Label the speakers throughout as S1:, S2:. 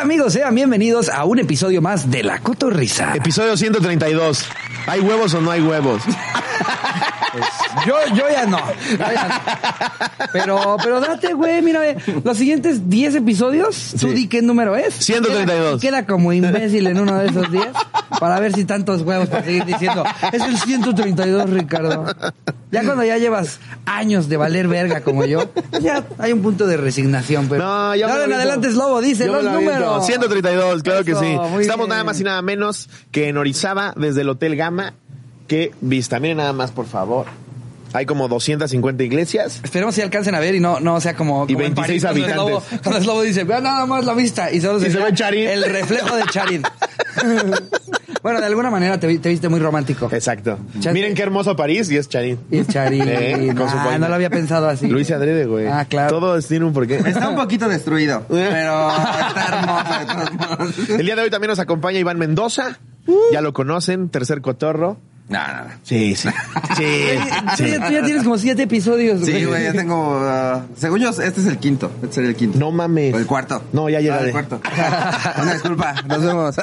S1: amigos, sean bienvenidos a un episodio más de La Cotorrisa.
S2: Episodio 132. ¿Hay huevos o no hay huevos?
S1: Yo, yo ya no. yo ya no. Pero, pero date, güey, mira, ve, los siguientes 10 episodios, tú
S2: Sí.
S1: di qué número es.
S2: 132.
S1: Queda, queda como imbécil en uno de esos 10 para ver si tantos huevos para seguir diciendo. Es el 132, Ricardo. Ya cuando ya llevas años de valer verga como yo, ya hay un punto de resignación, pero.
S2: No,
S1: De
S2: yo me
S1: ahora en
S2: lo aviento.
S1: adelante, Slobo, dice
S2: Yo me
S1: los
S2: lo aviento.
S1: números.
S2: 132, claro que
S1: Eso,
S2: sí.
S1: muy
S2: Estamos
S1: bien.
S2: nada más y nada menos que en Orizaba, desde el Hotel Gama. Qué vista. Miren nada más, por favor. Hay como 250 iglesias.
S1: Esperemos si alcancen a ver y no, no sea como,
S2: Y
S1: como en
S2: 26
S1: cuando el
S2: habitantes.
S1: lobo- cuando el lobo dice, vean nada más la vista y solo
S2: Y se
S1: ve
S2: ve Charín.
S1: el reflejo de Charin. bueno, de alguna manera te, vi- te viste muy romántico.
S2: Exacto.
S1: Chate.
S2: Miren qué hermoso París y es Charín.
S1: Y Charin.
S2: Eh, con su
S1: ah,
S2: boina.
S1: no lo había pensado así.
S2: Luis Adrede, güey.
S1: Ah, claro.
S2: Todo tiene un porqué.
S3: Está un poquito destruido, pero está hermoso de todos modos.
S2: El día de hoy también nos acompaña Iván Mendoza.
S1: Uh.
S2: Ya lo conocen, tercer cotorro.
S3: No, no, no.
S2: Sí, sí. Sí,
S1: Oye, tú ya- Tú ya tienes como siete episodios.
S3: Sí, güey, ya tengo. ah, según yo, este es el quinto. Este sería el quinto.
S2: No mames.
S3: O el cuarto.
S2: No, ya llegaré.
S3: Ah, el cuarto. Una disculpa, nos vemos.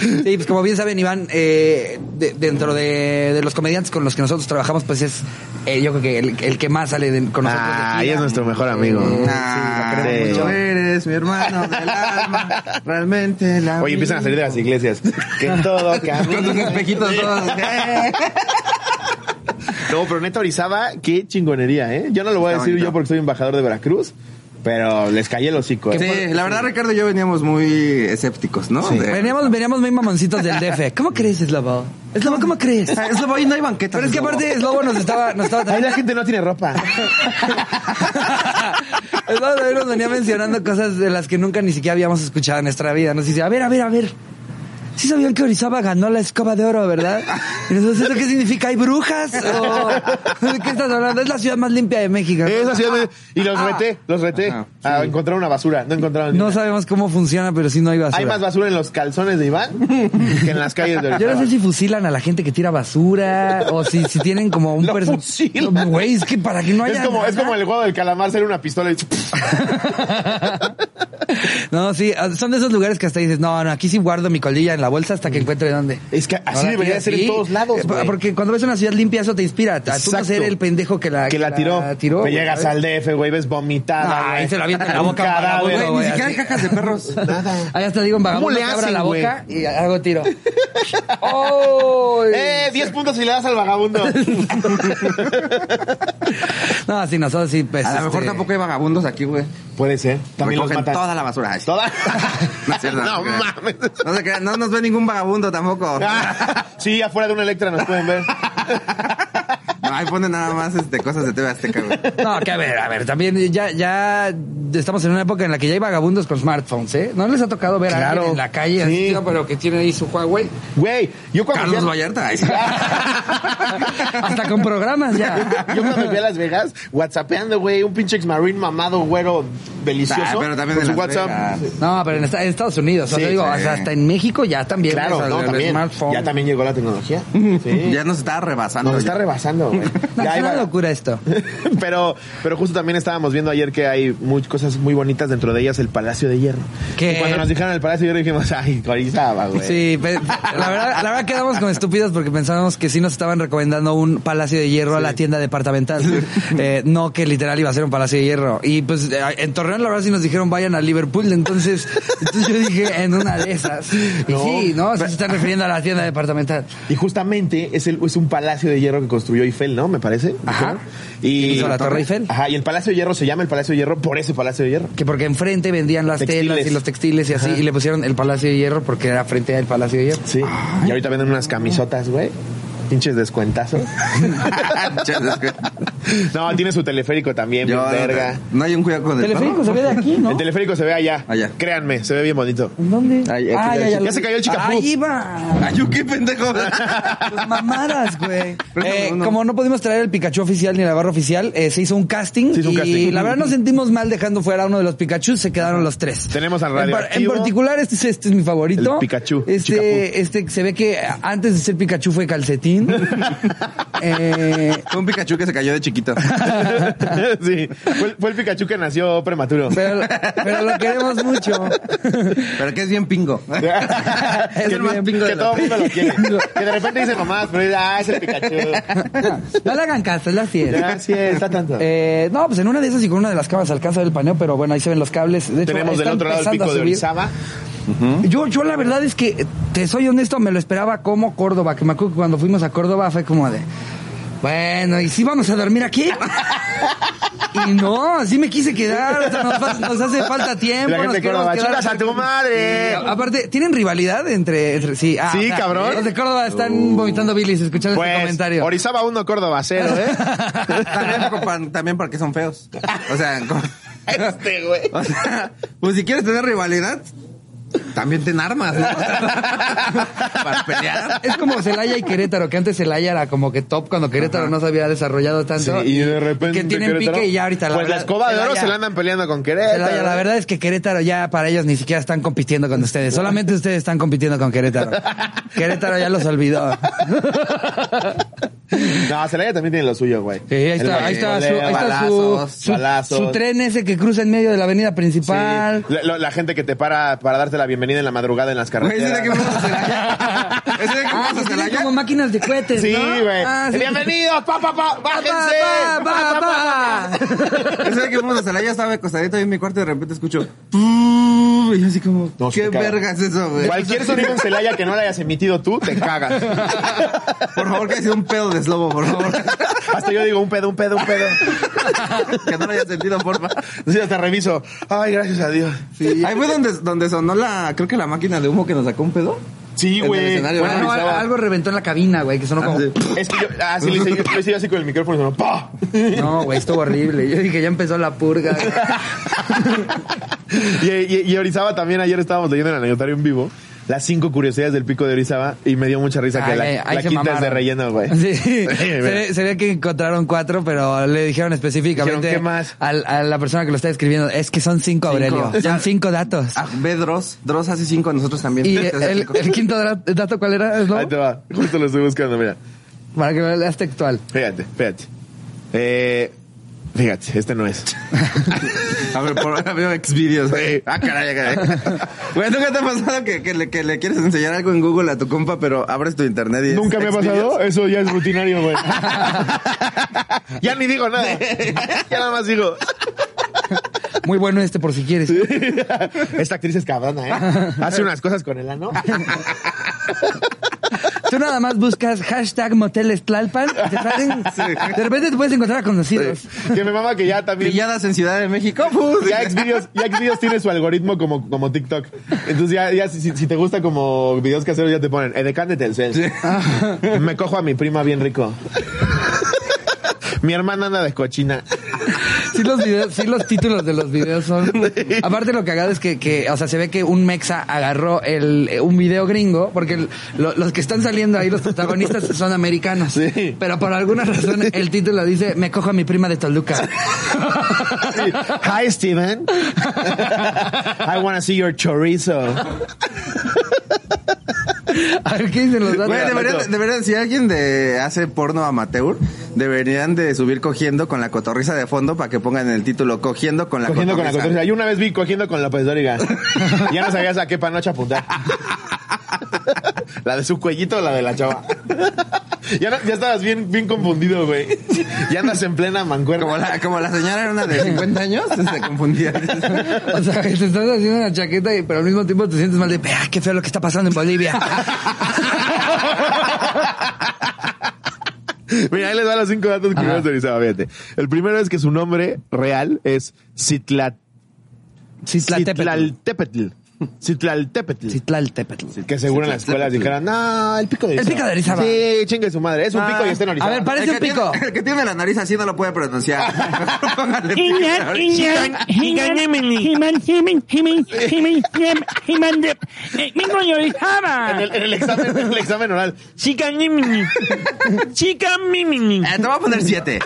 S1: Sí, pues como bien saben, Iván, eh, de- dentro de, de los comediantes con los que nosotros trabajamos, pues es eh, yo creo que el, el que más sale de- con nosotros. de
S2: Ah, y
S1: gira.
S2: es nuestro mejor amigo.
S1: Eh,
S3: Nah,
S1: sí, lo queremos
S2: Sí.
S3: mucho
S1: mucho.
S3: eres mi hermano del alma. Realmente el
S2: Oye,
S3: amigo.
S2: empiezan a salir de las iglesias. Que todo
S3: Con tus
S2: camina.
S3: espejitos todos. Eh.
S2: No, pero neta Orizaba, qué chingonería, ¿eh? Yo no lo voy a
S3: Está
S2: decir
S3: bonito.
S2: yo porque soy embajador de Veracruz, pero les callé el hocico. ¿eh?
S3: Sí, la verdad, Ricardo y yo veníamos muy escépticos, ¿no? De-
S1: Veníamos, veníamos muy mamoncitos del DF. ¿Cómo crees, Slobo? Slobo, ¿cómo crees?
S3: Ah, Es lo voy, no hay banqueta.
S1: Pero es que aparte Slobo nos estaba, nos estaba
S2: Ahí
S1: también.
S2: la gente no tiene ropa.
S1: Slobo también nos venía mencionando cosas de las que nunca ni siquiera habíamos escuchado en nuestra vida. Nos dice, a ver, a ver, a ver. Sí sabían que Orizaba ganó la escoba de oro, ¿verdad? Y nosotros, ¿eso qué significa? ¿Hay brujas? ¿O de qué estás hablando? Es la ciudad más limpia de México.
S2: Esa ciudad me- Y los reté, los reté
S3: Ajá,
S2: a encontrar una basura. No encontraron ni
S1: Ah. No
S2: una.
S1: sabemos cómo funciona, pero sí no hay basura.
S2: Hay más basura en los calzones de Iván que en las calles de
S1: Yo no
S2: Orizaba.
S1: sé si fusilan a la gente que tira basura o si, si tienen como un
S2: Lo
S1: perso-
S2: fusilan.
S1: Güey, es que para que no haya.
S2: es, como, es
S1: nada.
S2: como el juego del calamar ser una pistola y...
S1: No, sí, ah, son de esos lugares que hasta dices, no, no, aquí sí guardo mi colilla en la bolsa hasta que encuentre dónde.
S2: Es que Mm. así
S1: Ahora
S2: debería
S1: aquí,
S2: ser en
S1: sí.
S2: todos lados,
S1: Eh,
S2: güey.
S1: Porque cuando ves una ciudad limpia, eso te inspira. A tú no
S2: Exacto.
S1: ser el pendejo que la,
S2: que la tiró. Te
S1: güey,
S2: llegas
S1: ¿sabes?
S2: al DF, güey, ves vomitada.
S1: Ah, ahí
S2: güey.
S1: se lo avienta en la
S2: Un
S1: boca,
S2: cadáver,
S1: vagabundo,
S3: Ni
S1: güey,
S3: siquiera hay
S1: así.
S3: cajas de perros.
S1: Ahí hasta digo un vagabundo
S2: le
S1: que abra
S2: hacen,
S1: la
S2: güey?
S1: boca y hago tiro. ¡Oh!
S2: Eh, 10 puntos si le das al vagabundo.
S1: No, sí, nosotros sí, pues.
S3: A lo mejor
S1: este,
S3: tampoco hay vagabundos aquí, güey.
S2: Puede ser. También los
S3: Recogen
S2: matan.
S3: toda la basura. Ay,
S2: ¿Toda?
S3: No es cierto,
S2: No
S3: no se crean.
S2: mames.
S3: No se crean, no nos ve ningún vagabundo tampoco.
S2: Ah, sí, afuera de una Electra nos pueden ver.
S3: No, ahí ponen nada más este, cosas de TV Azteca, güey.
S1: No, que a ver, a ver, también ya, ya estamos en una época en la que ya hay vagabundos con smartphones, ¿eh? ¿No les ha tocado ver a
S2: Claro.
S1: alguien en la calle así,
S2: Sí.
S1: tío, pero que tiene ahí su Huawei?
S2: Güey, yo cuando
S3: Carlos
S2: fui
S3: Vallarta. Ahí sí.
S1: Hasta con programas ya.
S2: a, yo cuando fui a Las Vegas, whatsappeando, güey, un pinche exmarine mamado, güero, delicioso.
S3: Ah, pero también
S2: con
S3: de
S2: su
S3: Las
S2: WhatsApp.
S3: Vegas.
S1: No, pero en, esta- en Estados Unidos, o sea,
S2: Sí,
S1: digo,
S3: sí.
S1: hasta, hasta en México ya también. o sea,
S2: Claro, no,
S1: el
S2: también.
S1: smartphone.
S2: Ya también llegó la tecnología. Sí.
S3: Ya nos está rebasando.
S2: Nos está
S3: ya.
S2: rebasando, güey.
S1: No,
S2: Ya
S1: es una
S2: iba-
S1: locura esto.
S2: pero, pero justo también estábamos viendo ayer que hay muchas cosas muy bonitas dentro de ellas el Palacio de Hierro.
S1: ¿Qué?
S2: Y cuando nos dijeron el Palacio de Hierro dijimos, ay, Corizaba, güey.
S1: Sí, pe- la verdad, la verdad quedamos como estúpidos porque pensábamos que sí nos estaban recomendando un palacio de hierro a la tienda departamental. Eh, no que literal iba a ser un palacio de hierro. Y pues eh, en Torreón la verdad sí nos dijeron vayan a Liverpool, entonces, entonces yo dije en una de esas. Y
S2: No.
S1: sí, ¿no? Sí se están refiriendo a la tienda departamental.
S2: Y justamente es, el, es un palacio de hierro que construyó Eiffel, ¿no? Me parece.
S1: Ajá.
S2: Dijeron. Y,
S1: Hizo la Torre Eiffel.
S2: Ajá, y el Palacio de Hierro se llama el Palacio de Hierro por ese Palacio de Hierro.
S1: Que porque enfrente vendían las telas
S2: Textiles.
S1: y los textiles y así, y le pusieron el palacio de hierro porque era frente al palacio de hierro.
S2: Sí. Y ahorita venden unas camisotas, güey. Pinches descuentazos.
S3: Che, es que-
S2: no, tiene su teleférico también,
S3: Yo,
S2: bien verga.
S3: no hay un cuidado con el
S1: Teleférico se ve de aquí, ¿no?
S2: El teleférico se ve allá.
S3: Allá.
S2: Créanme, se ve bien bonito.
S1: ¿En dónde? Ah,
S3: Ay, ya cayó el
S2: chica- ya se cayó el chicafú.
S1: Ahí va.
S3: perro? Ay, qué pendejo.
S1: Pues mamadas, güey.
S3: Pero
S1: Eh,
S3: no, no.
S1: Como no pudimos traer el Pikachu oficial ni la barra oficial, eh, se hizo un casting.
S2: Se hizo un
S1: y
S2: casting.
S1: la verdad nos sentimos mal dejando fuera a uno de los Pikachu, se quedaron los tres.
S2: Tenemos al
S1: En par- En,
S2: radioactivo.
S1: particular, este, es- este es mi favorito.
S2: El Pikachu,
S1: Este,
S2: Chicapú.
S1: este que se ve que antes de ser Pikachu fue calcetín. Martín. Eh,
S3: Fue un Pikachu que se cayó de chiquito.
S2: sí, fue, el- fue el Pikachu que nació prematuro.
S1: pero, pero lo queremos mucho.
S3: Pero que es bien pingo. es
S2: que
S3: el más
S1: bien-
S3: pingo
S2: que
S3: de la
S2: todo el mundo lo quiere. Que de repente dice nomás, pero dice, ah, es el Pikachu.
S1: No le hagan caso, es la fiesta.
S2: Gracias, está tanto.
S1: Eh, no, pues en una de esas y con una de las cámaras alcanza el paneo, pero bueno, ahí se ven los cables. De hecho,
S2: Tenemos del
S1: están
S2: otro lado el
S1: empezando a
S2: pico de
S1: subir.
S2: Orizaba.
S1: Yo, yo la verdad es que, te soy honesto, me lo esperaba como Córdoba, que me acuerdo que cuando fuimos a Córdoba fue como de, bueno, ¿y si vamos a dormir aquí? y no, sí me quise quedar, o sea, nos, fa- nos hace falta tiempo.
S2: La gente
S1: nos
S2: de
S1: queremos
S2: Córdoba,
S1: quedar
S2: "Chingas a
S1: cerca".
S2: tu madre.
S1: Y a- aparte, ¿tienen rivalidad entre, entre- sí? ah,
S2: Sí,
S1: o sea,
S2: cabrón. Uh.
S1: Los de Córdoba están vomitando bilis escuchando este
S2: Pues,
S1: comentario.
S2: Orizaba 1, Córdoba 0, ¿eh?
S3: También, compa- también porque son feos. O sea, como-
S2: Este, güey.
S3: o sea, pues si quieres tener rivalidad, también ten armas, ¿no? Para pelear.
S1: Es como Celaya y Querétaro, que antes Celaya era como que top cuando Querétaro no se había desarrollado tanto.
S2: y de repente.
S1: Que tienen
S2: Querétaro,
S1: pique y ya ahorita la
S2: Pues la
S1: verdad,
S2: escoba de oro
S1: Celaya-
S2: se la andan peleando con Querétaro. ¿eh?
S1: Celaya, la verdad es que Querétaro ya para ellos ni siquiera están compitiendo con ustedes. Solamente ustedes están compitiendo con Querétaro. Querétaro ya los olvidó.
S2: No, Celaya también tiene lo suyo, güey.
S1: Sí, ahí está,
S2: El
S1: ahí está su,
S2: guachicoleo,
S1: ahí está su-
S3: balazos,
S1: su-
S2: balazos.
S1: su tren ese que cruza en medio de la avenida
S2: Sí.
S1: principal.
S2: La, lo- la gente que te para para darte la bienvenida en la madrugada en las
S3: Güey,
S2: carreteras.
S3: ese día que vamos a Celaya. Ese día que
S1: Ah,
S3: vamos
S1: que
S3: a
S1: tienen
S3: Celaya.
S1: como máquinas de cohetes,
S2: Sí,
S1: ¿no?
S2: güey.
S1: Ah, sí.
S2: Bienvenidos, pa, pa, pa,
S1: Pa,
S2: bájense.
S1: pa,
S2: Pa,
S1: pa,
S2: pa, pa.
S1: pa, pa.
S3: Ese día que fuimos a Celaya estaba acostadito ahí en mi cuarto y de repente escucho. "Pum", Y yo así como,
S2: No, sí
S3: ¿qué
S2: te cagas.
S3: verga es eso, güey?
S2: Cualquier sonido en Celaya que no le hayas emitido tú, te cagas.
S3: Por favor, que haya sido un pedo de slobo, por favor.
S2: Hasta yo digo, un pedo, un pedo, un pedo.
S3: que no lo haya sentido, porfa.
S2: Sí, hasta reviso. Ay, gracias a Dios.
S3: Sí. Ahí fue donde, donde sonó la, creo que la máquina de humo que nos sacó un pedo.
S2: Sí,
S3: En el
S2: güey.
S3: escenario,
S2: Bueno,
S1: Bueno, no,
S2: revisaba.
S1: algo reventó en la cabina, güey, que sonó como...
S2: Es que yo, ah, sí, le hice, yo, le hice yo así con el micrófono y sonó, ¡pa!
S1: No, güey, estuvo horrible. Yo dije, ya empezó la purga.
S2: Y, y, y Orizaba también, ayer estábamos leyendo en el anecdotario en vivo las cinco curiosidades del pico de Orizaba y me dio mucha risa que
S1: Ay,
S2: la,
S1: ay,
S2: la
S1: ahí se
S2: quinta es de
S1: mamaron.
S2: relleno, güey.
S1: Sí. se,
S2: mira.
S1: ve, se ve que encontraron cuatro, pero le dijeron específicamente
S2: Dijeron, ¿qué más?
S1: al- a la persona que lo está escribiendo, es que son cinco, Aurelio.
S3: Ya.
S1: Son cinco datos.
S3: Ah, ve Dross. Dross hace cinco, nosotros también.
S1: Y el, el quinto dra- dato, ¿cuál era? Slobo?
S2: Ahí te va, justo lo estoy buscando, mira.
S1: Para que lo leas textual.
S2: Fíjate, fíjate. Eh, fíjate, este no es.
S3: A ver, por ahora veo exvideos.
S2: Sí.
S3: Ah, caray, caray. Güey, ¿nunca te ha pasado que, que le, que le quieres enseñar algo en Google a tu compa, pero abres tu internet y es
S2: Nunca me ha
S3: Xvideos?
S2: pasado, eso ya es rutinario, güey. ya ni digo nada. ya nada más digo.
S1: Muy bueno este por si quieres.
S2: Esta actriz es cabrona, ¿eh? Hace unas cosas con el ano.
S1: Tú nada más buscas hashtag moteles Tlalpan y te salen. De repente te puedes encontrar a conocidos.
S2: Que me mama que ya también.
S3: Pilladas en Ciudad de México. Pum.
S2: Ya Xvideos, ya Xvideos tiene su algoritmo como, como TikTok. Entonces ya, ya si, si- si te gusta como videos caseros ya te ponen Edecán de Telcel. Me cojo a mi prima bien rico. Mi hermana anda de cochina.
S1: Sí los videos, sí los títulos de los videos son. Aparte lo cagado es que, que, o sea, se ve que un mexa agarró el eh, un video gringo porque el- lo- los que están saliendo ahí los protagonistas son americanos.
S2: Sí.
S1: Pero por alguna razón el título dice me cojo a mi prima de Toluca.
S2: Sí. Hi, Steven. I wanna see your chorizo.
S1: A ver qué dicen los datos.
S3: Güey, deberían, deberían- si alguien de hace porno amateur, deberían de subir cogiendo con la cotorriza de fondo para que pongan el título cogiendo con la
S2: Cogiendo con la
S3: cotorriza.
S2: cotorrisa. Yo una vez vi cogiendo con López Dóriga. Ya no sabías a qué panocha apuntar. La de su cuellito o la de la chava. Ya, no- ya estabas bien, bien confundido, güey. Ya andas en plena mancuerna.
S3: Como la, como la señora era una de 50 años, se confundía.
S1: O sea, te estás haciendo una chaqueta y pero al mismo tiempo te sientes mal de, "Ah, qué feo lo que está pasando en Bolivia."
S2: Mira, ahí les da los cinco datos curiosos de Orizaba, fíjate. El primero es que su nombre real es Citlat-
S1: Citlaltépetl.
S2: Citlaltépetl. Citlaltépetl.
S1: Citlaltépetl.
S2: Que seguro en las escuelas dijeran, no, el pico de Orizaba.
S1: pico de Orizaba.
S2: Sí, chingue su madre. Es un
S3: Ah.
S2: pico y está en Orizaba.
S1: A ver,
S3: El
S1: parece
S3: que
S1: un pico.
S3: tiene- el que tiene la nariz así no lo puede pronunciar. Mejor póngale pico.
S2: En el, en el examen, en el examen oral.
S3: Eh, te voy a poner 7.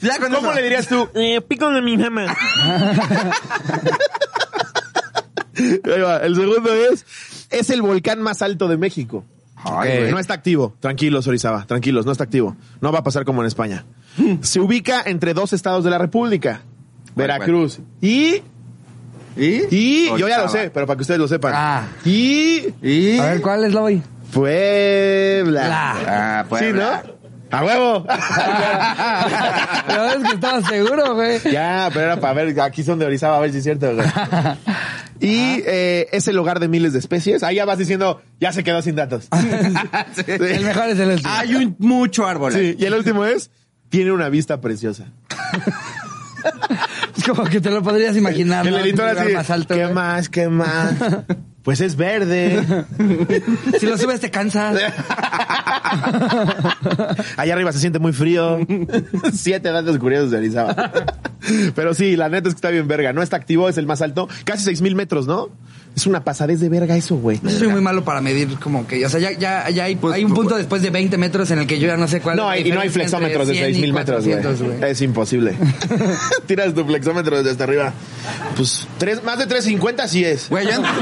S3: ya con
S2: ¿Cómo
S3: eso.
S2: le dirías tú?
S4: pico de mi mamá.
S2: Ahí va. El segundo es, es el volcán más alto de México. Eh,
S3: Ay, güey.
S2: No está activo. Tranquilos, Orizaba. Tranquilos, no está activo. No va a pasar como en España. Se ubica entre dos estados de la República. Veracruz. Y.
S3: ¿Y?
S2: Y. Yo ya
S3: Orizaba.
S2: lo sé, pero para que ustedes lo sepan.
S1: Ah.
S2: Y.
S3: ¿Y?
S1: A ver, ¿cuál es la hoy?
S2: Puebla.
S3: Ah, pues.
S2: Sí, ¿no? ¡A huevo!
S1: La verdad es que estaba seguro, güey.
S2: ya, pero era para ver. Aquí son de Orizaba, a ver si es cierto, güey. Y eh, es el hogar de miles de especies. Ahí ya vas diciendo, ya se quedó sin datos.
S1: El mejor es el último.
S3: ah, Hay un mucho árbol.
S2: Sí, y el último es, tiene una vista preciosa.
S1: Es como que te lo podrías imaginar.
S2: el
S1: Ah, ¿no?
S2: editor
S1: Un lugar
S2: así,
S1: más alto,
S2: ¿qué
S1: güey.
S2: más, qué más? Pues es verde.
S1: Si lo subes te cansas.
S2: Allá arriba se siente muy frío. Siete datos curiosos de Orizaba. Pero sí, la neta es que está bien verga. No está activo, es el más alto. Casi seis mil metros, ¿no? Es una pasadez de verga eso, güey.
S1: Yo soy muy malo para medir como que, o sea, ya, ya, ya hay,
S3: Pues,
S1: hay un
S3: pues,
S1: punto después de 20 metros en el que yo ya no sé cuál
S2: No,
S1: es la
S2: y no hay
S1: diferencia entre
S2: flexómetros de
S1: 100 y
S2: 6000 metros,
S1: 400,
S2: güey. Es imposible. Tiras tu flexómetro desde hasta arriba. Pues tres, más de 350 sí es.
S3: Güey, yo antes,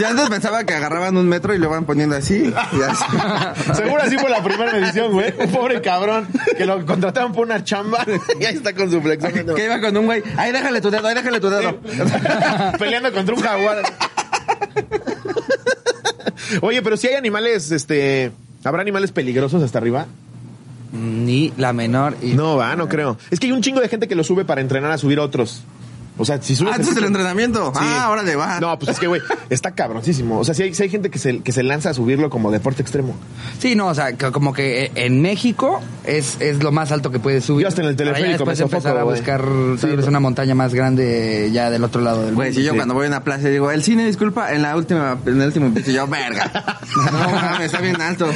S3: yo antes pensaba que agarraban un metro y lo van poniendo así. y así.
S2: Seguro así fue la primera edición, güey. Un pobre cabrón que lo contrataron por una chamba y ahí está con su flexómetro.
S3: Que iba con un güey. Ahí déjale tu dedo, ahí déjale tu dedo.
S2: Peleando contra un jaguar. Oye, pero si hay animales, este. ¿Habrá animales peligrosos hasta arriba?
S1: Ni la menor. Y...
S2: No, va, no creo. Es que hay un chingo de gente que lo sube para entrenar a subir otros. O sea, si subes.
S3: Ah, entonces el entrenamiento.
S2: Sí.
S3: Ah, ahora le va.
S2: No, pues es que, güey, está cabroncísimo. O sea, si hay, sí hay gente que se, que se lanza a subirlo como deporte extremo.
S1: Sí, no, o sea, que como que eh, en México es, es lo más alto que puedes subir.
S2: Yo hasta en el
S1: Para ya
S2: teleférico
S1: después
S2: me sofoco,
S1: empezar a
S2: güey.
S1: buscar
S2: Sí,
S1: tal vez
S2: güey.
S1: una montaña más grande ya del otro lado del
S3: Güey,
S1: mundo.
S3: si yo
S2: Sí.
S3: cuando voy a una plaza digo, el cine, disculpa, en la última, en el último piso, yo, verga. No mames, está bien alto.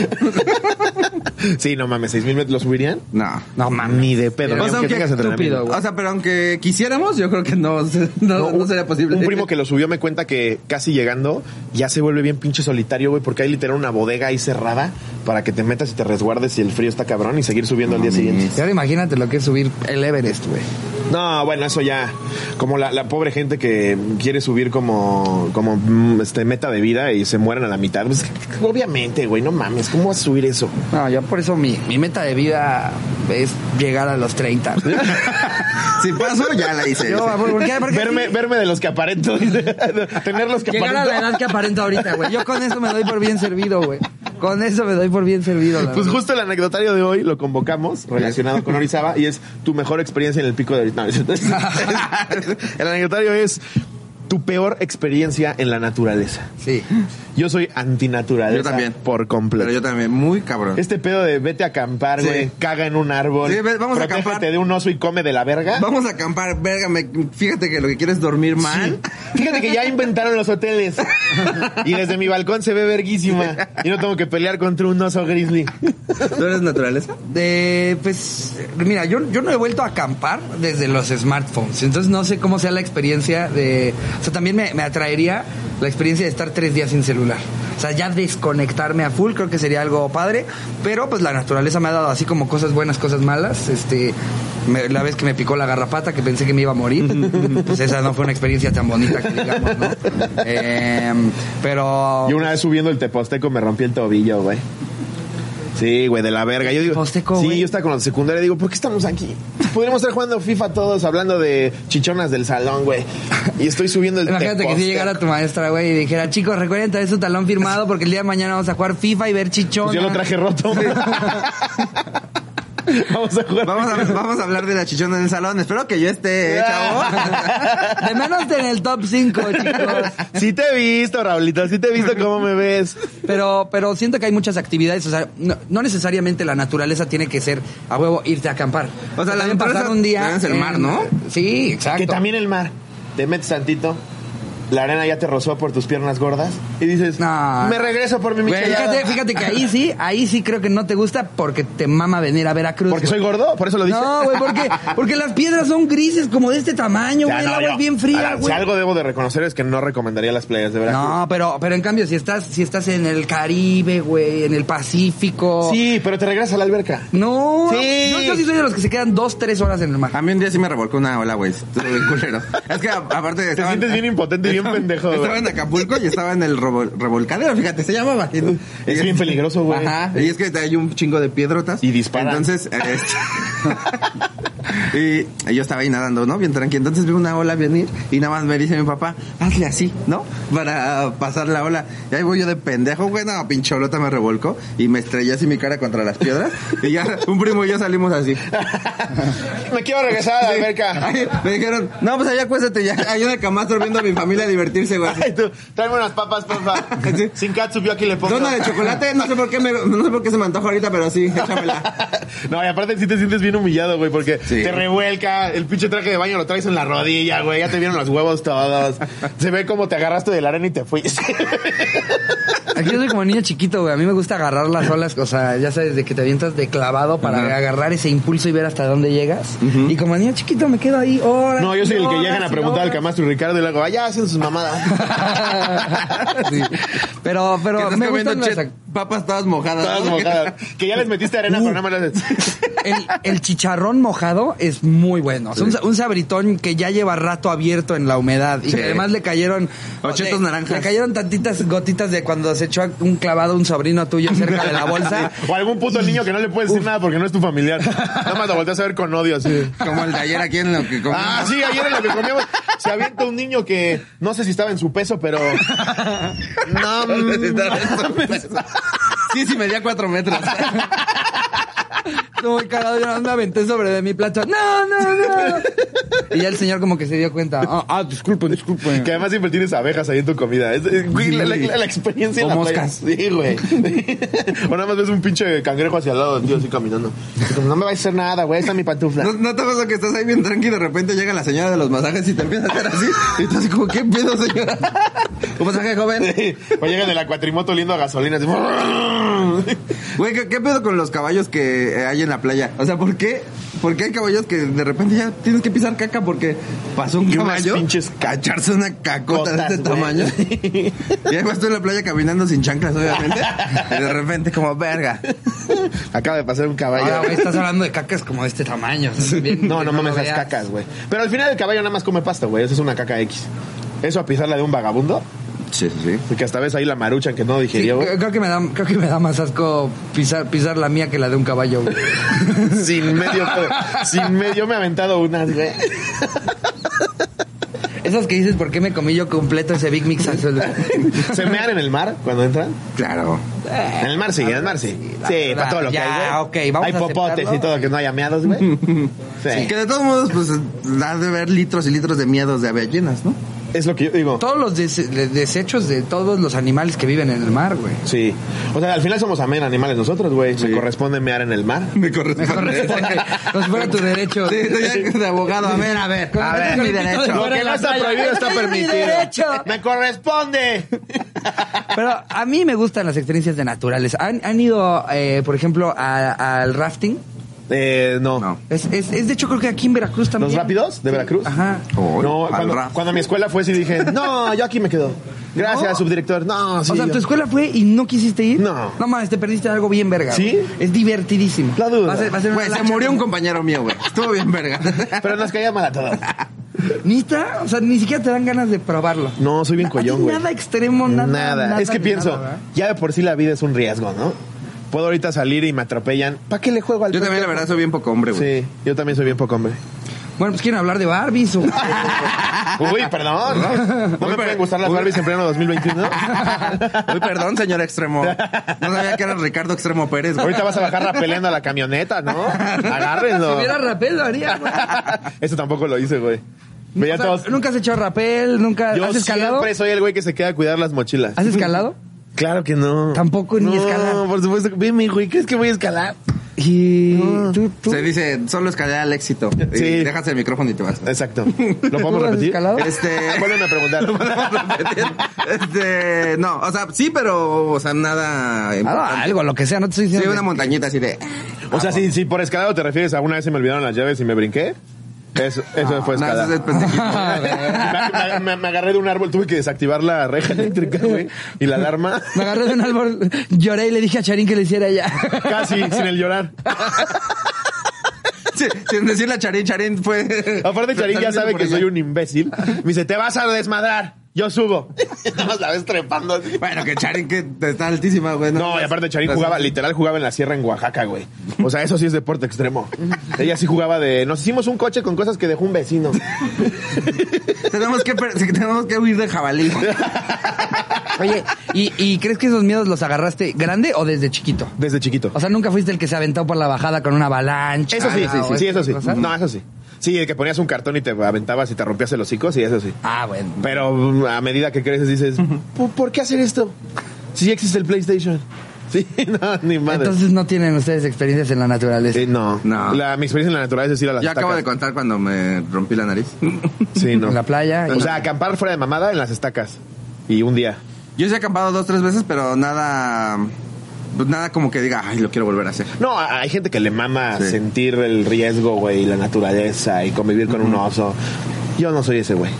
S2: Sí, no mames, seis mil metros lo subirían.
S3: No.
S1: No mames.
S2: Ni de pedo,
S1: Pero
S2: ni
S1: son
S2: aunque
S1: qué
S2: tengas entrenamiento.
S1: estúpido, güey.
S3: O sea, pero aunque quisiéramos, yo creo que no, se- no, no
S2: un-
S3: sería posible.
S2: Un primo que lo subió me cuenta que casi llegando ya se vuelve bien pinche solitario, güey, porque hay literal una bodega ahí cerrada para que te metas y te resguardes y el frío está cabrón y seguir subiendo al día siguiente.
S1: Y ahora imagínate lo que es subir el Everest, güey.
S2: No, bueno, eso ya. Como la, la pobre gente que quiere subir como, como mm, este, meta de vida y se mueren a la mitad. Pues, obviamente, güey, no mames, ¿cómo vas a subir eso?
S1: No, yo por eso mi, mi meta de vida es llegar a los 30.
S3: Si paso, ya la hice.
S1: Yo, amor, ¿por qué? Porque
S2: Verme,
S1: sí,
S2: verme de los que aparento, tener los que
S1: llegar a la edad que aparento ahorita, güey. Yo con eso me doy por bien servido, güey. Con eso me doy por bien servido, la
S2: Pues
S1: verdad.
S2: justo el anecdotario de hoy lo convocamos relacionado con Orizaba y es tu mejor experiencia en el pico de Orizaba. el anecdotario es tu peor experiencia en la naturaleza.
S1: Sí.
S2: Yo soy antinaturaleza
S3: Yo también.
S2: por completo.
S3: Pero yo también, muy cabrón.
S2: Este pedo de vete a acampar,
S3: Sí.
S2: güey, caga en un árbol,
S3: Sí, ve- vamos a
S2: protégete
S3: acampar.
S2: de un oso y come de la verga.
S3: Vamos a acampar, verga, me- fíjate que lo que quiero es dormir mal.
S2: Fíjate que ya inventaron los hoteles y desde mi balcón se ve verguísima y no tengo que pelear contra un oso grizzly.
S3: ¿Tú eres naturaleza?
S1: De, pues, mira, yo, yo no he vuelto a acampar desde los smartphones, entonces no sé cómo sea la experiencia de... O sea, también me, me atraería la experiencia de estar tres días sin celular. O sea, ya desconectarme a full creo que sería algo padre, pero pues la naturaleza me ha dado así como cosas buenas, cosas malas. Este, me- la vez que me picó la garrapata que pensé que me iba a morir, pues esa no fue una experiencia tan bonita que digamos, ¿no? Em, pero...
S2: Yo una vez subiendo el teposteco me rompí el tobillo, güey. Sí, güey, de la verga. Yo digo,
S1: Teposteco,
S2: sí,
S1: güey.
S2: yo estaba con la secundaria digo, ¿por qué estamos aquí? Podríamos estar jugando FIFA todos, hablando de chichonas del salón, güey. Y estoy subiendo el
S1: Imagínate que si
S2: Teposteco.
S1: llegara tu maestra, güey, y dijera, chicos, recuerden traer su talón firmado porque el día de mañana vamos a jugar FIFA y ver chichón.
S2: Pues yo lo traje roto. güey. Vamos a jugar.
S3: Vamos a, vamos a hablar de la chichona en el salón. Espero que yo esté, ¿eh, chavo.
S1: De menos en el top 5, chicos.
S2: Sí te he visto, Raulito, sí te he visto cómo me ves.
S1: Pero, pero siento que hay muchas actividades, o sea, no, no necesariamente la naturaleza tiene que ser a huevo irte a acampar.
S3: O sea, la
S1: También
S3: naturaleza
S1: pasar un día.
S3: también es el
S1: en-
S3: mar, ¿no?
S1: Sí, exacto.
S2: Que también el mar. Te metes tantito. La arena ya te rozó por tus piernas gordas. Y dices,
S1: No.
S2: me regreso por mi
S1: Güey,
S2: michelada.
S1: fíjate, fíjate que ahí sí, ahí sí creo que no te gusta porque te mama venir a Veracruz.
S2: Porque
S1: güey.
S2: soy gordo, por eso lo dije.
S1: No, güey, porque, porque las piedras son grises como de este tamaño,
S2: Ya,
S1: güey. El
S2: no,
S1: agua
S2: yo-
S1: es bien
S2: Ahora,
S1: fría,
S2: Si
S1: güey.
S2: algo debo de reconocer es que no recomendaría las playas de Veracruz.
S1: No, pero, pero en cambio, si estás, si estás en el Caribe, güey, en el Pacífico.
S2: Sí, pero te regresas a la alberca.
S1: No.
S2: Sí.
S1: Yo, yo sí soy de los que se quedan dos, tres horas en el mar.
S3: A mí un día sí me revolcó una ola, güey. Estuvo bien culero. Es que a- aparte
S2: Te
S3: estaban-
S2: sientes bien impotente y bien pendejo, güey.
S3: Estaba en Acapulco y estaba en el revol- revolcadero, fíjate, se llamaba. este,
S2: Es bien peligroso, güey.
S3: Ajá, y es que hay un chingo de piedrotas.
S2: Y disparan.
S3: Entonces, este- y yo estaba ahí nadando, ¿no? Bien tranquilo. Entonces veo una ola venir y nada más me dice mi papá, hazle así, ¿no? Para pasar la ola. Y ahí voy yo de pendejo, güey, no, pinche olota me revolcó y me estrellé así mi cara contra las piedras. Y ya un primo y yo salimos así.
S2: Me quiero regresar a Ah, la alberca.
S3: Ay, me dijeron, no, pues allá cuéstate, ya hay una camastro viendo a mi familia divertirse, güey.
S2: Ay, tú, tráeme unas papas, porfa.
S3: Sí.
S2: Sin katsu, yo aquí le pongo.
S3: Dona de chocolate, no sé por qué me, no sé por qué se me antoja ahorita, pero sí, échamela.
S2: No, y aparte sí te sientes bien humillado, güey, porque
S3: Sí.
S2: te revuelca, el pinche traje de baño lo traes en la rodilla, güey, ya te vieron los huevos todos. Se ve como te agarraste de la arena y te fuiste.
S1: Aquí yo soy como niño chiquito, güey. A mí me gusta agarrar las olas, o sea, ya sabes, de que te avientas de clavado para
S3: Ajá.
S1: agarrar ese impulso y ver hasta dónde llegas. Y como niño chiquito me quedo ahí horas.
S2: No, yo soy el que llegan a preguntar al
S1: camarada.
S2: camastro y Ricardo y luego, allá hacen sus mamadas.
S1: Pero,
S3: Que
S1: pero
S3: estás
S1: me
S3: comiendo
S1: gustan las
S3: che-
S1: ac-
S3: papas todas mojadas.
S2: Todas
S1: Ah,
S3: ¿no?
S2: mojadas. Que ya les metiste arena, pero no me lo haces.
S1: Uh, el, el chicharrón mojado es muy bueno. O sea, un, sa- un sabritón que ya lleva rato abierto en la humedad y
S3: Sí.
S1: que además le cayeron
S3: Ochetos
S1: le-
S3: naranjas.
S1: Le cayeron tantitas gotitas de cuando se echó un clavado un sobrino tuyo cerca de la bolsa.
S2: O algún puto niño que no le puedes decir
S1: uh.
S2: nada porque no es tu familiar. Nada más lo volteas a ver con odio, así.
S3: Como el de ayer aquí en lo que comí.
S2: Ah, sí, ayer en lo que comíamos se avienta un niño que no sé si estaba en su peso, pero. No,
S1: mm.
S2: mames.
S3: Sí, sí, medía cuatro metros.
S1: Estuvo muy cagado, yo me aventé sobre de mi plato. No, no, no. Y ya el señor como que se dio cuenta. Ah, ah, disculpen, disculpen.
S2: Que además siempre tienes abejas ahí en tu comida. Es- es- güey, la, la- la- la experiencia en
S1: O
S2: la playa.
S1: moscas.
S2: Sí, güey. o nada más ves un pinche cangrejo hacia el lado del tío así caminando. Y como, no me va a hacer nada, güey. ahí Está mi pantufla.
S3: ¿No, no te pasa que estás ahí bien tranqui y de repente llega la señora de los masajes y te empieza a hacer así? Y estás así como, ¿qué pedo, señora? ¿Un masaje joven?
S2: O llegan de la cuatrimoto oliendo a gasolina. así.
S3: Güey, ¿qué, qué pedo con los caballos que eh, hay en la playa? O sea, ¿por qué? ¿Por qué hay caballos que de repente ya tienes que pisar caca porque pasó un
S2: Y unas
S3: caballo?
S2: pinches
S3: cacharse una cacota de este
S2: cotas, güey.
S3: tamaño. Y ahí vas tú en la playa caminando sin chanclas, obviamente. Y de repente como, verga.
S2: Acaba de pasar un caballo.
S1: Ahora, Ah, güey, estás hablando de cacas como de este tamaño. o sea, bien-
S2: No, no
S1: lo
S2: mames las
S1: veas.
S2: cacas, güey. Pero al final el caballo nada más come pasto, güey. Eso es una caca X. Eso a pisarla de un vagabundo,
S3: Sí, sí, sí.
S2: que hasta ves ahí la marucha que no
S1: Sí,
S2: digerió, güey.
S1: creo que me da, creo que me da más asco pisar, pisar la mía que la de un caballo. güey.
S2: Sin medio, pedo. sin medio me he aventado unas, güey.
S1: Esas que dices, ¿por qué me comí yo completo ese Big Mix azul?
S2: ¿Se mean en el mar cuando entran?
S3: Claro.
S2: En el mar sí, en el mar sí.
S1: la
S2: Sí,
S1: verdad,
S2: para todo lo que
S1: ya,
S2: hay, güey.
S1: ok, vamos
S2: Hay
S1: a
S2: popotes
S1: aceptarlo.
S2: y todo que no haya meados, güey. Sí.
S3: Que de todos modos, pues, da de ver litros y litros de miedos de avellinas, ¿no?
S2: Es lo que yo digo.
S1: Todos los des- de- desechos de todos los animales que viven en el mar, güey.
S2: Sí. O sea, al final somos amén animales nosotros, güey.
S3: Sí.
S2: Me corresponde mear en el mar.
S3: Me corresponde.
S1: Me corresponde. No si fuera tu derecho.
S3: Sí, estoy ya de abogado. A ver, a ver.
S1: Como
S3: A ver,
S1: tengo
S3: mi
S1: el pito de
S3: derecho.
S2: Lo
S1: fuera
S2: que
S1: en
S2: no
S1: la
S2: está
S1: playa.
S2: prohibido está
S1: ¡Es mi
S2: permitido.
S1: derecho!
S2: ¡Me corresponde!
S1: Pero a mí me gustan las experiencias de naturales. ¿Han, han ido, eh, por ejemplo, a- al rafting?
S2: Eh, no.
S3: No.
S1: Es, es- es, de hecho, creo que aquí en Veracruz también.
S2: ¿Los rápidos de Veracruz?
S1: Ajá.
S3: Uy,
S2: No,
S3: al
S2: cuando,
S3: rap.
S2: cuando mi escuela fue, sí dije, no, yo aquí me quedo. Gracias,
S1: No.
S2: subdirector. No, sí.
S1: o sea,
S2: yo-
S1: tu escuela fue y no quisiste ir.
S2: No.
S1: No mames, te perdiste algo bien verga.
S2: ¿Sí?
S1: güey. Es divertidísimo.
S2: La duda.
S1: Va a ser- va a ser una
S3: Güey, se
S1: lancha.
S3: murió un compañero mío, güey. Estuvo bien verga.
S2: Pero nos caía mal a todos.
S1: Nita, o sea, ni siquiera te dan ganas de probarlo.
S2: No, soy
S1: Na-
S2: bien
S1: a ti
S2: collón, güey.
S1: Nada extremo, nada. nada
S2: es que
S1: ni
S2: pienso,
S1: nada, ¿verdad?
S2: ya de por sí la vida es un riesgo, ¿no? Puedo ahorita salir y me atropellan. ¿Para qué le juego al
S3: Yo también, la
S2: pendejo?
S3: verdad, soy bien poco hombre, güey.
S2: Sí, yo también soy bien poco hombre.
S1: Bueno, pues quieren hablar de Barbies o.
S2: Uy, perdón. No, me pueden gustar las Barbies en pleno 2021.
S3: Uy, perdón, señor Extremo. No sabía que era Ricardo Extremo Pérez, güey.
S2: Ahorita vas a bajar rapeleando a la camioneta, ¿no?
S1: si
S2: Agárrenlo.
S1: hubiera rapel, lo haría, güey.
S2: Eso tampoco lo hice, güey. Veía
S1: O sea,
S2: todos.
S1: Nunca has hecho rapel, nunca.
S2: Yo
S1: ¿Has escalado?
S2: siempre soy el güey que se queda a cuidar las mochilas.
S1: ¿Has escalado?
S2: Claro que no.
S1: Tampoco ni
S2: no,
S1: escalar.
S2: por supuesto. que- Veme, güey, ¿crees que voy a escalar?
S1: Y. ¿Tú, tú?
S3: Se dice, solo escalar al éxito. Y
S2: Sí.
S3: Dejas el micrófono y te vas.
S2: Exacto. ¿Lo podemos
S1: ¿Tú has
S2: repetir?
S1: escalado?
S3: Este-
S2: Vuelven a preguntar.
S3: Este, no, o sea, sí, pero, o sea, nada.
S1: Ah,
S3: importante.
S1: algo, lo que sea, no te estoy
S3: Sí,
S1: diciendo.
S3: una montañita así de.
S2: O sea, si, si por escalado te refieres a una vez se me olvidaron las llaves y me brinqué, eso, Ah, eso fue
S3: No,
S2: escalar.
S3: ese es el pendejito.
S1: A ver.
S2: me, me- me agarré de un árbol, tuve que desactivar la reja eléctrica, güey, y la alarma.
S1: Me agarré de un árbol, lloré y le dije a Charín que lo hiciera ya.
S2: Casi, sin el llorar.
S3: Sí, sin decirle a Charín, Charín fue.
S2: Aparte, Charín ya sabe que soy un imbécil. Me dice, te vas a desmadrar. yo subo. Nada más la ves trepando así.
S3: Bueno, que Charin que está altísima, güey.
S2: No, y aparte Charín jugaba, literal jugaba en la sierra en Oaxaca, güey. O sea, eso sí es deporte extremo. Ella sí jugaba de. Nos hicimos un coche con cosas que dejó un vecino.
S3: Tenemos que, per- tenemos que huir de jabalí.
S1: Oye, ¿y, y crees que esos miedos los agarraste grande o desde chiquito?
S2: Desde chiquito.
S1: O sea, nunca fuiste el que se aventó por la bajada con una avalancha. Ah,
S2: Eso sí,
S1: o
S2: sí, sí, sí,
S1: ese
S2: eso sí.
S1: tipo de cosas?
S2: No, eso sí. Sí, el que ponías un cartón y te aventabas y te rompías el hocico, sí, eso sí.
S1: Ah, bueno.
S2: Pero mm, a medida que creces dices, "¿Po- ¿por qué hacer esto? Si ya existe el PlayStation. Sí, no, ni madre.
S1: Entonces no tienen ustedes experiencias en la naturaleza.
S2: Sí, no.
S3: No.
S2: La, mi experiencia en la naturaleza es ir a las
S3: Yo acabo de
S2: estacas.
S3: contar cuando me rompí la nariz.
S2: Sí, no. Pues
S1: En la playa.
S2: O sea, acampar fuera de mamada en las estacas. Y un día.
S3: Yo sí he acampado dos, tres veces, pero nada. pues Nada como que diga, ay, lo quiero volver a hacer.
S2: No, a- hay gente que le mama
S3: Sí.
S2: sentir el riesgo, güey, y la naturaleza y convivir con un oso. Yo no soy ese güey.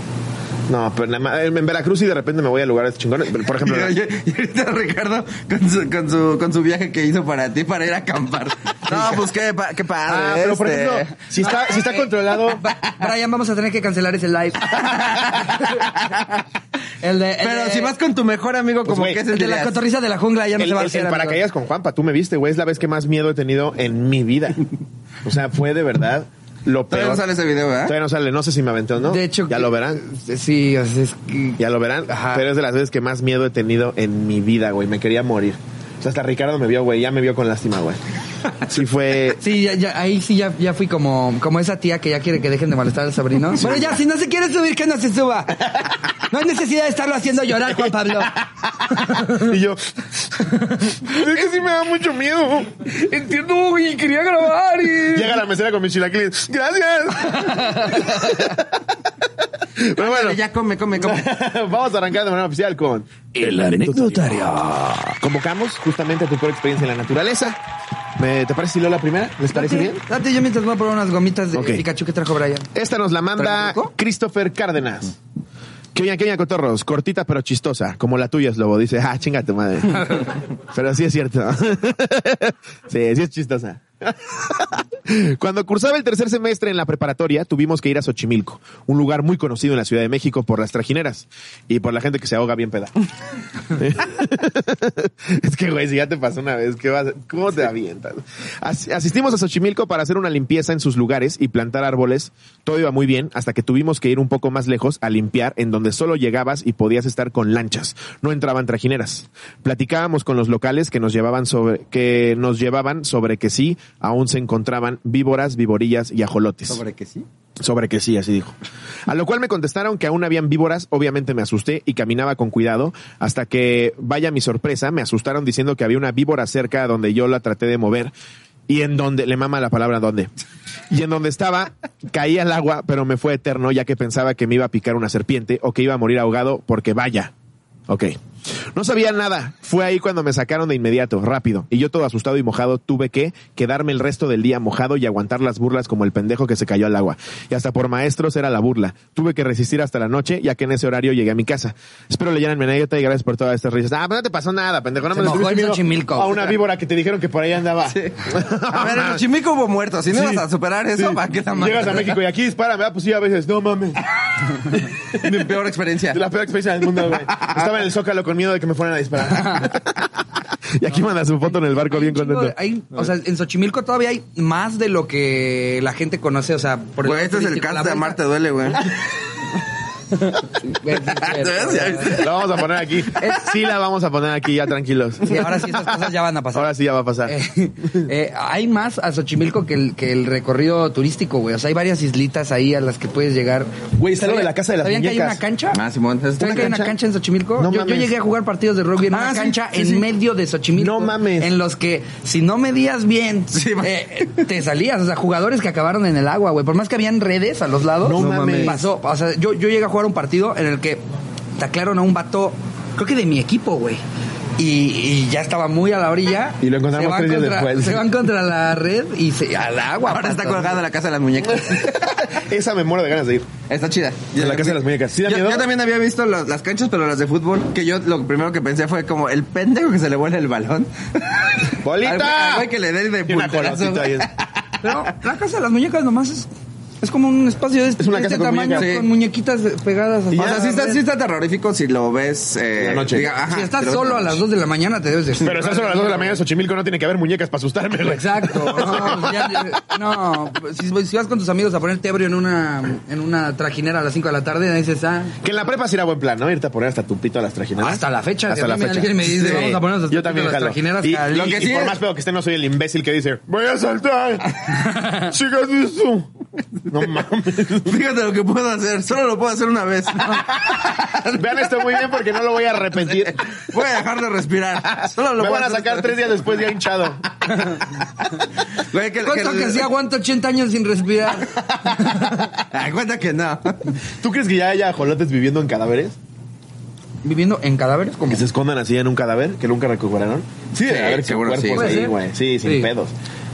S2: No, pero nada más- en Veracruz y de repente me voy a lugares chingones. Pero, Por ejemplo,
S3: Y, oye, y ahorita Ricardo con su, con, su, con su viaje que hizo para ti para ir a acampar. No, pues qué, pa- qué padre.
S2: Ah, pero por
S3: este.
S2: ejemplo, si está, si está controlado.
S1: Brian, vamos a tener que cancelar ese live. el de, el
S3: Pero
S1: de-
S3: si vas con tu mejor amigo,
S2: Pues,
S3: como
S2: güey,
S3: que
S1: el de la
S3: sentirías?
S1: cotorriza de la jungla ya no
S2: El,
S1: se va a
S2: el-
S1: hacer.
S2: el
S1: amigo.
S2: paracaídas con Juanpa, tú me viste, güey, es la vez que más miedo he tenido en mi vida. O sea, fue de verdad lo peor.
S3: Todavía no sale ese video, ¿verdad?
S2: Todavía no sale, no sé si me aventé o no.
S1: De hecho,
S2: ya
S1: que-
S2: lo verán.
S1: Sí, o sea, es que-
S2: Ya lo verán,
S1: Ajá.
S2: pero es de las veces que más miedo he tenido en mi vida, güey. Me quería morir. O sea, hasta Ricardo me vio, güey. Ya me vio con lástima, güey. Sí fue...
S1: Sí, ya, ya- ahí sí ya, ya fui como, como esa tía que ya quiere que dejen de molestar al sobrino. Bueno, ya, si no se quiere subir, que no se suba. No hay necesidad de estarlo haciendo llorar, Juan Pablo.
S2: Y yo... Es que sí me da mucho miedo.
S1: Entiendo, y quería grabar.
S2: Llega la mesera con mis chilaquiles. ¡Gracias! Pero bueno,
S3: Ya come, come, come.
S2: vamos a arrancar de manera oficial con...
S1: El anecdotario.
S2: Convocamos justamente a tu peor experiencia en la naturaleza. ¿Me- ¿Te parece si leo la primera? ¿Les parece bien?
S1: Date, yo mientras voy a probar unas gomitas de
S2: Ok.
S1: Pikachu que trajo Brian.
S2: Esta nos la manda
S1: ¿Trafico?
S2: Christopher Cárdenas. Que oña, que oña, cotorros. Cortita pero chistosa. Como la tuya, Slobo. Dice, ah, chinga tu madre. pero sí es cierto. sí, sí es chistosa. Cuando cursaba el tercer semestre en la preparatoria, tuvimos que ir a Xochimilco, un lugar muy conocido en la Ciudad de México por las trajineras y por la gente que se ahoga bien peda. es que, güey, si ya te pasó una vez, ¿qué vas a- ¿cómo te avientas? As- asistimos a Xochimilco para hacer una limpieza en sus lugares y plantar árboles. Todo iba muy bien hasta que tuvimos que ir un poco más lejos a limpiar en donde solo llegabas y podías estar con lanchas. No entraban trajineras. Platicábamos con los locales que nos llevaban sobre, que nos llevaban sobre que sí, aún se encontraban víboras, viborillas y ajolotes.
S3: Sobre que sí.
S2: Sobre que sí, así dijo. A lo cual me contestaron que aún habían víboras, obviamente me asusté y caminaba con cuidado, hasta que, vaya mi sorpresa, me asustaron diciendo que había una víbora cerca a donde yo la traté de mover y en donde, le mama la palabra donde, y en donde estaba, caía al agua, pero me fue eterno ya que pensaba que me iba a picar una serpiente o que iba a morir ahogado porque vaya. Ok. No sabía nada. Fue ahí cuando me sacaron de inmediato, rápido. Y yo todo asustado y mojado tuve que quedarme el resto del día mojado y aguantar las burlas como el pendejo que se cayó al agua. Y hasta por maestros era la burla. Tuve que resistir hasta la noche, ya que en ese horario llegué a mi casa. Espero leyeran mi anécdota y gracias por todas estas risas. Ah, pero no te pasó nada, pendejo. No
S1: Se
S2: me lo
S1: mojó
S2: estuviste
S1: en
S2: viendo
S1: Xochimilco.
S2: A una víbora que te dijeron que por ahí andaba. Ah,
S3: A ver, en Xochimilco hubo muertos. Si no
S2: Sí.
S3: ibas a superar eso,
S2: Sí.
S3: ¿para qué tan mal?
S2: Llegas a México y aquí disparan, ¿verdad? Pues sí, a veces, no mames.
S3: Mi peor experiencia.
S2: La peor experiencia del mundo, güey. Estaba en el Zócalo con miedo de que me fueran a disparar. y aquí manda su foto en el barco bien
S1: Chingo,
S2: contento.
S1: hay- o sea, en Xochimilco todavía hay más de lo que la gente conoce, o sea, por
S3: Güey, este es el
S1: turístico, la
S3: cast de
S1: bolsa-
S3: Amarte Duele, güey.
S1: Güey, sí, es cierto,
S3: Ya
S1: güey.
S3: viste.
S2: La vamos a poner aquí. Sí, la vamos a poner aquí, ya tranquilos.
S1: Sí, ahora sí esas cosas ya van a pasar.
S2: Ahora sí ya va a pasar.
S1: Eh, eh, hay más a Xochimilco que el, que el recorrido turístico, güey. O sea, hay varias islitas ahí a las que puedes llegar.
S2: Güey, está lo de la Casa de las
S1: ¿Sabían que hay
S2: Muñecas?
S1: una cancha?
S3: Ah, Simón. es-
S1: ¿Saben que hay una
S2: cancha?
S1: cancha en Xochimilco?
S2: No
S1: yo, yo
S2: mames.
S1: llegué a jugar partidos de rugby en
S3: Ah,
S1: una
S3: sí,
S1: cancha
S3: sí,
S1: en
S3: sí.
S1: medio de Xochimilco.
S2: No mames.
S1: En los que, si no medías bien,
S3: Sí, ma-
S1: eh, te salías. O sea, jugadores que acabaron en el agua, güey. Por más que habían redes a los lados.
S2: No mames.
S1: Pasó. O sea, yo, yo llegué a jugar un partido en el que taclaron a un vato, creo que de mi equipo, güey. Y, y ya estaba muy a la orilla.
S2: Y lo encontramos
S1: Se van
S2: tres días
S1: contra-
S2: después.
S1: Se van contra la red y se, al agua.
S3: Ahora está
S1: pato.
S3: colgada la casa de las muñecas.
S2: Esa me muero de ganas de ir.
S3: Está chida.
S2: De la Casa de las Muñecas. ¿Sí da
S3: yo,
S2: miedo?
S3: yo también había visto las- las canchas, pero las de fútbol. Que yo lo primero que pensé fue como el pendejo que se le vuela el balón. Al güey- al
S2: ¡Bolita!
S3: güey que le dé de
S2: Y una
S3: punterazo,
S2: colotita ahí.
S1: Pero la casa de las muñecas nomás es Es como un espacio de,
S2: Es una
S1: de
S2: casa
S1: este
S2: con
S1: tamaño
S2: muñecas.
S1: con muñequitas pegadas.
S2: Y
S1: a-
S2: ya,
S1: a
S3: o sea,
S1: la
S3: sí está,
S1: red.
S3: sí está terrorífico si lo ves. eh,
S2: La noche.
S3: ajá,
S1: si estás
S3: pero-
S1: solo a las 2 de la mañana te debes de...
S2: Pero estás solo a las 2 de la mañana de Xochimilco, no tiene que haber muñecas para asustarme, güey.
S1: Exacto. No, pues ya- ya- no, si, si vas con tus amigos a ponerte ebrio en una, en una trajinera a las 5 de la tarde, dices, ah,
S2: Que en la prepa sí era buen plan, ¿no? Irte a poner hasta tu pito a las trajineras.
S1: hasta la fecha. si
S2: Hasta
S1: a
S2: la
S1: mí me-
S2: fecha.
S1: Alguien me dice,
S3: Sí.
S1: vamos a ponernos
S2: Yo también,
S1: las
S2: jalo.
S1: trajineras.
S2: Y,
S1: jalí.
S2: lo
S3: que
S2: que
S3: sí
S2: por
S3: es-
S2: más feo que esté, no soy el imbécil que dice, voy a saltar. Chicas, eso. No mames.
S3: Fíjate lo que puedo hacer, solo lo puedo hacer una vez.
S2: Vean esto muy bien porque no lo voy a repetir.
S3: Voy a dejar de respirar. Solo lo
S2: Me
S3: puedo
S2: van a
S3: hacer
S2: sacar
S3: esta
S2: tres días después ya hinchado.
S3: vez. Güey, que-
S1: ¿Cuánto que sí aguanto 80 años sin respirar?
S3: Ay, cuenta que no.
S2: ¿Tú crees que ya haya ajolotes viviendo en cadáveres?
S1: ¿Viviendo en cadáveres? como
S2: Que se escondan así en un cadáver que nunca recuperaron. Sí, debe
S3: Sí,
S2: haber
S3: seguro
S2: cuerpos
S3: sí.
S1: Puede
S2: ahí,
S1: ser.
S2: güey. Sí, sin
S1: Sí.
S2: pedos.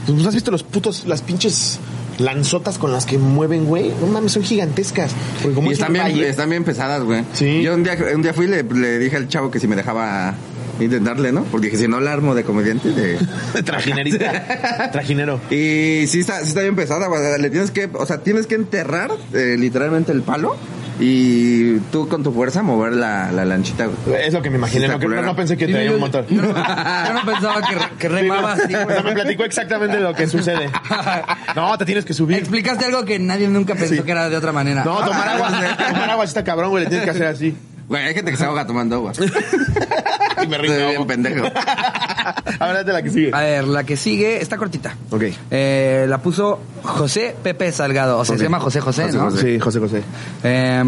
S2: ¿Tú has visto los putos, las pinches lanzotas con las que mueven, güey? No mames, son gigantescas. Porque como
S3: Y
S2: es
S3: están
S2: un
S3: bien,
S2: valle-
S3: están bien pesadas, güey.
S2: Sí.
S3: Yo un día, un día fui y le, le dije al chavo que si me dejaba intentarle, ¿no? Porque dije, si no la armo de comediante, de...
S2: Trajinerita. Trajinero.
S3: Y sí está, sí está bien pesada, güey. Le tienes que, o sea, tienes que enterrar eh, literalmente el palo y tú con tu fuerza mover la, la lanchita, güey.
S2: Es lo que me imaginé.
S3: Está
S2: No, que- no,
S3: culera.
S2: no pensé que
S1: Dime,
S2: traía
S1: yo-
S2: un motor.
S1: Yo, no, yo no pensaba que, re- que remaba así,
S2: O sea, me
S1: güey.
S2: platicó exactamente lo que sucede. No, te tienes que subir.
S1: Explicaste algo que nadie nunca pensó
S2: Sí.
S1: que era de otra manera.
S2: No, tomar agua. Tomar agua sí está cabrón, güey. Le tienes que hacer así.
S3: Güey, hay gente que se ahoga tomando agua.
S2: Y me
S3: Estoy
S2: río.
S3: bien pendejo.
S2: A ver, date la que sigue.
S1: A ver, la que sigue está cortita.
S2: Ok.
S1: Eh, la puso José Pepe Salgado. O sea, se
S2: Ok.
S1: llama José José,
S3: José
S1: ¿no?
S3: José.
S2: Sí, José José.
S1: Eh,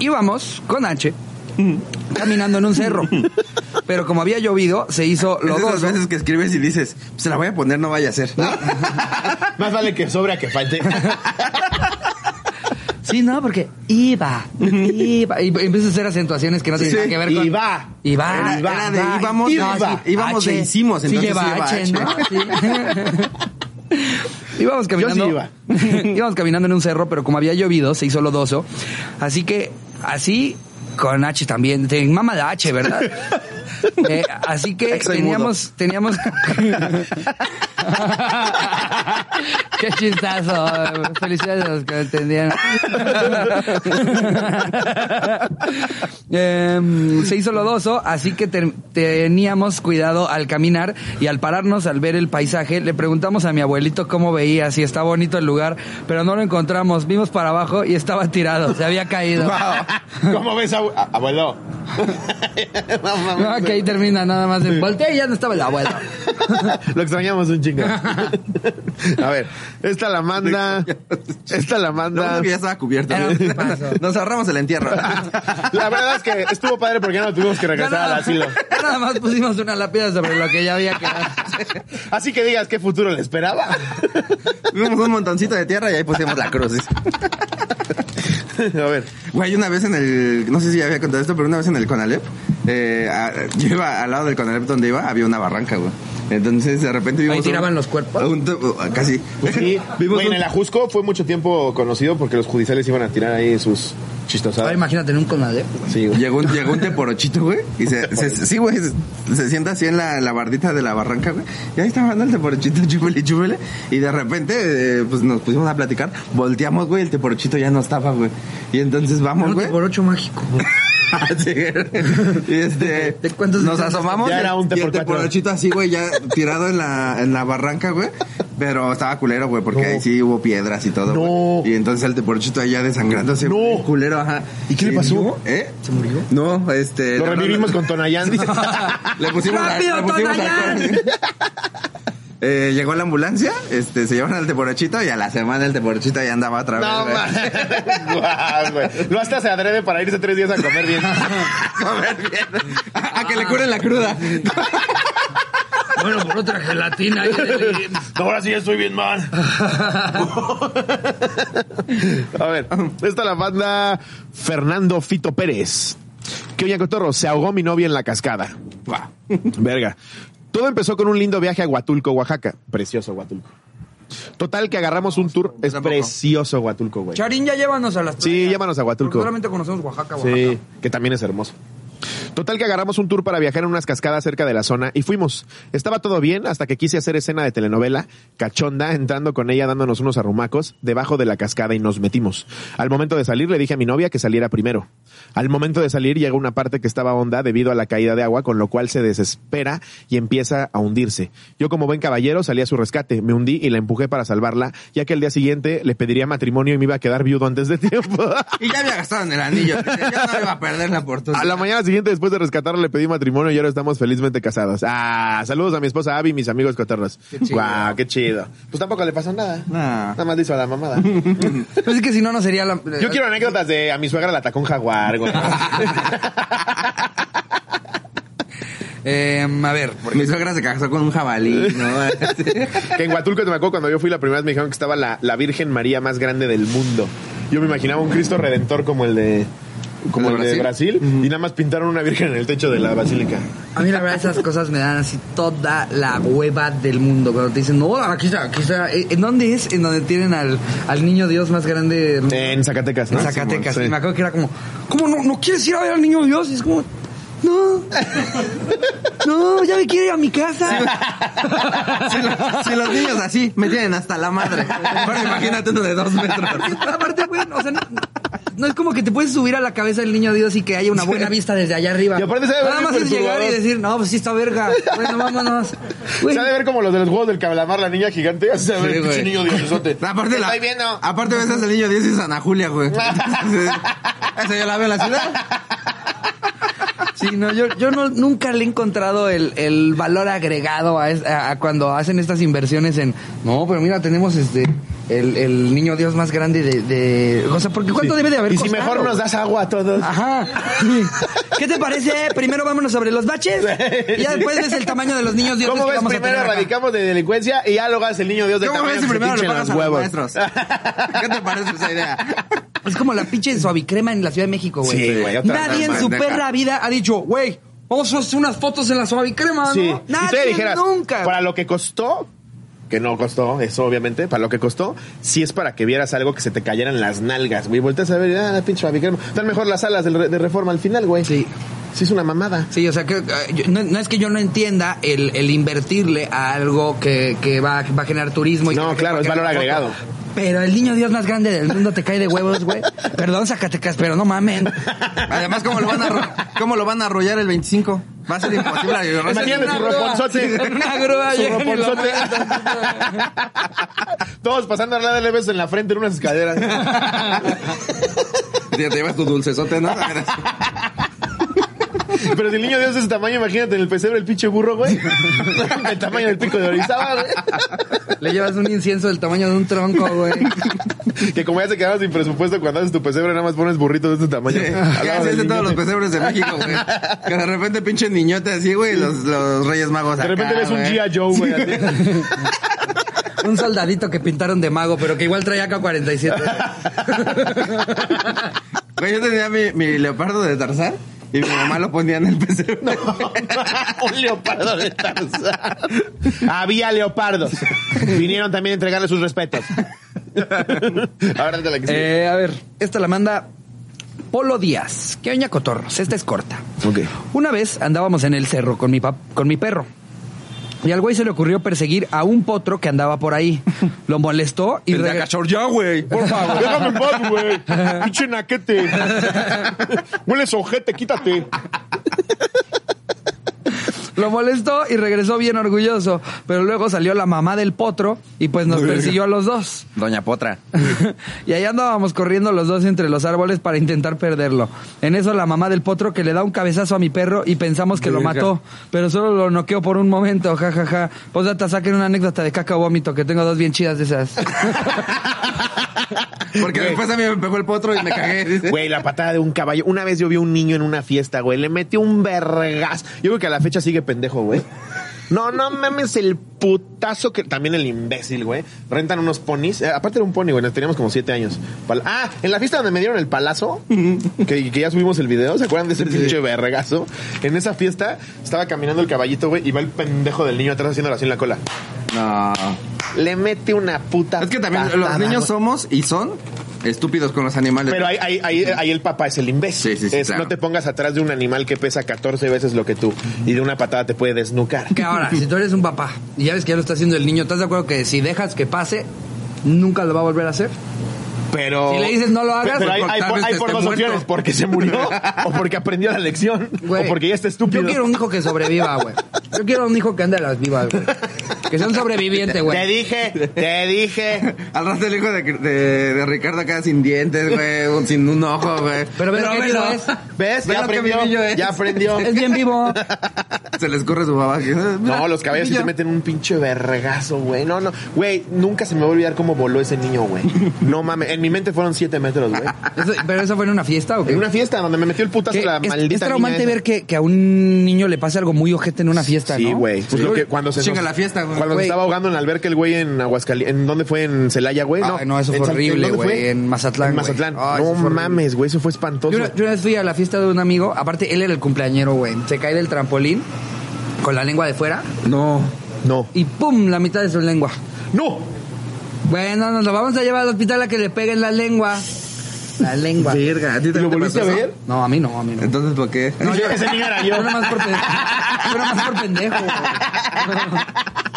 S1: íbamos con H caminando en un cerro. Pero como había llovido, se hizo
S3: Es de esas
S1: lodoso.
S3: veces que escribes y dices, se la voy a poner, no vaya a ser.
S2: Más vale que sobre a que falte.
S1: Sí, no, porque iba, iba. Y empieza a hacer acentuaciones que no tienen
S3: Sí,
S1: nada que ver con...
S2: iba.
S1: Iba.
S2: Era de
S1: iba,
S3: íbamos,
S1: iba,
S3: sí, íbamos de hicimos,
S1: Sí
S3: entonces
S1: lleva
S3: sí lleva
S1: H,
S3: H,
S1: ¿no? Sí. íbamos caminando.
S2: Yo
S1: íbamos caminando en un cerro, pero como había llovido, se hizo lodoso. Así que, así, con H también. Te mama de H, ¿verdad? Eh, así que
S3: Soy
S1: teníamos, teníamos. Qué chistazo. Felicidades a los que lo entendieron. Em, se hizo lodoso, así que ter- teníamos cuidado al caminar y al pararnos al ver el paisaje. Le preguntamos a mi abuelito cómo veía, si está bonito el lugar, pero no lo encontramos. Vimos para abajo y estaba tirado, se había caído.
S2: ¿Cómo ves, abue- a- abuelo? No, mames.
S1: No, que ahí termina nada más. en Volteé y ya no estaba el abuelo.
S2: Lo extrañamos un chingo. A ver, esta la manda. Esta la
S3: Lo bueno
S2: manda.
S3: que ya estaba cubierta.
S1: Era un paso.
S3: Nos ahorramos el entierro.
S2: La verdad es que estuvo padre porque ya no tuvimos que
S1: Ya
S2: regresar al
S1: nada,
S2: asilo.
S1: ya nada más pusimos una lápida sobre lo que ya había quedado.
S2: Así que digas qué futuro le esperaba.
S3: Tuvimos un montoncito de tierra y ahí pusimos la cruz.
S2: A ver.
S3: Güey, una vez en el, no sé si ya había contado esto, pero una vez en el Conalep, eh, a- yo iba al lado del Conalep donde iba, había una barranca, güey. Entonces de repente vimos...
S1: tiraban los cuerpos?
S3: un tu- casi.
S2: Pues sí,
S3: vimos
S2: güey, en
S3: un-
S2: el Ajusco fue mucho tiempo conocido porque los judiciales iban a tirar ahí sus
S1: Ahora
S2: chistosadas.
S1: Ah, imagínate en un conade.
S2: Sí, güey.
S3: Llegó un, llegó un teporochito, güey. Y se, se- sí, güey, se, se sienta así en la, la bardita de la barranca, güey. Y ahí estaba dando el teporochito, chúpele, chúpele. Y de repente, eh, pues nos pusimos a platicar. Volteamos, güey, el teporochito ya no estaba, güey. Y entonces vamos, güey.
S1: por ocho mágico.
S3: Así, y este,
S1: ¿De cuántos
S3: nos
S1: años?
S3: asomamos.
S2: Ya era un
S3: y el
S2: Tepor cuatro.
S3: teporochito así, güey, ya tirado en la, en la barranca, güey. Pero estaba culero, güey, porque ahí sí hubo piedras y todo.
S2: No.
S3: güey. Y entonces el teporochito allá desangrándose.
S2: No.
S3: güey, Culero, ajá.
S2: ¿Y qué le pasó?
S3: ¿no? ¿Eh?
S1: ¿Se murió?
S3: No, este.
S2: Lo
S3: no, no,
S2: revivimos
S3: no.
S2: con Tonayán.
S3: Le pusimos la-
S1: ¡Rápido,
S3: le pusimos
S1: Tonayán!
S3: alcohol. Eh, llegó la ambulancia, este, se llevan al teporochito y a la semana el teporochito ya andaba otra vez.
S2: No, mames.
S3: güey.
S2: Guau, güey. Lo hasta se adrede para irse tres días a comer bien.
S3: Comer bien. A, a que le curen la cruda.
S1: Bueno, por otra gelatina.
S2: Ahora sí ya estoy bien mal. A ver, esta la banda Fernando Fito Pérez. Que oye, Cotorro, se ahogó mi novia en la cascada.
S3: Buah.
S2: Verga. Todo empezó con un lindo viaje a Huatulco, Oaxaca. Precioso Huatulco. Total que agarramos un tour. Es
S3: Tampoco.
S2: precioso Huatulco, güey.
S1: Charín, ya llévanos a las
S2: Sí, llévanos a Huatulco.
S1: Porque solamente conocemos Oaxaca, Oaxaca.
S2: Sí, que también es hermoso. Total que agarramos un tour para viajar en unas cascadas cerca de la zona y fuimos. Estaba todo bien hasta que quise hacer escena de telenovela, cachonda, entrando con ella dándonos unos arrumacos debajo de la cascada y nos metimos. Al momento de salir le dije a mi novia que saliera primero. Al momento de salir llega una parte que estaba honda debido a la caída de agua, con lo cual se desespera y empieza a hundirse. Yo como buen caballero salí a su rescate, me hundí y la empujé para salvarla, ya que el día siguiente le pediría matrimonio y me iba a quedar viudo antes de tiempo.
S3: Y ya había gastado en el anillo. Ya no iba a perder la oportunidad.
S2: A la mañana siguiente, después de rescatarla, le pedí matrimonio y ahora estamos felizmente casados. Ah, saludos a mi esposa Abby y mis amigos cotorros.
S3: chido.
S2: Guau, qué chido. Pues tampoco le pasó nada.
S3: Nah.
S2: Nada más le hizo a la mamada.
S1: Pues es que si no, no sería la.
S2: Yo quiero anécdotas de a mi suegra la atacó un jaguar, güey.
S1: Eh, a ver,
S3: Porque mi suegra se casó con un jabalí, ¿no?
S2: que en Huatulco te me acuerdo cuando yo fui la primera vez me dijeron que estaba la, la Virgen María más grande del mundo. Yo me imaginaba un Cristo Redentor como el de como el
S3: ¿El de
S2: de Brasil y nada más pintaron una virgen en el techo de la basílica.
S1: A mí la verdad esas cosas me dan así toda la hueva del mundo. Cuando te dicen, no, aquí está, aquí está. Eh, ¿En dónde es? En donde tienen al, al niño Dios más grande del mundo.
S2: En Zacatecas, ¿no?
S1: en Zacatecas.
S2: Sí.
S1: Y me acuerdo que era como, ¿cómo no, no quieres ir a ver al niño Dios? Y es como, no, no, ya me quiero ir a mi casa.
S3: si, lo- si los niños así me tienen hasta la madre. Ahora imagínate uno de dos metros.
S1: Aparte, güey, o sea, no, no es como que te puedes subir a la cabeza del niño Dios y que haya una buena vista desde allá arriba.
S2: Y aparte se debe ver
S1: Nada
S2: bien
S1: más es llegar y
S2: perturbador.
S1: decir, no, pues sí está verga. Bueno, vámonos. Güey,
S2: Se ha de ver como los de los juegos del calamar, la niña gigante. así Se ve
S1: Pues Sí,
S2: el pinche
S1: güey.
S2: niño diosote.
S3: Aparte,
S2: Lo
S3: la,
S2: estoy viendo.
S3: aparte besas al niño Dios y Santa Julia, güey. Entonces, Esa yo la veo en la ciudad.
S1: Sí, no, yo, yo no, nunca le he encontrado el, el valor agregado a, es- a- a cuando hacen estas inversiones en, no, pero mira, tenemos este el, el niño Dios más grande de, de- o sea, porque ¿cuánto debe de haber Ah,
S2: Y si
S1: costado?
S2: mejor nos das agua a todos.
S1: Ajá. sí. ¿Qué te parece? Primero vámonos sobre los baches y ya después ves el tamaño de los niños Dios
S2: ¿Cómo
S1: que
S2: ves?
S1: vamos a
S2: Primero
S1: tener acá.
S2: erradicamos de delincuencia y ya luego haces el niño dios de
S3: ¿Cómo
S2: tamaño
S3: ves
S2: que
S3: si
S2: se
S3: primero le
S2: pinche
S3: pagas
S2: los
S3: a los
S2: huevos.
S3: maestros? ¿Qué te parece esa idea?
S1: Es como la pinche suavicrema en la Ciudad de México, güey.
S2: Sí, güey, otra
S1: Nadie en
S3: vez,
S1: su
S3: pendeja.
S1: perra vida ha dicho, güey, vamos a hacer unas fotos en la suavicrema, ¿no?
S2: Sí. Y tú
S1: Nadie
S2: le dijeras,
S1: nunca.
S2: Para lo que costó, que no costó, eso obviamente, para lo que costó, sí es para que vieras algo que se te cayeran las nalgas, güey. Volteas a ver, ah, la pinche babicrema. Están mejor las alas del re- de reforma al final, güey.
S1: Sí.
S2: Sí, es una mamada.
S1: Sí, o sea, que, eh, yo- no, no es que yo no entienda el, el invertirle a algo que, que va, va a generar turismo. Y que
S2: No,
S1: va-
S2: claro,
S1: va a
S2: es valor
S1: generar
S2: agregado.
S1: foto. Pero el niño Dios más grande del mundo te cae de huevos, güey. Perdón, Zacatecas, pero no mamen.
S3: Además, ¿cómo lo van a, arro- cómo lo van a arrollar el 25? Va a ser imposible arrollar.
S2: Imagínate su
S1: grúa.
S2: roponzote.
S1: En una grúa
S2: Su
S1: llegan y lo
S2: roponzote.
S1: matan.
S2: Todos pasando a la de besos en la frente en unas escaleras.
S3: Ya te llevas tu dulcesote, ¿no?
S2: Pero si el niño dios es de ese tamaño, imagínate en el pesebre el pinche burro, güey. El tamaño del pico de Orizaba, güey.
S1: Le llevas un incienso del tamaño de un tronco, güey.
S2: Que como ya se quedaron sin presupuesto, cuando haces tu pesebre nada más pones burritos de este tamaño. Al
S3: ¿Qué
S2: lado
S3: haces de
S2: del
S3: todos los
S2: niño.
S3: pesebres de México, güey? Que de repente pinche niñote así, güey, los, los Reyes Magos
S2: De repente
S3: acá,
S2: ves un
S3: güey.
S2: G.I. Joe, güey. así.
S1: Un soldadito que pintaron de mago, pero que igual traía acá 47
S3: Güey, yo tenía mi, mi leopardo de Tarzán y mi mamá lo ponía en el pesebre.
S2: un leopardo de Tarzán. Había leopardos. Vinieron también a entregarle sus respetos. Ahora te la que sigue.
S1: Eh, a ver, esta la manda Polo Díaz. ¿Qué oña cotorros? Esta es corta.
S2: Ok.
S1: Una vez andábamos en el cerro con mi, pap- con mi perro. Y al güey se le ocurrió perseguir a un potro que andaba por ahí. Lo molestó y
S3: El de
S1: reg-
S3: Acachor, ya, güey.
S2: Por favor, déjame en paz, güey. Pinche naquete. Hueles ojete, quítate.
S1: lo molestó y regresó bien orgulloso. Pero luego salió la mamá del potro y pues nos persiguió a los dos.
S3: Doña Potra.
S1: y ahí andábamos corriendo los dos entre los árboles para intentar perderlo. En eso la mamá del potro que le da un cabezazo a mi perro y pensamos que lo
S3: Verga.
S1: mató, pero solo lo noqueó por un momento, jajaja. Ja, ja. Posdata, saquen una anécdota de caca o vómito, que tengo dos bien chidas de esas.
S3: Porque después a mí me pegó el potro y me cagué. dice.
S2: Güey, la patada de un caballo. Una vez yo vi a un niño en una fiesta, güey. Le metió un vergas. Yo creo que a la fecha sigue pendejo, güey. No, no mames el putazo que... También el imbécil, güey. Rentan unos ponis. Eh, aparte era un pony, güey. nos Teníamos como siete años. Pal- ah, en la fiesta donde me dieron el palazo, que, que ya subimos el video, ¿se acuerdan de ese pinche vergazo? En esa fiesta estaba caminando el caballito, güey, y va el pendejo del niño atrás haciéndolo así en la cola.
S3: No.
S2: Le mete una puta
S3: Es que también
S2: patada,
S3: los niños
S2: güey.
S3: somos y son estúpidos con los animales.
S2: Pero ahí, ahí, ahí, ahí el papá es el imbécil.
S3: Sí, sí, sí,
S2: es,
S3: claro.
S2: No te pongas atrás de un animal que pesa 14 veces lo que tú y de una patada te puede desnucar.
S1: Que ahora, si tú eres un papá y ya ves que ya lo está haciendo el niño, ¿estás de acuerdo que si dejas que pase, nunca lo va a volver a hacer?
S2: Pero.
S1: Si le dices no lo hagas,
S2: Pero hay, hay
S1: tal
S2: por,
S1: vez
S2: hay
S1: te
S2: por
S1: esté
S2: dos
S1: muerto.
S2: opciones: porque se murió, o porque aprendió la lección,
S1: Güey,
S2: o porque ya está estúpido.
S1: Yo quiero un hijo que sobreviva, güey. Yo quiero un hijo que ande a las vivas, güey. Que sea un sobreviviente,
S2: Te
S1: güey.
S2: dije, te dije.
S3: Al rato el hijo de, de- de Ricardo acá sin dientes, güey, un- sin un ojo, güey.
S1: Pero ve lo que
S3: velo.
S1: niño es.
S2: ¿Ves?
S3: Ve
S2: Ya
S3: lo que ¿eh? mi
S2: aprendió.
S3: niño es.
S2: Ya aprendió.
S1: Es bien vivo.
S3: Se le escurre su baba. que, "Ah, mira,
S2: No, los caballos sí
S3: niño".
S2: te meten un pinche vergazo, güey. No, no. Güey, nunca se me va a olvidar cómo voló ese niño, güey. No mames. En mi mente fueron 7 metros, güey.
S1: Eso- ¿Pero eso fue en una fiesta o qué?
S2: En una fiesta donde me metió el putazo
S1: Que
S2: la
S1: es,
S2: maldita
S1: es traumante
S2: niña
S1: ver que, que a un niño le pase algo muy ojete en una fiesta,
S2: Sí,
S1: ¿no?
S2: güey. Pues lo que cuando se
S3: Chinga la fiesta, güey.
S2: Cuando se
S1: Güey.
S2: estaba ahogando en la alberca el güey en Aguascalientes, ¿en dónde fue? En Celaya, güey. No,
S1: Ay, no, eso
S2: ¿En
S1: fue
S2: San-
S1: horrible,
S2: dónde
S1: güey,
S2: fue?
S1: en Mazatlán,
S2: En
S1: güey.
S2: Mazatlán.
S1: Ay,
S2: no
S1: eso fue
S2: mames, güey, eso fue espantoso.
S1: Yo una, yo una vez fui a la fiesta de un amigo, aparte él era el cumpleañero, güey. Se cae del trampolín con la lengua de fuera
S3: No.
S2: No.
S1: y ¡pum! la mitad de su lengua.
S2: No.
S1: Bueno, nos lo vamos a llevar al hospital a que le peguen la lengua. La lengua.
S3: Verga, ¿a ti también
S2: ¿Lo
S3: te
S2: volviste a
S3: pasó eso?
S2: ver?
S1: No, a mí no, a mí no.
S3: Entonces, ¿por qué?
S2: Ah,
S1: No, yo-
S2: Ese niño era yo.
S1: Yo nada más por pendejo. Yo nada más por pendejo, güey.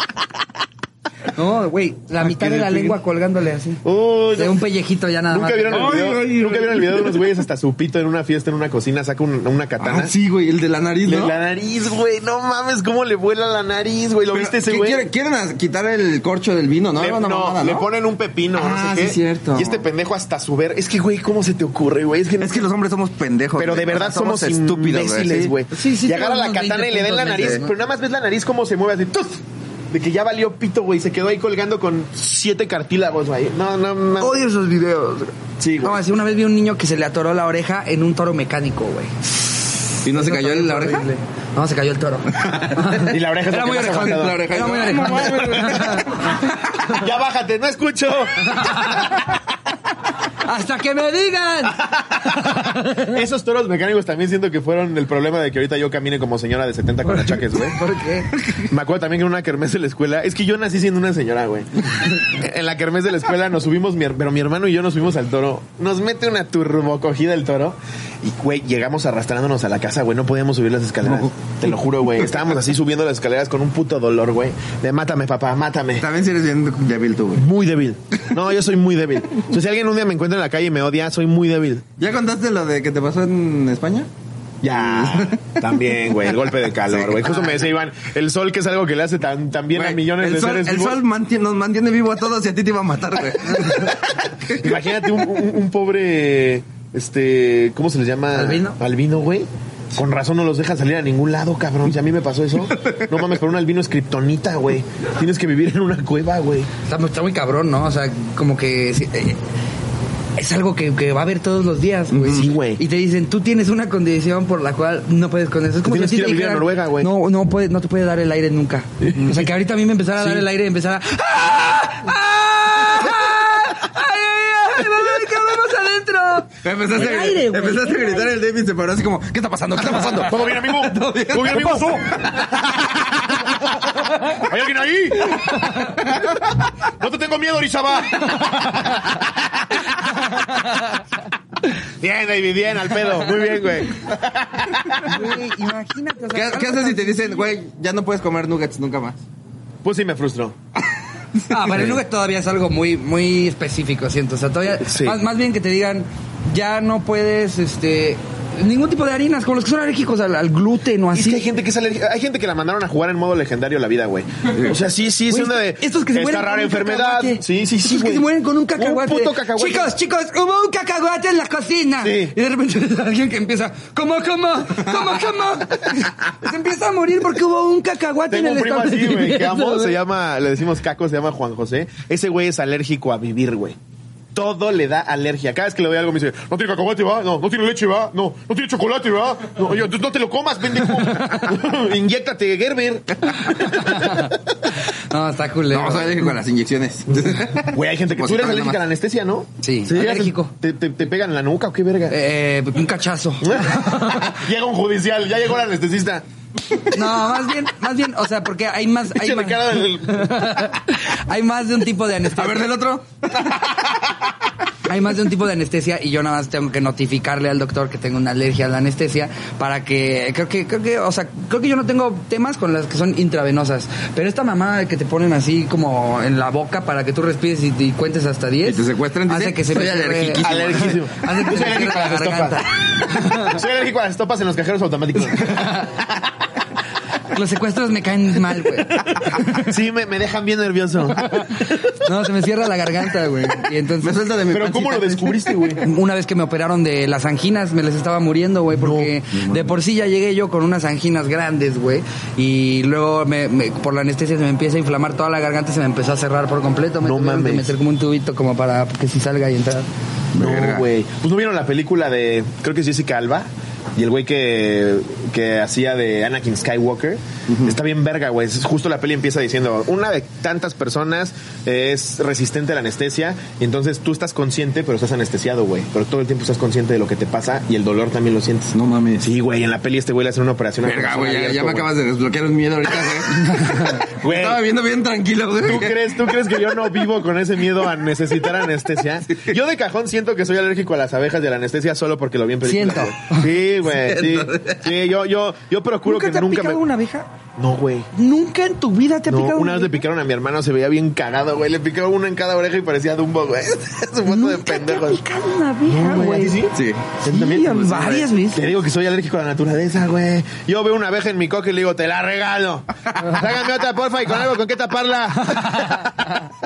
S1: No, güey, la mitad de la lengua colgándole así.
S2: Uy,
S1: De
S2: no.
S1: un pellejito ya nada más.
S2: ¿Nunca vieron, el
S3: Ay,
S2: video,
S3: ay,
S2: ¿Nunca
S3: ay.
S2: vieron el video de unos güeyes hasta su pito en una fiesta, en una cocina, saca un- una katana?
S3: Ah, sí, güey, el de la nariz,
S2: Le-
S3: ¿no?
S2: La nariz, güey, no mames, cómo le vuela la nariz, güey. ¿Lo
S3: Pero,
S2: viste ese
S3: ¿qué
S2: güey?
S3: quiere- ¿Quieren as- quitar el corcho del vino? No,
S2: Le,
S3: Era una
S2: no,
S3: mamada,
S2: le
S3: ¿no?
S2: ponen un pepino,
S3: Ah,
S2: no
S3: sí,
S2: sé qué.
S3: cierto.
S2: Y este pendejo hasta su ver. Es que, güey, ¿cómo se te ocurre, güey? Es que,
S3: Es que los hombres somos pendejos.
S2: Pero de
S3: güey. O sea,
S2: verdad somos,
S3: sí.
S2: imbéciles, güey.
S1: Sí, sí,
S2: y agarra la
S1: tenemos
S2: katana y le den la
S1: 20
S2: nariz,
S1: puntos,
S2: pero nada más ves la nariz cómo se mueve así. ¡tuf! De que ya valió pito, güey. Se quedó ahí colgando con siete cartílagos, güey. No, no, no.
S3: Odio esos videos.
S2: Sí,
S1: No,
S2: güey.
S1: así una vez vi un niño que se le atoró la oreja en un toro mecánico, güey.
S3: ¿Y no se cayó en la
S1: Horrible.
S3: oreja?
S1: No, se cayó el toro.
S2: Y la oreja es
S1: Era
S2: lo
S1: muy
S2: que más
S1: orejón.
S2: aguantaba.
S1: La oreja era muy
S3: No
S1: orejón.
S2: Ya bájate, no escucho.
S1: Hasta que me digan.
S2: Esos toros mecánicos también siento que fueron el problema de que ahorita yo camine como señora de 70 con achaques, güey.
S1: ¿Por qué?
S2: Me acuerdo también que en una kermés de la escuela, es que yo nací siendo una señora, güey. En la kermés de la escuela nos subimos, mi her- pero mi hermano y yo nos subimos al toro. Nos mete una turbocogida el toro y, güey, llegamos arrastrándonos a la casa, güey. No podíamos subir las escaleras. Te lo juro, güey. Estábamos así subiendo las escaleras con un puto dolor, güey. De mátame, papá, mátame.
S3: También si eres bien débil tú, güey.
S2: Muy débil. No, yo soy muy débil. O sea, si alguien un día me encuentra en la calle y me odia, soy muy débil.
S3: ¿Ya contaste lo de que te pasó en España?
S2: Ya, también, güey, el golpe de calor, güey. Justo me decía Iván, el sol que es algo que le hace tan, tan bien a
S3: Güey,
S2: millones
S3: el
S2: de
S3: sol,
S2: seres
S3: El
S2: vivos.
S3: sol mantiene- nos mantiene vivo a todos y a ti te iba a matar, güey.
S2: Imagínate un, un- un pobre, este, ¿cómo se les llama?
S1: ¿Albino?
S2: Albino, güey. Con razón no los dejan salir a ningún lado, cabrón. Si a mí me pasó eso, no mames, pero un albino es kriptonita, güey. Tienes que vivir en una cueva, güey.
S1: Está, está muy cabrón, ¿no? O sea, como que sí, eh, es algo que, que va a haber todos los días, güey.
S2: Sí, güey.
S1: Y te dicen, tú tienes una condición por la cual no puedes con eso. Es como
S2: Tienes
S1: si
S2: que ir a
S1: ti te
S2: vivir a
S1: dijeran,
S2: Noruega, güey.
S1: No, no, puede, no te puede dar el aire nunca. O sea, que ahorita a mí me empezara a dar el aire y empezara... ¡Ah! ¡Ah! ¡Ay, ay, ay! ¡Vamos, que vamos adentro!
S3: Empezaste,
S1: El
S3: a,
S1: aire, güey.
S3: empezaste a gritar el David se paró así como, ¿qué está pasando? ¿Qué está pasando?
S2: ¿Todo bien, amigo? ¿Todo bien, amigo? ¿Hay alguien ahí? No te tengo miedo, Orizaba. Bien, David, bien, al pedo. Muy bien, güey.
S1: Güey, imagínate. o sea,
S3: ¿Qué,
S1: algo
S3: qué haces si
S1: tan
S3: te dicen,
S1: sencillo?
S3: güey, ya no puedes comer nuggets nunca más?
S2: Pues sí, me frustró.
S1: Ah, pero el nugget todavía es algo muy, muy específico, siento. O sea, todavía.
S2: Sí.
S1: Más, más bien que te digan, ya no puedes, este. Ningún tipo de harinas, como los que son alérgicos al, al gluten o
S2: Y Es
S1: así.
S2: que hay gente que es alérgica- hay gente que la mandaron a jugar en modo legendario la vida, güey. O sea, sí, sí, es
S1: Güey,
S2: una de
S1: estos que se
S2: esta
S1: mueren
S2: rara
S1: con un
S2: enfermedad.
S1: cacahuate.
S2: Sí, sí, sí,
S1: Estos que
S2: güey.
S1: se mueren con un cacahuate.
S2: Un puto cacahuate.
S1: Chicos, chicos, hubo un cacahuate en la cocina.
S2: Sí.
S1: Y de repente alguien que empieza, ¿cómo, cómo? ¿Cómo, cómo? se empieza a morir porque hubo un cacahuate
S2: tengo
S1: en
S2: un
S1: el
S2: primo así, güey, que
S1: establecimiento,
S2: amo, se
S1: güey.
S2: llama, le decimos Caco, se llama Juan José. Ese güey es alérgico a vivir, güey. Todo le da alergia. Cada vez que le doy algo me dice, no tiene cacahuate, va, no, no tiene leche, va, no, no tiene chocolate, va, no, yo, no te lo comas, pendejo. Inyéctate, Gerber.
S1: No, está culero.
S3: No, soy alérgico a las inyecciones.
S2: Güey, hay gente que...
S3: Pues
S2: Tú eres
S3: sí,
S2: alérgica a la anestesia, ¿no?
S1: Sí,
S2: Llegas-
S1: alérgico.
S2: Te, te, te pegan en la nuca o qué verga.
S1: Eh, un cachazo.
S2: Llega un judicial, ya llegó el anestesista.
S1: No, más bien, más bien, o sea, porque hay más, hay
S2: Pinche
S1: más,
S2: Ricardo del-
S1: hay más de un tipo de
S3: A
S1: anestesia.
S3: ver, del otro.
S1: Hay más de un tipo de anestesia y yo nada más tengo que notificarle al doctor que tengo una alergia a la anestesia para que creo que creo que, o sea, creo que yo no tengo temas con las que son intravenosas, pero esta mamada de que te ponen así como en la boca para que tú respires y, y cuentes hasta 10
S3: Y te secuestran, dice,
S1: hace que se
S3: "Soy
S1: me cierre-
S3: alergiquísimo".
S2: Alergiquísimo.
S1: Hace que se
S2: Yo soy
S1: me cierre
S2: alérgico a
S1: la
S2: las estopas.
S1: garganta.
S2: Soy alérgico a las estopas en los cajeros automáticos.
S1: Los secuestros me caen mal, güey.
S2: Sí, me, me dejan bien nervioso.
S1: No, se me cierra la garganta, güey. Y entonces
S3: Me suelta de mi
S2: Pero ¿cómo lo
S3: pancita.
S2: descubriste, güey?
S1: Una vez que me operaron de las anginas, me les estaba muriendo, güey, porque de por sí ya llegué yo con unas anginas grandes, güey, y luego me- me- por la anestesia se me empieza a inflamar toda la garganta, se me empezó a cerrar por completo, me
S2: No
S1: tuvieron que
S2: mames.
S1: meter como un tubito como para que si salga y entrar.
S3: Verga.
S2: No, güey. Pues no vieron la película de, creo que es Jessica Alba. Y el güey que, que hacía de Anakin Skywalker está bien verga, güey. Es Justo la peli empieza diciendo: Una de tantas personas es resistente a la anestesia. Y entonces tú estás consciente, pero estás anestesiado, güey. Pero todo el tiempo estás consciente de lo que te pasa y el dolor también lo sientes.
S3: No mames.
S2: Sí, güey. En la peli este güey le hacen una operación. a
S3: Verga,
S2: corazón
S3: güey, ya, ya
S2: abierto,
S3: me
S2: güey.
S3: acabas de desbloquear un miedo ahorita, güey.
S2: Güey.
S3: Estaba viendo bien tranquilo, güey.
S2: ¿Tú crees, ¿Tú crees que yo no vivo con ese miedo a necesitar anestesia? Yo de cajón siento que soy alérgico a las abejas y a la anestesia solo porque lo vi en películas,
S1: Siento.
S2: güey. Sí, güey. Sí, sí, yo, yo, yo procuro
S1: ¿Nunca
S2: que
S1: te ha
S2: nunca
S1: picado
S2: me.
S1: una abeja?
S2: No, güey.
S1: ¿Nunca en tu vida te ha
S2: No,
S1: picado
S2: una vez le
S1: abeja?
S2: picaron a mi hermano, se veía bien cagado, güey. Le picaron una en cada oreja y parecía Dumbo, güey. Su foto de
S1: ¿Nunca te ha
S2: pendejos.
S1: picado una abeja,
S2: No, güey,
S1: güey?
S2: ¿a ti sí?
S3: Sí.
S1: Sí, varias
S2: Te
S1: veces.
S2: digo que soy alérgico a la naturaleza, güey. Yo veo una abeja en mi coca y le digo, te la regalo. Sácame otra, porfa, y con algo con qué taparla.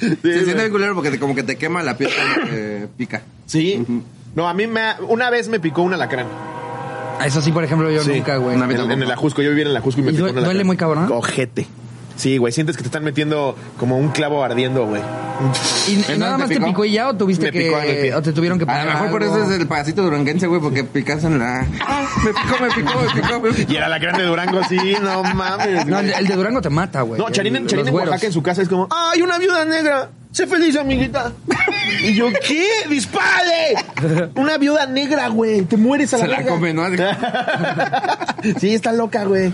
S2: Sí,
S3: Se siente
S2: güey.
S3: bien culero porque te- como que te quema la piel cuando te pica.
S2: Sí.
S3: Ujú.
S2: No, a mí me, ha- una vez me picó un alacrán.
S1: Ah, Eso sí, por ejemplo, yo
S2: Sí,
S1: nunca, güey.
S3: una
S2: En,
S3: vez.
S2: el- en el ajusco, yo vivía en el ajusco y me
S1: ¿Y
S2: picó
S1: due-
S2: un alacrán.
S1: duele muy cabrón?
S2: Cojete. Sí, güey, sientes que te están metiendo como un clavo ardiendo, güey.
S1: ¿Y
S3: ¿En
S1: nada
S3: dónde
S1: más
S3: te
S1: te
S3: picó?
S1: picó y ya o tuviste
S2: Me
S1: que
S2: picó en el pie.
S1: o te tuvieron que
S3: A
S1: poner
S3: lo mejor por eso
S1: algo?
S3: es el pedacito duranguense, güey, porque picas en la. Ah, me picó, me picó, me picó, me picó.
S2: Y el alacrán de Durango, sí, no mames.
S1: Ah, No,
S2: güey.
S1: el de Durango te mata, güey.
S2: No, Charín, en-
S1: El-
S2: Charín
S1: los
S2: en
S1: güeros.
S2: Oaxaca en su casa es como, ¡ay, una viuda negra! ¡Sé feliz, amiguita! Y yo, ¿qué? ¡Dispare! Una viuda negra, güey. Te mueres a la
S3: Se la
S2: verga.
S3: come, ¿no?
S2: sí, está loca, güey.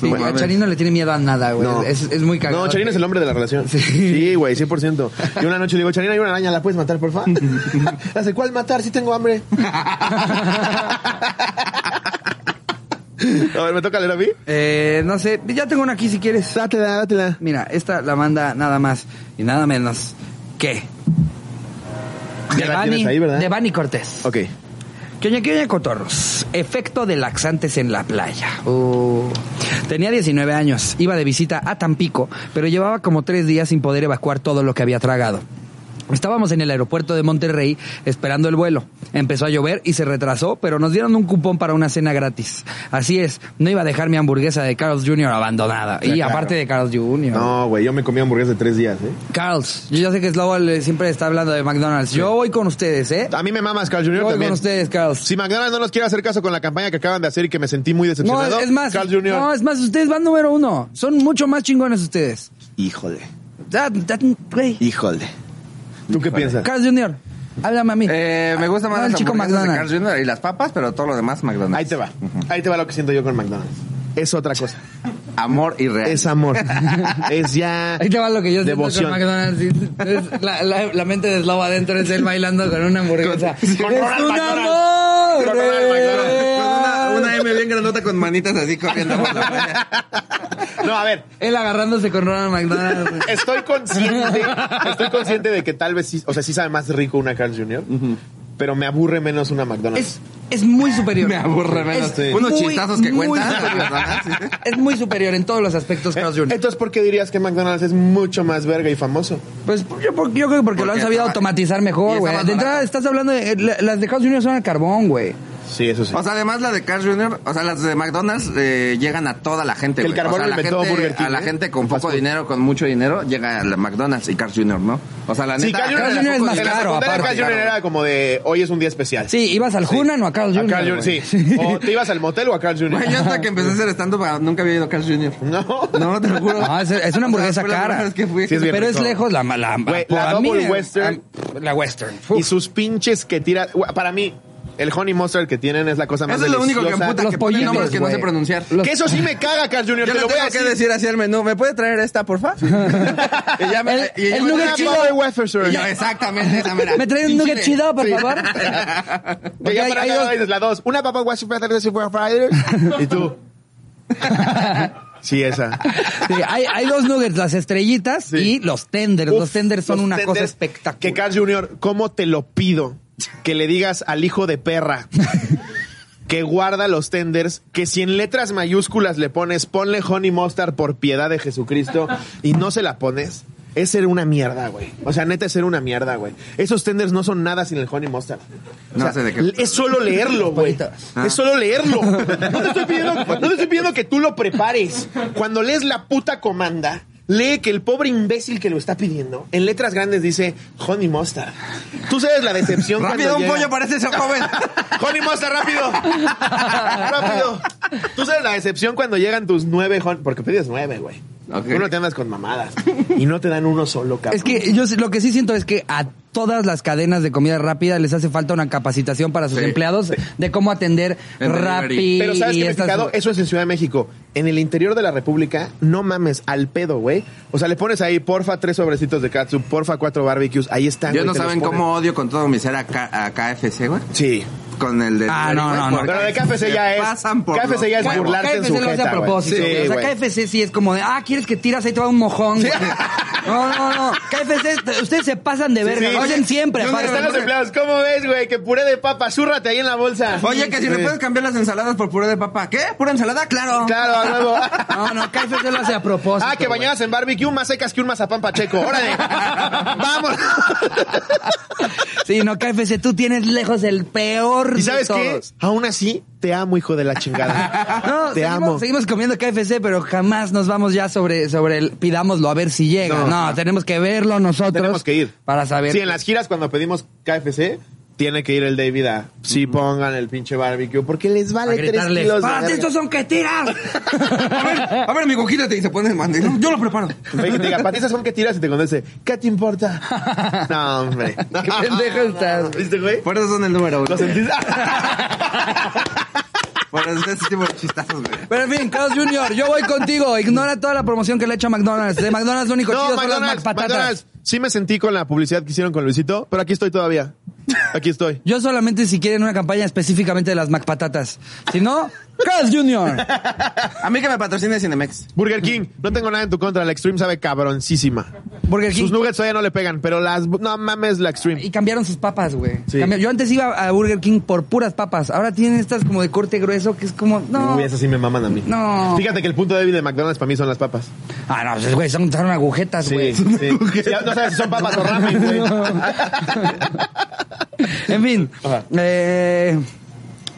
S1: Sí,
S3: No
S1: a
S3: mames.
S1: Charino le tiene miedo a nada, güey.
S2: No.
S1: Pues Es, es muy cagado.
S2: No, Charina es el hombre de la relación.
S1: Sí.
S2: Sí, güey, 100%. Y una noche le digo, Charina, hay una araña, ¿la puedes matar, porfa? La sé, ¿cuál matar? Sí tengo hambre. A ver, ¿me toca leer a mí?
S1: Eh, no sé, ya tengo una aquí si quieres.
S2: Dátela, dátela.
S1: Mira, esta la manda nada más y nada menos que...
S2: Ya la tienes ahí, ¿verdad?
S1: de Bani Cortés.
S2: Ok.
S1: Que oña, que oña, cotorros. Efecto de laxantes en la playa. Oh. Tenía 19 años, iba de visita a Tampico, pero llevaba como tres días sin poder evacuar todo lo que había tragado. Estábamos en el aeropuerto de Monterrey esperando el vuelo. Empezó a llover y se retrasó, pero nos dieron un cupón para una cena gratis. Así es, no iba a dejar mi hamburguesa de Carl's Jr. abandonada. y
S2: claro.
S1: aparte de Carl's Jr.
S2: No, güey, yo me comí hamburguesas de tres días, ¿eh?
S1: Carl's, yo ya sé que Slobo le- siempre está hablando de McDonald's. Yo voy con ustedes, ¿eh?
S2: A mí me mamas, Carl Jr.
S1: Yo voy
S2: también.
S1: con ustedes, Carl's.
S2: Si McDonald's no nos quiere hacer caso con la campaña que acaban de hacer y que me sentí muy
S1: No,
S2: decepcionado,
S1: es, es más,
S2: Carl Jr.
S1: no, es más, ustedes van número uno. Son mucho más chingones ustedes.
S2: Híjole,
S1: That- that- güey.
S2: híjole. ¿Tú qué piensas?
S1: Carl Jr., háblame a mí.
S3: Eh, me gusta más
S1: No, el
S3: las
S1: chico
S3: hamburguesas de
S1: McDonald's.
S3: Carl's Jr. y las papas, pero todo lo demás McDonald's.
S2: Ahí te va. Ahí te va lo que siento yo con McDonald's. Es otra cosa.
S3: Amor y real.
S2: Es amor. es ya.
S1: Ahí te va lo que yo siento
S2: Devoción.
S1: con McDonald's. Es la, la- la mente de Slobo adentro es él bailando con una hamburguesa.
S2: Con- con
S1: ¡Es
S2: Ronald
S1: un
S2: McDonald.
S1: amor!
S2: Con Ronald McDonald.
S1: real.
S3: Con una, una M bien grandota con manitas así corriendo por la playa.
S2: No, a ver.
S1: Él agarrándose con Ronald McDonald.
S2: Estoy consciente. estoy consciente de que tal vez sí. O sea, sí sabe más rico una Carl Jr. Pero me aburre menos una McDonald's.
S1: Es, es muy superior.
S3: Me aburre menos,
S1: Es
S3: sí. Unos
S1: muy,
S3: chistazos que
S1: muy
S3: cuentan.
S1: superior. es muy superior en todos los aspectos,
S2: Eh,
S1: Carl Jr.
S2: Entonces, ¿por qué dirías que McDonald's es mucho más verga y famoso?
S1: Pues yo, por- yo creo que porque lo han
S3: Porque
S1: sabido
S3: estaba-
S1: automatizar
S3: y
S1: mejor, güey.
S3: estaba
S1: De entrada
S3: barato.
S1: estás hablando de... la- Las de House Junior son al carbón, güey.
S2: Sí, eso sí.
S3: O sea, además la de Carl's Jr., o sea, las de McDonald's eh, llegan a toda la gente.
S2: Que el
S3: güey.
S2: carbón
S3: o sea,
S2: lo
S3: la
S2: inventó
S3: gente,
S2: Burger King,
S3: A la
S2: ¿eh?
S3: gente con
S2: Un fast
S3: poco
S2: food.
S3: dinero, con mucho dinero, llega a la McDonald's y Carl's Jr., ¿no? O sea, la
S2: Sí,
S3: neta...
S2: Carl
S1: Carl
S2: Jr.
S1: Jr. es más
S2: en la
S1: caro,
S2: secundaria,
S1: aparte.
S2: Carl Jr. era como de hoy es un día especial.
S1: Sí, ibas al Junan o a Carl Jr.
S2: A Carl Jr.
S1: güey.
S2: sí. Oh. O te ibas al motel o a Carl Jr.
S3: Güey, yo hasta que empecé a hacer stand-up ah, nunca había ido a Carl's Jr.
S2: No.
S3: No, te lo juro.
S1: No, es, es una hamburguesa
S3: O sea, fue la
S1: cara.
S3: primera vez que fui.
S2: Sí, es bien
S1: Pero es
S2: rico.
S1: lejos la... La,
S2: Güey,
S1: por
S2: la
S1: a mí,
S2: Double
S1: eh,
S2: Western.
S1: a- la Western.
S2: Y
S1: Uf.
S2: sus pinches que tira. Gua- Para mí, El honey mustard que tienen es la cosa más
S3: Eso es lo único que
S2: deliciosa.
S3: emputa,
S1: Los
S3: que ponen nombres
S1: pollines,
S3: que no sé
S1: güey.
S3: pronunciar.
S2: Que eso sí me caga, Carl Jr.
S3: Yo
S2: Te
S3: le
S2: lo voy
S3: tengo
S2: a
S3: que
S2: decir.
S3: decir así al menú. ¿Me puede traer esta, porfa? y ya me-
S1: El-
S3: y yo-
S1: el nugget
S3: Ah,
S2: chido.
S3: pa-
S2: de wafer, sir.
S3: y yo, exactamente, esa mera.
S1: ¿Me traen
S3: Y
S1: un nugget
S3: chile.
S1: chido, por
S3: Sí.
S1: favor?
S2: Que
S1: Porque
S2: ya
S1: hay-
S2: para
S1: hay
S2: nada
S1: dos-
S2: dices la dos. Una papa washi fried. Y tú. Sí, esa.
S1: Sí, hay, hay dos nuggets, las estrellitas y los tenders. los
S2: Uf,
S1: tenders son
S2: los
S1: una cosa
S2: tenders. Que
S1: espectacular.
S2: Carl Jr., ¿cómo te lo pido? Que le digas al hijo de perra que guarda los tenders, que si en letras mayúsculas le pones, ponle honey mustard por piedad de Jesucristo y no se la pones. Es ser una mierda, güey. O sea, neta es ser una mierda, güey. Esos tenders no son nada sin el honey mustard. O
S3: No
S2: sea,
S3: sé de qué-
S2: Es solo leerlo, güey.
S3: Ah.
S2: Es solo leerlo. No te, estoy pidiendo, no te estoy pidiendo que tú lo prepares. Cuando lees la puta comanda, lee que el pobre imbécil que lo está pidiendo, en letras grandes dice honey mustard. Tú sabes la decepción
S3: Rápido,
S2: cuando
S3: un
S2: llega.
S3: pollo parece ese joven.
S2: Honey Mustard, rápido. rápido. Tú sabes la decepción cuando llegan tus nueve, hon- porque pides nueve, güey.
S3: Ok.
S2: Tú no te andas con mamadas. Y no te dan uno solo, cabrón.
S1: Es que yo sí- lo que sí siento es que a todas las cadenas de comida rápida les hace falta una capacitación para sus
S3: Sí,
S1: empleados de cómo atender
S3: El delivery.
S1: Rappi
S2: Pero ¿sabes
S1: y
S2: qué me he
S1: estas-
S2: fijado? Eso es en Ciudad de México. En el interior de la República, no mames, al pedo, güey. O sea, le pones ahí, porfa, tres sobrecitos de katsu, porfa, cuatro barbecues. Ahí están,
S3: Yo
S2: güey,
S3: no
S2: te los
S3: saben
S2: ponen.
S3: cómo odio con todo mi ser a, K- a KFC, güey.
S2: Sí.
S3: Con el de.
S1: Ah, no, no, no.
S2: Pero de KFC ya es...
S3: Pasan por
S2: KFC ya es
S3: los huevos.
S2: burlarte en
S1: KFC
S2: su
S1: lo hace
S2: jeta,
S1: a
S2: güey.
S1: propósito.
S2: Sí,
S1: güey. o sea,
S2: güey.
S1: KFC sí es como de, ah, ¿quieres que tiras ahí te va un mojón? güey. No, no, no. KFC, te- ustedes se pasan de verga.
S2: sí.
S1: Lo hacen siempre.
S3: Yo no
S1: aparte.
S2: Están los empleados, ¿cómo ves, güey? Que puré de papa, zúrrate ahí en la bolsa.
S3: Oye, que si me
S2: Sí.
S3: puedes cambiar las ensaladas por puré de papa. ¿Qué? ¿Pura ensalada? Claro.
S2: Claro, a huevo.
S1: No, no, KFC lo hace a propósito.
S2: Ah, que
S1: güey.
S2: bañadas en barbecue más secas que un mazapán pacheco. ¡Órale! ¡Vamos!
S1: Sí, no, KFC, tú tienes lejos el peor
S2: ¿Y sabes
S1: de
S2: qué?
S1: todos.
S2: Aún así, te amo, hijo de la chingada.
S1: No,
S2: te
S1: seguimos,
S2: amo.
S1: seguimos comiendo KFC, pero jamás nos vamos ya sobre, sobre el pidámoslo a ver si llega.
S2: No.
S1: No, tenemos que verlo nosotros.
S2: Tenemos que ir.
S1: Para saber.
S2: Sí, en las giras cuando pedimos KFC, tiene que ir el David a... Sí, pongan el pinche barbecue, porque les
S1: para
S2: vale tres
S1: gritarles,
S2: kilos de
S1: "Párate,
S2: verga".
S1: estos son que tiras!
S3: A ver, a ver, amigo, quítate y se pone el mandil. Yo lo preparo.
S2: Ve que te diga, "Patizas son que tiras y te conteste, ¿qué te importa? No, hombre.
S1: Qué pendejo estás.
S2: ¿Viste, güey?
S3: Por eso son el número uno.
S2: ¿Lo sentís?
S3: Por eso ese tipo de chistazos, güey.
S1: Pero en fin, Carlos Junior, yo voy contigo. Ignora toda la promoción que le he hecho a McDonald's. De McDonald's lo único
S2: No,
S1: chido son las
S2: McDonald's,
S1: McPatatas.
S2: McDonald's. Sí me sentí con la publicidad que hicieron con Luisito, pero aquí estoy todavía. Aquí estoy.
S1: Yo solamente si quieren una campaña específicamente de las McPatatas. Si no, Carlos Junior.
S3: A mí que me patrocine Cinemex.
S2: Burger King, no tengo nada en tu contra, la Extreme sabe cabroncísima.
S1: Burger King.
S2: Sus nuggets todavía no le pegan, pero las... No mames, la Extreme.
S1: Y cambiaron sus papas, güey.
S2: Sí.
S1: Cambiaron- Yo antes iba a Burger King por puras papas. Ahora tienen estas como de corte grueso que es como. No.
S2: Uy, esas sí me maman a mí.
S1: No.
S2: Fíjate que el punto débil de McDonald's para mí son las papas.
S1: Ah, no, pues, güey, son, son agujetas, güey.
S2: Sí, sí. Ya no sabes si son papas o ramen, güey.
S1: En fin.
S2: Ajá.
S1: Eh,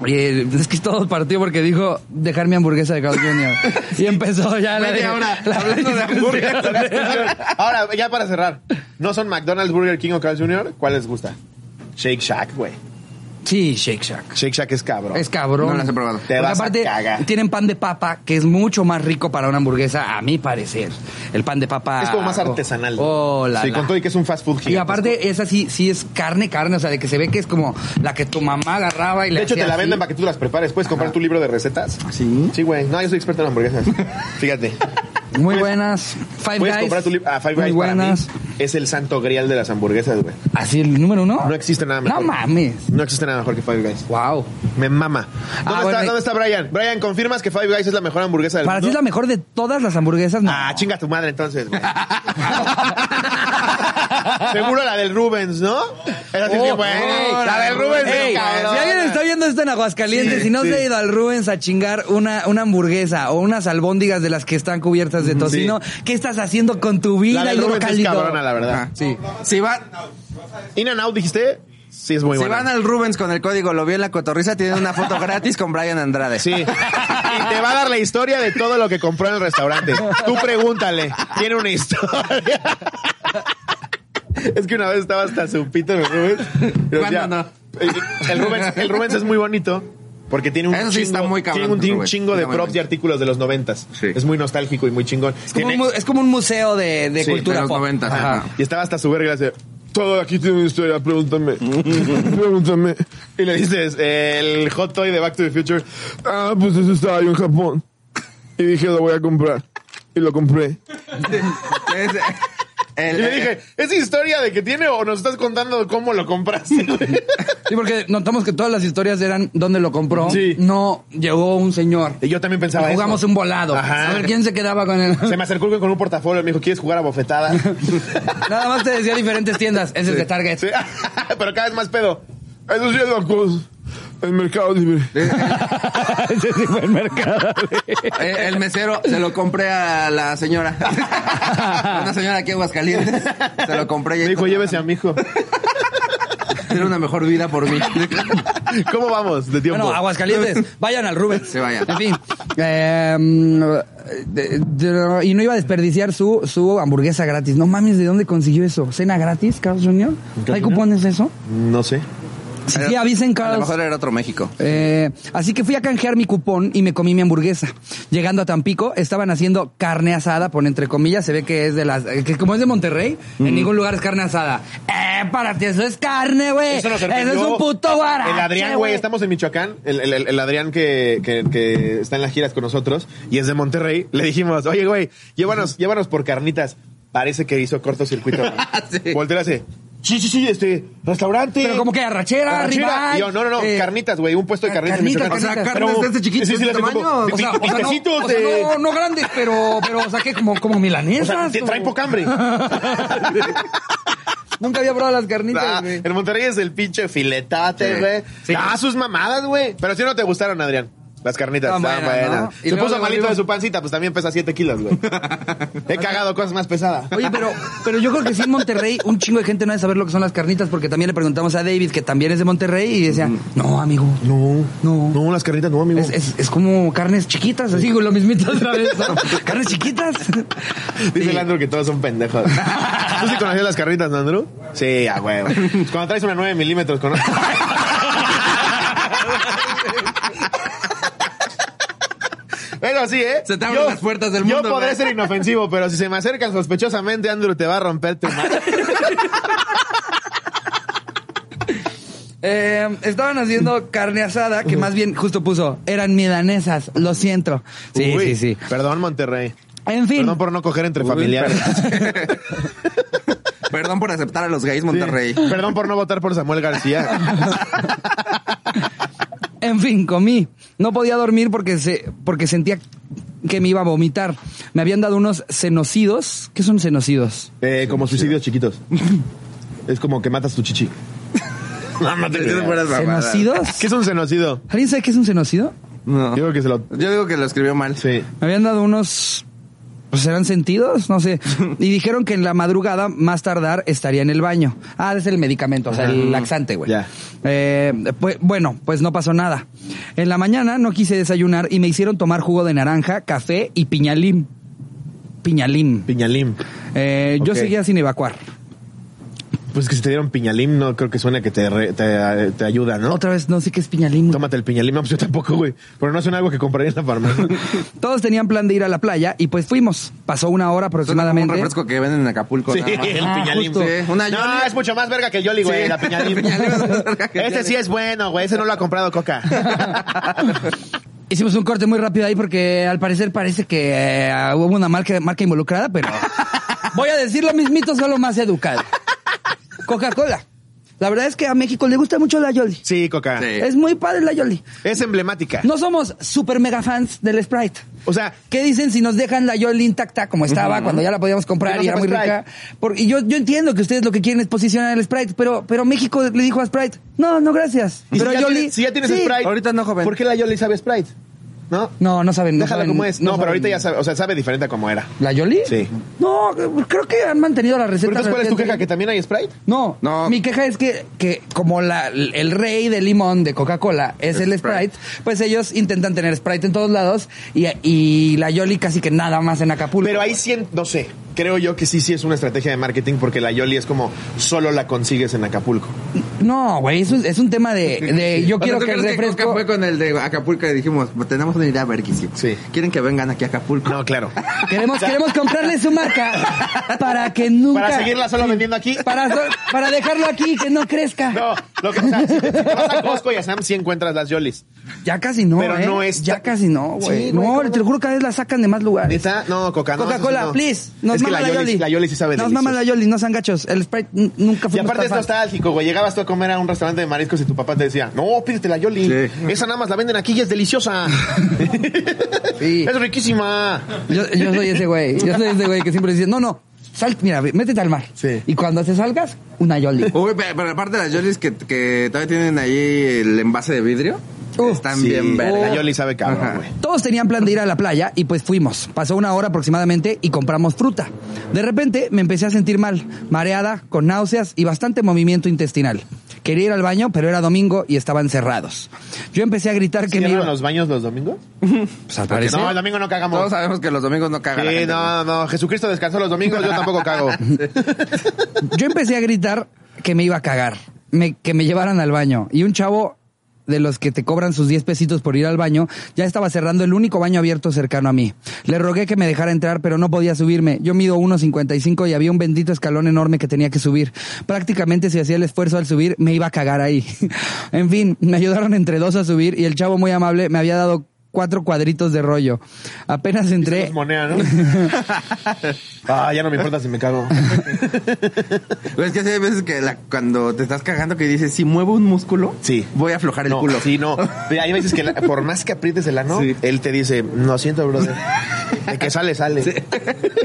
S1: oye, es que todo partió porque dijo dejar mi hamburguesa de Carl Jr. Y empezó ya la,
S3: Media hora hablando de hamburguesas.
S2: Ahora, ya para cerrar. ¿No son McDonald's, Burger King o Carl Jr.? ¿Cuál les gusta? Shake Shack, güey.
S1: Sí, Shake Shack.
S2: Shake Shack es cabrón.
S1: Es cabrón.
S3: No las he probado.
S2: Te vas a cagar.
S1: tienen pan de papa, que es mucho más rico para una hamburguesa, a mi parecer. El pan de papa.
S2: Es como más artesanal.
S1: Oh, la,
S2: Sí,
S1: la.
S2: con todo y que es un fast food gigante.
S1: Y aparte, esa sí, sí es carne, carne, o sea, de que se ve que es como la que tu mamá agarraba y le
S2: De hecho, te
S1: hacía
S2: la
S1: así.
S2: venden para que tú las prepares. Puedes comprar tu libro de recetas.
S3: ¿Sí?
S2: Sí, güey. No, yo soy experto en hamburguesas. Fíjate.
S1: Muy buenas. Five
S2: Puedes
S1: Guys.
S2: comprar tu libro. Ah, Five
S1: Muy
S2: Guys para mí
S1: buenas.
S2: es el santo grial de las hamburguesas, güey.
S1: Así, el número uno.
S2: No existe nada mejor.
S1: No mames.
S2: No existe nada mejor que Five Guys.
S1: Wow.
S2: Me mama. ¿Dónde,
S1: Ah,
S2: está,
S1: bueno, y-
S2: ¿dónde está Brian? Brian, ¿confirmas que Five Guys es la mejor hamburguesa del
S1: Para ti
S2: mundo?
S1: es la mejor de todas las hamburguesas. No.
S2: Ah, chinga tu madre entonces, güey. Seguro la del Rubens, ¿no? Esa sí es
S1: Oh,
S2: bien buena.
S1: ey,
S2: la del Rubens
S1: ey,
S2: es cabrona.
S1: Si alguien está viendo esto en Aguascalientes
S2: Sí,
S1: y no
S2: sí.
S1: se ha ido al Rubens a chingar una, una hamburguesa o unas albóndigas de las que están cubiertas de tocino, ¿qué estás haciendo con tu vida?
S2: La del
S1: y
S2: Rubens es cabrona, la verdad.
S1: Sí.
S3: Si, va-
S2: In and Out, dijiste. Sí, es muy
S3: si
S2: buena.
S3: van al Rubens con el código Lo vi en la cotorriza, tienen una foto gratis con Brian Andrade.
S2: Sí. Y te va a dar la historia de todo lo que compró en el restaurante. Tú pregúntale. Tiene una historia. Es que una vez estaba hasta su pito en el Rubens. Pero
S3: ¿Cuándo
S2: ya- eh,
S3: no?
S2: El Rubens, el Rubens es muy bonito. Porque tiene un
S3: Eso
S2: chingo,
S3: sí está muy cabrón,
S2: tiene un, tiene un
S3: Rubens.
S2: chingo de
S3: Está muy
S2: props y
S3: bien.
S2: artículos de los noventas.
S3: Sí.
S2: Es muy nostálgico y muy chingón.
S1: Es como,
S2: Tiene-
S1: un, mu- es como un museo de, de
S2: Sí,
S1: cultura
S3: de los
S1: pop.
S3: noventas, ajá.
S2: y estaba hasta su verga. y le hace, todo aquí tiene una historia, pregúntame. pregúntame. Y le dices, el hot toy de Back to the Future. Ah, pues eso estaba yo en Japón. Y dije, lo voy a comprar. Y lo compré.
S3: Es, el-
S2: Y le dije, ¿es historia de que tiene o nos estás contando cómo lo compraste? güey?"
S1: Sí, porque notamos que todas las historias eran dónde lo compró.
S2: Sí.
S1: No llegó un señor.
S2: y yo también pensaba
S1: Jugamos
S2: eso.
S1: un volado.
S2: Ajá.
S1: A ver quién se quedaba con él.
S2: Se me acercó con un portafolio y me dijo, ¿quieres jugar a bofetadas?
S1: Nada más te decía diferentes tiendas. Ese es de Target.
S2: Sí, pero cada vez más pedo. Eso sí es la cosa. El mercado libre.
S1: Ese sí fue el mercado.
S3: eh, el- el mesero se lo compré a la señora. A una señora aquí en Aguascalientes. Se lo compré y
S2: Me dijo, llévese a mi hijo.
S3: Tiene una mejor vida por mí.
S2: ¿Cómo vamos de tiempo?
S1: Bueno, ah. Aguascalientes, vayan al Rubens.
S3: Se vayan.
S1: En fin. Eh, mm, de- de- y no iba a desperdiciar su, su hamburguesa gratis. No mames, ¿de dónde consiguió eso? ¿Cena gratis, Carlos Jr.? ¿Hay cupones de eso?
S2: No sé.
S1: Si sí, avisen,
S3: A lo
S1: Carlos.
S3: mejor era otro México.
S1: Eh, así que fui a canjear mi cupón y me comí mi hamburguesa. Llegando a Tampico, estaban haciendo carne asada, por entre comillas, se ve que es de las... eh, que como es de Monterrey, en ningún lugar es carne asada. ¡Eh, párate! ¡Eso es carne, güey! Eh, ¡Eso
S2: nos sorprendió.
S1: es un puto guarache,
S2: El Adrián, güey, estamos en Michoacán. El, el- el- el Adrián que, que- que está en las giras con nosotros y es de Monterrey. Le dijimos, oye, güey, llévanos, llévanos por carnitas. Parece que hizo cortocircuito.
S3: Sí.
S2: Voltera hace, sí, sí, sí, este, restaurante.
S1: Ah, Pero como que arrachera,
S2: Arrachera.
S1: ribeye,
S2: Y yo, no, no, no,
S1: eh,
S2: carnitas, güey, un puesto de
S1: car-
S2: carnitas. en
S1: carnitas,
S2: Michoacán.
S1: O sea,
S3: carnitas de este chiquito,
S2: sí, sí,
S3: de
S2: las
S3: tamaño.
S2: como-
S3: O sea,
S1: o sea, no,
S2: pizquecitos
S1: o sea,
S2: de-
S1: no, no grandes, pero, pero o sea, que como, como
S2: o
S1: milanesas.
S2: sea, te
S1: o-
S2: traen poca hambre.
S1: Nunca había probado las carnitas,
S2: Ah,
S1: güey.
S2: en Monterrey es el pinche filetate,
S3: Sí.
S2: güey.
S1: Sí.
S2: Ah, sus mamadas, güey. Pero si no te gustaron, Adrián. Las carnitas,
S1: Estaban
S2: estaban
S1: buenas,
S2: buenas.
S1: ¿no? Y
S2: Se
S1: luego
S2: puso
S1: le
S2: malito
S1: volvimos-
S2: de su pancita, pues también pesa 7 kilos, güey. He cagado cosas más pesadas.
S1: Oye, pero, pero yo creo que sí en Monterrey un chingo de gente no debe saber lo que son las carnitas porque también le preguntamos a David, que también es de Monterrey, y decía, no, amigo,
S2: No,
S1: No.
S2: No, las carnitas no, amigo.
S1: es, es, es como carnes chiquitas, así, güey, lo mismito otra vez, ¿no? Carnes chiquitas.
S2: Dice
S1: Sí.
S2: el Andrew que todos son pendejos. ¿Tú sí conocías las carnitas, ¿no, Andrew? Sí, a huevo. Cuando traes una 9 milímetros, con... Pero sí, ¿eh?
S3: Se te abren las puertas del mundo,
S2: Yo podré
S3: güey.
S2: ser inofensivo, pero si se me acercan sospechosamente, Andrew te va a romper tu madre.
S1: Eh, estaban haciendo carne asada, que más bien justo puso, eran milanesas, lo siento. Sí,
S2: Uy,
S1: sí, sí.
S2: Perdón, Monterrey.
S1: En fin.
S2: Perdón por no coger entre familiares.
S3: Perdón por aceptar a los gays Monterrey.
S2: Sí. Perdón por no votar por Samuel García.
S1: En fin, comí. No podía dormir porque se, porque sentía que me iba a vomitar. Me habían dado unos senocidos. ¿Qué son senocidos?
S2: Eh, como suicidios chiquitos. Es como que matas tu chichi. No, no te
S3: Esas
S2: creas.
S3: fueras mamadas.
S1: ¿Senocidos?
S2: ¿Qué es un cenocido?
S1: ¿Alguien sabe qué es un senocido?
S3: No.
S2: Yo creo que se lo.
S3: Yo digo que lo escribió mal. Pues
S2: Sí.
S1: Me habían dado unos. Pues eran sentidos, no sé. Y dijeron que en la madrugada, más tardar, estaría en el baño. Ah, es el medicamento, o sea, el laxante, güey.
S2: Ya.
S1: Eh, pues, bueno, pues no pasó nada. En la mañana no quise desayunar y me hicieron tomar jugo de naranja, café y piñalim. Piñalim.
S2: Piñalim.
S1: Eh, Yo
S2: Ok.
S1: seguía sin evacuar.
S2: Pues que si te dieron piñalim, no creo que suena que te, re- te, te ayuda, ¿no?
S1: Otra vez, no sé qué es piñalim.
S2: Tómate el piñalim. No, pues yo tampoco, güey. Pero no suena algo que compraría en la farmacia.
S1: Todos tenían plan de ir a la playa y pues fuimos. Pasó una hora
S3: Suena como un
S1: aproximadamente.
S3: refresco que venden en Acapulco.
S2: Sí,
S3: nada más.
S2: el
S1: Ah,
S2: piñalim.
S1: justo.
S3: Sí, una
S2: no,
S3: Yoli.
S2: es mucho más verga que el Yoli, güey.
S3: Sí.
S2: La piñalim.
S3: Piñalim es más verga que el
S2: Ese
S3: Yoli.
S2: sí es bueno, güey. Ese no lo ha comprado Coca.
S1: Hicimos un corte muy rápido ahí porque al parecer parece que eh, hubo una marca, marca involucrada, pero voy a decir lo mismito, solo más educado. Coca-Cola. La verdad es que a México le gusta mucho la Yoli.
S2: Sí, Coca.
S3: Sí.
S1: Es muy padre la Yoli.
S2: Es emblemática.
S1: No somos super mega fans del Sprite.
S2: O sea,
S1: ¿Qué dicen si nos dejan la Yoli intacta como estaba cuando ya la podíamos comprar
S2: Que no
S1: y era muy
S2: sepa
S1: rica? Por- y yo, yo entiendo que ustedes lo que quieren es posicionar el Sprite, pero, pero México le dijo a Sprite, no, no gracias.
S2: y
S1: Pero
S2: si, ya
S1: Yoli-
S2: tienes, si ya tienes
S1: sí.
S2: Sprite.
S3: ahorita no, joven.
S2: ¿Por qué la Yoli sabe Sprite? ¿No?
S1: No, no saben. no
S2: Déjala
S1: saben-
S2: como es. No, pero
S1: saben.
S2: ahorita ya sabe. O sea, sabe diferente a como era.
S1: ¿La Yoli?
S2: Sí.
S1: No, creo que han mantenido la receta.
S2: Pero entonces, ¿cuál es tu
S1: reciente.
S2: queja? ¿Que también hay Sprite?
S1: No,
S3: No.
S1: mi queja es que, que como la, el rey de limón de Coca-Cola es el Sprite,
S3: Sprite.
S1: pues ellos intentan tener Sprite en todos lados y, y la Yoli casi que nada más en Acapulco.
S2: Pero ahí sí, en- no sé. creo yo que sí, sí es una estrategia de marketing porque la Yoli es como solo la consigues en Acapulco.
S1: No, güey, es un, es un tema de, de yo
S3: O sea,
S1: quiero
S3: ¿tú
S1: que el
S3: crees Coca
S1: refresco...
S3: fue con el de Acapulco y dijimos, tenemos una idea verguísima.
S2: Sí.
S3: ¿Quieren que vengan aquí a Acapulco?
S2: No, claro.
S1: Queremos, queremos comprarle su marca para que nunca...
S2: Para seguirla solo vendiendo aquí.
S1: Para, so- para dejarlo aquí, que no crezca.
S2: No, lo que, o sea, si te si te vas a Costco y a Sam sí encuentras las Yolis.
S1: Ya casi no,
S2: Pero
S1: ¿eh?
S2: no es-
S1: Ya casi no, güey.
S2: Sí, güey,
S1: no,
S2: ¿cómo
S1: te lo juro, cada vez la sacan de más lugares.
S2: ¿Neta? No, Coca, no,
S1: Coca-Cola,
S2: eso sí no.
S1: please. Nos
S2: Es que
S1: mama
S2: la
S1: la
S2: Yoli-
S1: Yoli.
S2: la Yoli sí sabe
S1: Nos
S2: delicioso.
S1: mama la Yoli, no sean gachos. El Sprite n- nunca
S2: Y
S1: fue
S2: aparte es nostálgico, güey. Llegabas tú a comer a un restaurante de mariscos y tu papá te decía, no, pídete la Yoli.
S3: Sí.
S2: Esa nada más la venden aquí y es deliciosa.
S1: Sí.
S2: Es riquísima.
S1: Yo, yo soy ese güey. Yo soy ese güey que siempre dice, no, no, sal, mira, ve- métete al mar.
S2: Sí.
S1: Y cuando te salgas, una Yoli.
S3: Uy, pe- pero aparte de las Jolis que, que todavía tienen ahí el envase de vidrio,
S1: Uh,
S3: están
S2: Sí,
S3: bien verga.
S2: La Yoli sabe
S3: Ajá.
S2: cabrón, güey.
S1: Todos tenían plan de ir a la playa y pues fuimos. Pasó una hora aproximadamente y compramos fruta. De repente me empecé a sentir mal, mareada, con náuseas y bastante movimiento intestinal. Quería ir al baño, pero era domingo y estaban cerrados. Yo empecé a gritar que me
S2: ¿Cierran
S1: iba.
S2: los baños los domingos?
S1: Pues, al
S3: Porque
S1: parecer.
S2: No, el domingo no cagamos.
S3: Todos sabemos que los domingos no cagan. la
S2: Sí,
S3: gente,
S2: no, no, Jesucristo descansó los domingos, yo tampoco cago.
S1: Yo empecé a gritar que me iba a cagar, me- que me llevaran al baño. Y un chavo de los que te cobran sus 10 pesitos por ir al baño, ya estaba cerrando el único baño abierto cercano a mí. Le rogué que me dejara entrar, pero no podía subirme. Yo mido 1.55 y había un bendito escalón enorme que tenía que subir. Prácticamente si hacía el esfuerzo al subir, me iba a cagar ahí. en fin, me ayudaron entre dos a subir y el chavo muy amable me había dado cuatro cuadritos de rollo. Apenas entré...
S2: Es moneda, ¿no? Ah, ya no me importa si me cago.
S3: güey. Es que sí hay veces que la- cuando te estás cagando que dices, si muevo un músculo,
S2: Sí.
S3: voy a aflojar el
S2: no,
S3: culo.
S2: Sí, no. Mira, Hay veces que la- por más que aprietes el ano,
S3: Sí.
S2: él te dice, no siento, brother. De que sale, sale.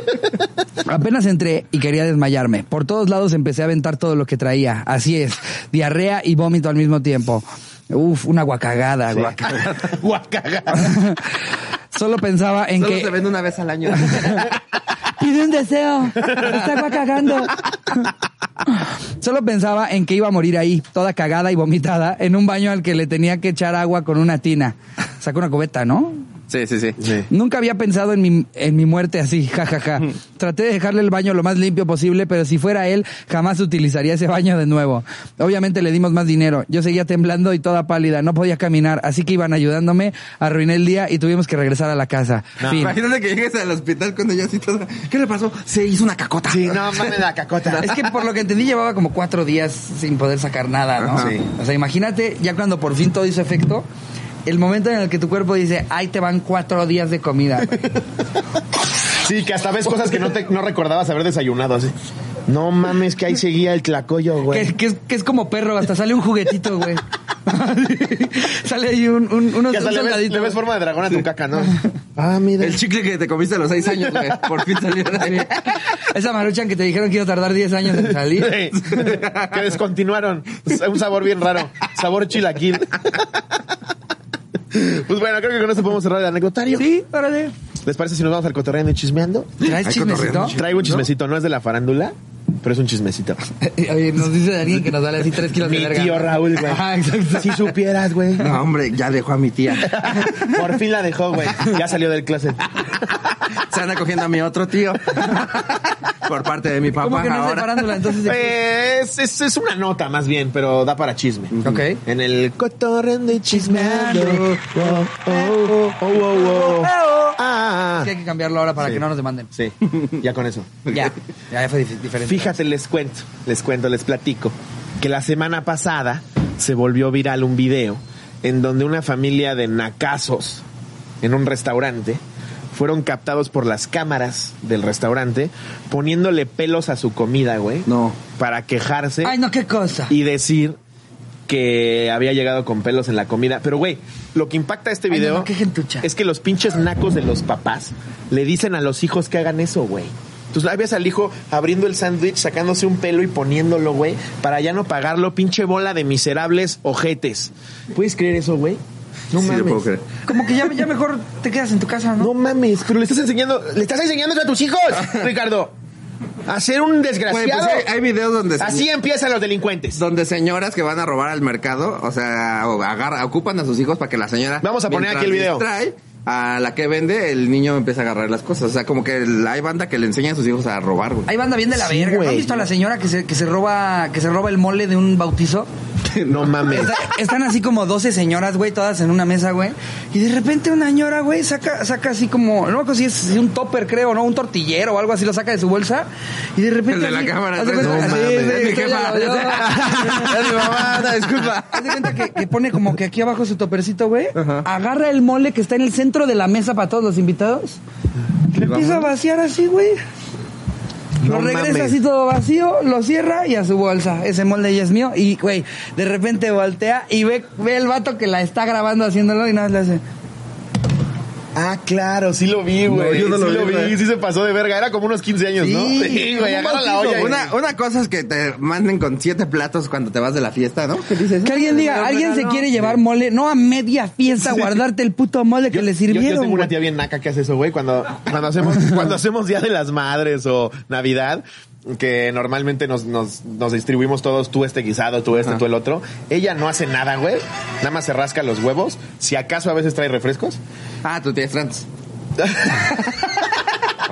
S1: Apenas entré y quería desmayarme. Por todos lados empecé a aventar todo lo que traía. Así es, diarrea y vómito al mismo tiempo. Uf, una guacagada, güey.
S2: Guacagada.
S1: Solo pensaba en
S3: Solo
S1: que
S3: se ven una vez al año.
S1: pide un deseo. Está guacagando. Solo pensaba en que iba a morir ahí, toda cagada y vomitada, en un baño al que le tenía que echar agua con una tina. Sacó una cubeta, ¿no?
S3: sí, sí, sí.
S2: Sí.
S1: Nunca había pensado en mi, en mi muerte así, jajaja. Traté de dejarle el baño lo más limpio posible, pero si fuera él, jamás utilizaría ese baño de nuevo. Obviamente le dimos más dinero. Yo seguía temblando y toda pálida, no podía caminar, así que iban ayudándome, arruiné el día y tuvimos que regresar a la casa. Fin.
S3: Imagínate que llegues al hospital con ella así toda. ¿Qué le pasó? Se hizo una cacota.
S2: Sí, no mames la cacota.
S1: Es que por lo que entendí llevaba como cuatro días sin poder sacar nada, ¿no?
S2: Ajá. Sí.
S1: O sea, imagínate ya cuando por fin todo hizo efecto, el momento en el que tu cuerpo dice, ahí te van cuatro días de comida. güey".
S2: Sí, que hasta ves cosas que no, te, no recordabas haber desayunado así. No mames, que ahí seguía el tlacoyo,
S1: Que,
S2: güey.
S1: que es, que es como perro, hasta sale un juguetito, güey. sale ahí un, un, unos,
S2: Que hasta
S1: un
S2: le ves,
S1: soldadito.
S2: le ves forma de dragón a tu caca, ¿no? Ah, mira.
S3: El chicle que te comiste a los seis años, güey. Por fin salió de ahí.
S1: Esa maruchan que te dijeron que iba a tardar 10 años en salir.
S2: Sí. Que descontinuaron. Un sabor bien raro. Sabor chilaquil. Pues bueno, creo que con esto podemos cerrar el anecdotario.
S1: Sí, órale.
S2: ¿Les parece si nos vamos al cotorreo y chismeando?
S1: ¿Traes
S3: Ay,
S1: chismecito?
S3: cotorreando,
S2: Traigo un chismecito, no es de la farándula, pero es un chismecito.
S1: Oye, nos dice Daniel que nos vale así 3 kilos
S2: Mi
S1: de verga.
S2: tío Raúl, güey.
S1: Ajá, exacto.
S2: Si supieras, güey.
S3: No, hombre, ya dejó a mi tía.
S2: Por fin la dejó, güey. Ya salió del closet.
S3: Se anda cogiendo a mi otro tío. Por parte de mi papá.
S1: ¿Cómo que no es de
S3: ahora.
S1: farándula? Entonces,
S2: Pues, es, es una nota más bien, pero da para chisme.
S1: Ok.
S2: En el cotorreo y chismeando. Oh, oh, oh, oh, oh. Ah, ah,
S1: sí
S2: ah.
S1: hay que cambiarlo ahora para
S2: Sí.
S1: que no nos demanden.
S2: Sí, ya con eso.
S1: Ya, ya fue dif- diferente.
S2: Fíjate, les cuento, les cuento, les platico que la semana pasada se volvió viral un video en donde una familia de nacazos en un restaurante fueron captados por las cámaras del restaurante poniéndole pelos a su comida, güey.
S3: No.
S2: Para quejarse
S1: Ay, no, qué cosa.
S2: y decir que había llegado con pelos en la comida. Pero, güey, lo que impacta este
S1: Ay, no,
S2: video
S1: no, qué gentucha.
S2: es que los pinches nacos de los papás le dicen a los hijos que hagan eso, güey. Entonces la ves al hijo abriendo el sándwich, sacándose un pelo y poniéndolo, güey, para ya no pagarlo, pinche bola de miserables ojetes. ¿Puedes creer eso, güey? No
S3: Sí,
S2: mames.
S3: lo puedo creer.
S1: Como que ya, ya mejor te quedas en tu casa, ¿no?
S2: No mames, pero le estás enseñando, le estás enseñando eso a tus hijos, Ricardo. A ser un
S3: Güey, pues
S2: desgraciado.
S3: hay, hay videos donde,
S2: Así empiezan los delincuentes.
S3: donde señoras que van a robar al mercado, o sea, o agarra- ocupan a sus hijos para que la señora.
S2: Vamos a poner
S3: mientras
S2: aquí el video.
S3: distrae, a la que vende, el niño empieza a agarrar las cosas. O sea, como que el- hay banda que le enseña a sus hijos a robar, güey.
S1: Hay banda bien de la
S2: Sí,
S1: verga. ¿No has
S2: güey.
S1: visto a la señora que se, que se roba que se roba el mole de un bautizo?
S2: No mames.
S1: Está- están así como 12 señoras, güey, todas en una mesa, güey. Y de repente una señora, güey, saca, saca así como, no me acuerdo si es si un topper, creo, ¿no? Un tortillero o algo así, lo saca de su bolsa. Y de repente.
S3: El de la
S1: así,
S3: cámara,
S1: haz de
S3: pues,
S1: cuenta-
S3: no
S1: sí,
S3: mames,
S1: sí,
S3: es mi
S1: esto ya
S3: jefa.
S1: lo vio.
S3: Es mi mamá, no, disculpa.
S1: Haz de cuenta que, que pone como que aquí abajo su topercito, güey. Agarra el mole que está en el centro de la mesa para todos los invitados. Lo empieza a vaciar así, güey. Lo
S2: No
S1: regresa
S2: mames.
S1: así todo vacío, lo cierra y a su bolsa. Ese molde ya es mío. Y, güey, de repente voltea y ve, ve el vato que la está grabando haciéndolo y nada más le hace.
S2: Ah, claro, sí lo vi, güey.
S3: yo no lo
S2: sí
S3: vi,
S2: lo vi,
S3: güey.
S2: sí se pasó de verga. Era como unos 15 años, ¿no?
S1: Sí,
S2: Sí, güey,
S1: como un
S2: agarra la
S1: bautizo,
S2: olla. y-
S3: Una, una cosa es que te manden con siete platos cuando te vas de la fiesta, ¿no? Que dices,
S1: Que alguien
S3: "Ah,
S1: diga,
S3: me
S1: alguien se
S3: regalaron".
S1: quiere llevar mole, no a media fiesta, a guardarte el puto mole que le
S2: Yo,
S1: sirvieron.
S2: yo tengo
S1: güey.
S2: una tía bien naca que hace eso, güey. Cuando, cuando, hacemos, cuando hacemos Día de las Madres o Navidad, que normalmente nos, nos, nos distribuimos todos, tú este guisado, tú este, tú el otro. Ella no hace nada, güey. Nada más se rasca los huevos. Si acaso a veces trae refrescos.
S3: Ah, tú tienes trans.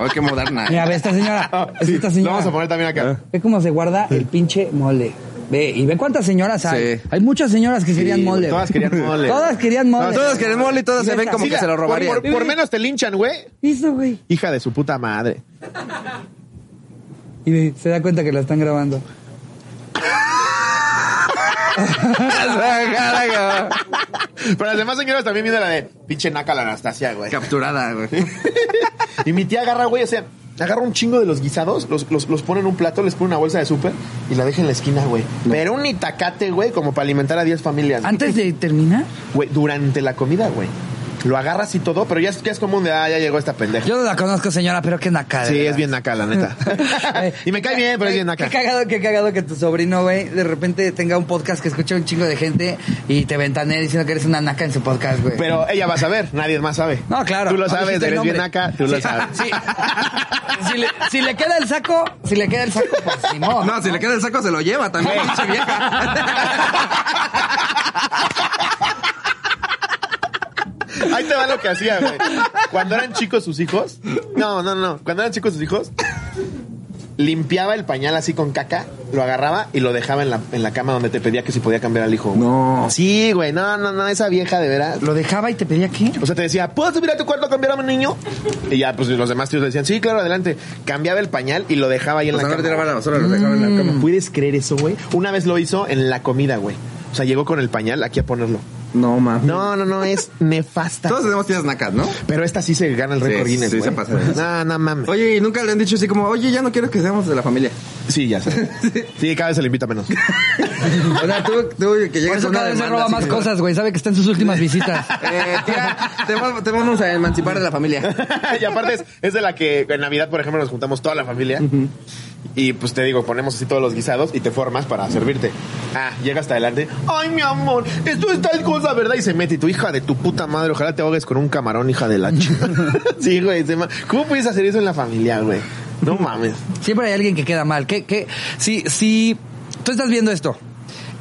S3: Hay que moderna.
S1: Mira, ve esta señora. Ah, es esta
S2: Lo
S1: señora.
S2: vamos a poner también acá.
S1: Ve cómo se guarda el pinche mole. Ve, y ve cuántas señoras hay.
S3: Sí.
S1: Hay muchas señoras que querían mole.
S2: Todas
S1: güey.
S2: querían mole.
S1: Todas querían mole.
S3: No, todas querían mole y todas se ven
S1: esta-
S3: como que
S2: Siga,
S3: se lo
S2: por-
S3: robarían.
S2: Por, por menos te linchan, güey.
S1: Listo, güey.
S2: Hija de su puta madre.
S1: Y ve, se da cuenta que la están grabando.
S2: Pero las demás señoras también vienen la de pinche naca la Anastasia, güey.
S3: Capturada, güey.
S2: Y mi tía agarra, güey, o sea, agarra un chingo de los guisados, los, los, los pone en un plato, les pone una bolsa de súper y la deja en la esquina, güey. Pero un itacate, güey, como para alimentar a 10 familias.
S1: Antes de terminar,
S2: Güey, durante la comida, güey. Lo agarras y todo, pero ya es, ya es común de, ah, ya llegó esta pendeja.
S1: yo no la conozco, señora, pero qué naca. de
S2: sí,
S1: verdad.
S2: es bien naca, la neta. y me cae bien, pero es bien naca.
S1: Qué cagado, qué cagado que tu sobrino, güey, de repente tenga un podcast que escucha un chingo de gente y te ventanee diciendo que eres una naca en su podcast, güey.
S2: Pero ella va a saber, nadie más sabe.
S1: No, claro.
S2: Tú lo
S1: No
S2: sabes,
S1: dijiste el
S2: eres bien
S1: nombre.
S2: naca, tú lo
S1: Sí,
S2: sabes.
S1: sí. Si le, si le queda el saco, si le queda el saco, pues ni modo.
S3: No, si le queda el saco, se lo lleva también, pinche vieja.
S2: Ahí te va lo que hacía, güey. Cuando eran chicos sus hijos. No, no, no. Cuando eran chicos sus hijos, limpiaba el pañal así con caca, lo agarraba y lo dejaba en la, en la cama donde te pedía que si podía cambiar al hijo. güey.
S3: No.
S2: Sí, güey. No, no, no. Esa vieja de veras.
S1: ¿Lo dejaba y te pedía qué?
S2: O sea, te decía, ¿puedo subir a tu cuarto a cambiar a mi niño? Y ya, pues los demás tíos le decían, sí, claro, adelante. Cambiaba el pañal y lo dejaba ahí en
S3: Pues
S2: la
S3: ahora
S2: cama.
S3: tiraba la basura, lo dejaba en la cama.
S2: ¿Puedes creer eso, güey? Una vez lo hizo en la comida, güey. O sea, llegó con el pañal aquí a ponerlo.
S3: No, mames.
S2: Mm. No, no, no, es nefasta.
S3: Todos tenemos tías nacas, ¿no?
S2: Pero esta sí se gana el récord
S3: Sí,
S2: Guinness.
S3: sí,
S2: güey.
S3: se pasa de
S2: No, no mames.
S3: Oye, y nunca le han dicho así como, oye, ya no quiero que seamos de la familia.
S2: Sí, ya sé. Sí, cada vez se le invita menos.
S3: O sea, tú, tú que
S1: Por
S3: llegas a
S1: eso
S3: una
S1: cada vez se
S3: demanda
S1: roba
S3: así
S1: más
S3: como,
S1: cosas, güey. Sabe que está en sus últimas visitas.
S3: Eh, tía, te, va- te vamos a emancipar de la familia.
S2: y aparte es, es de la que en Navidad, por ejemplo, nos juntamos toda la familia. Y pues te digo, ponemos así todos los guisados y te formas para servirte. Ah, llega hasta adelante. Ay, mi amor, esto es tal cosa, ¿verdad? Y se mete. Y tu hija de tu puta madre, ojalá te ahogues con un camarón, hija de la chingada. sí, güey. se ma- ¿Cómo puedes hacer eso en la familia, güey? No mames.
S1: Siempre hay alguien que queda mal. ¿Qué, qué? Si, si tú estás viendo esto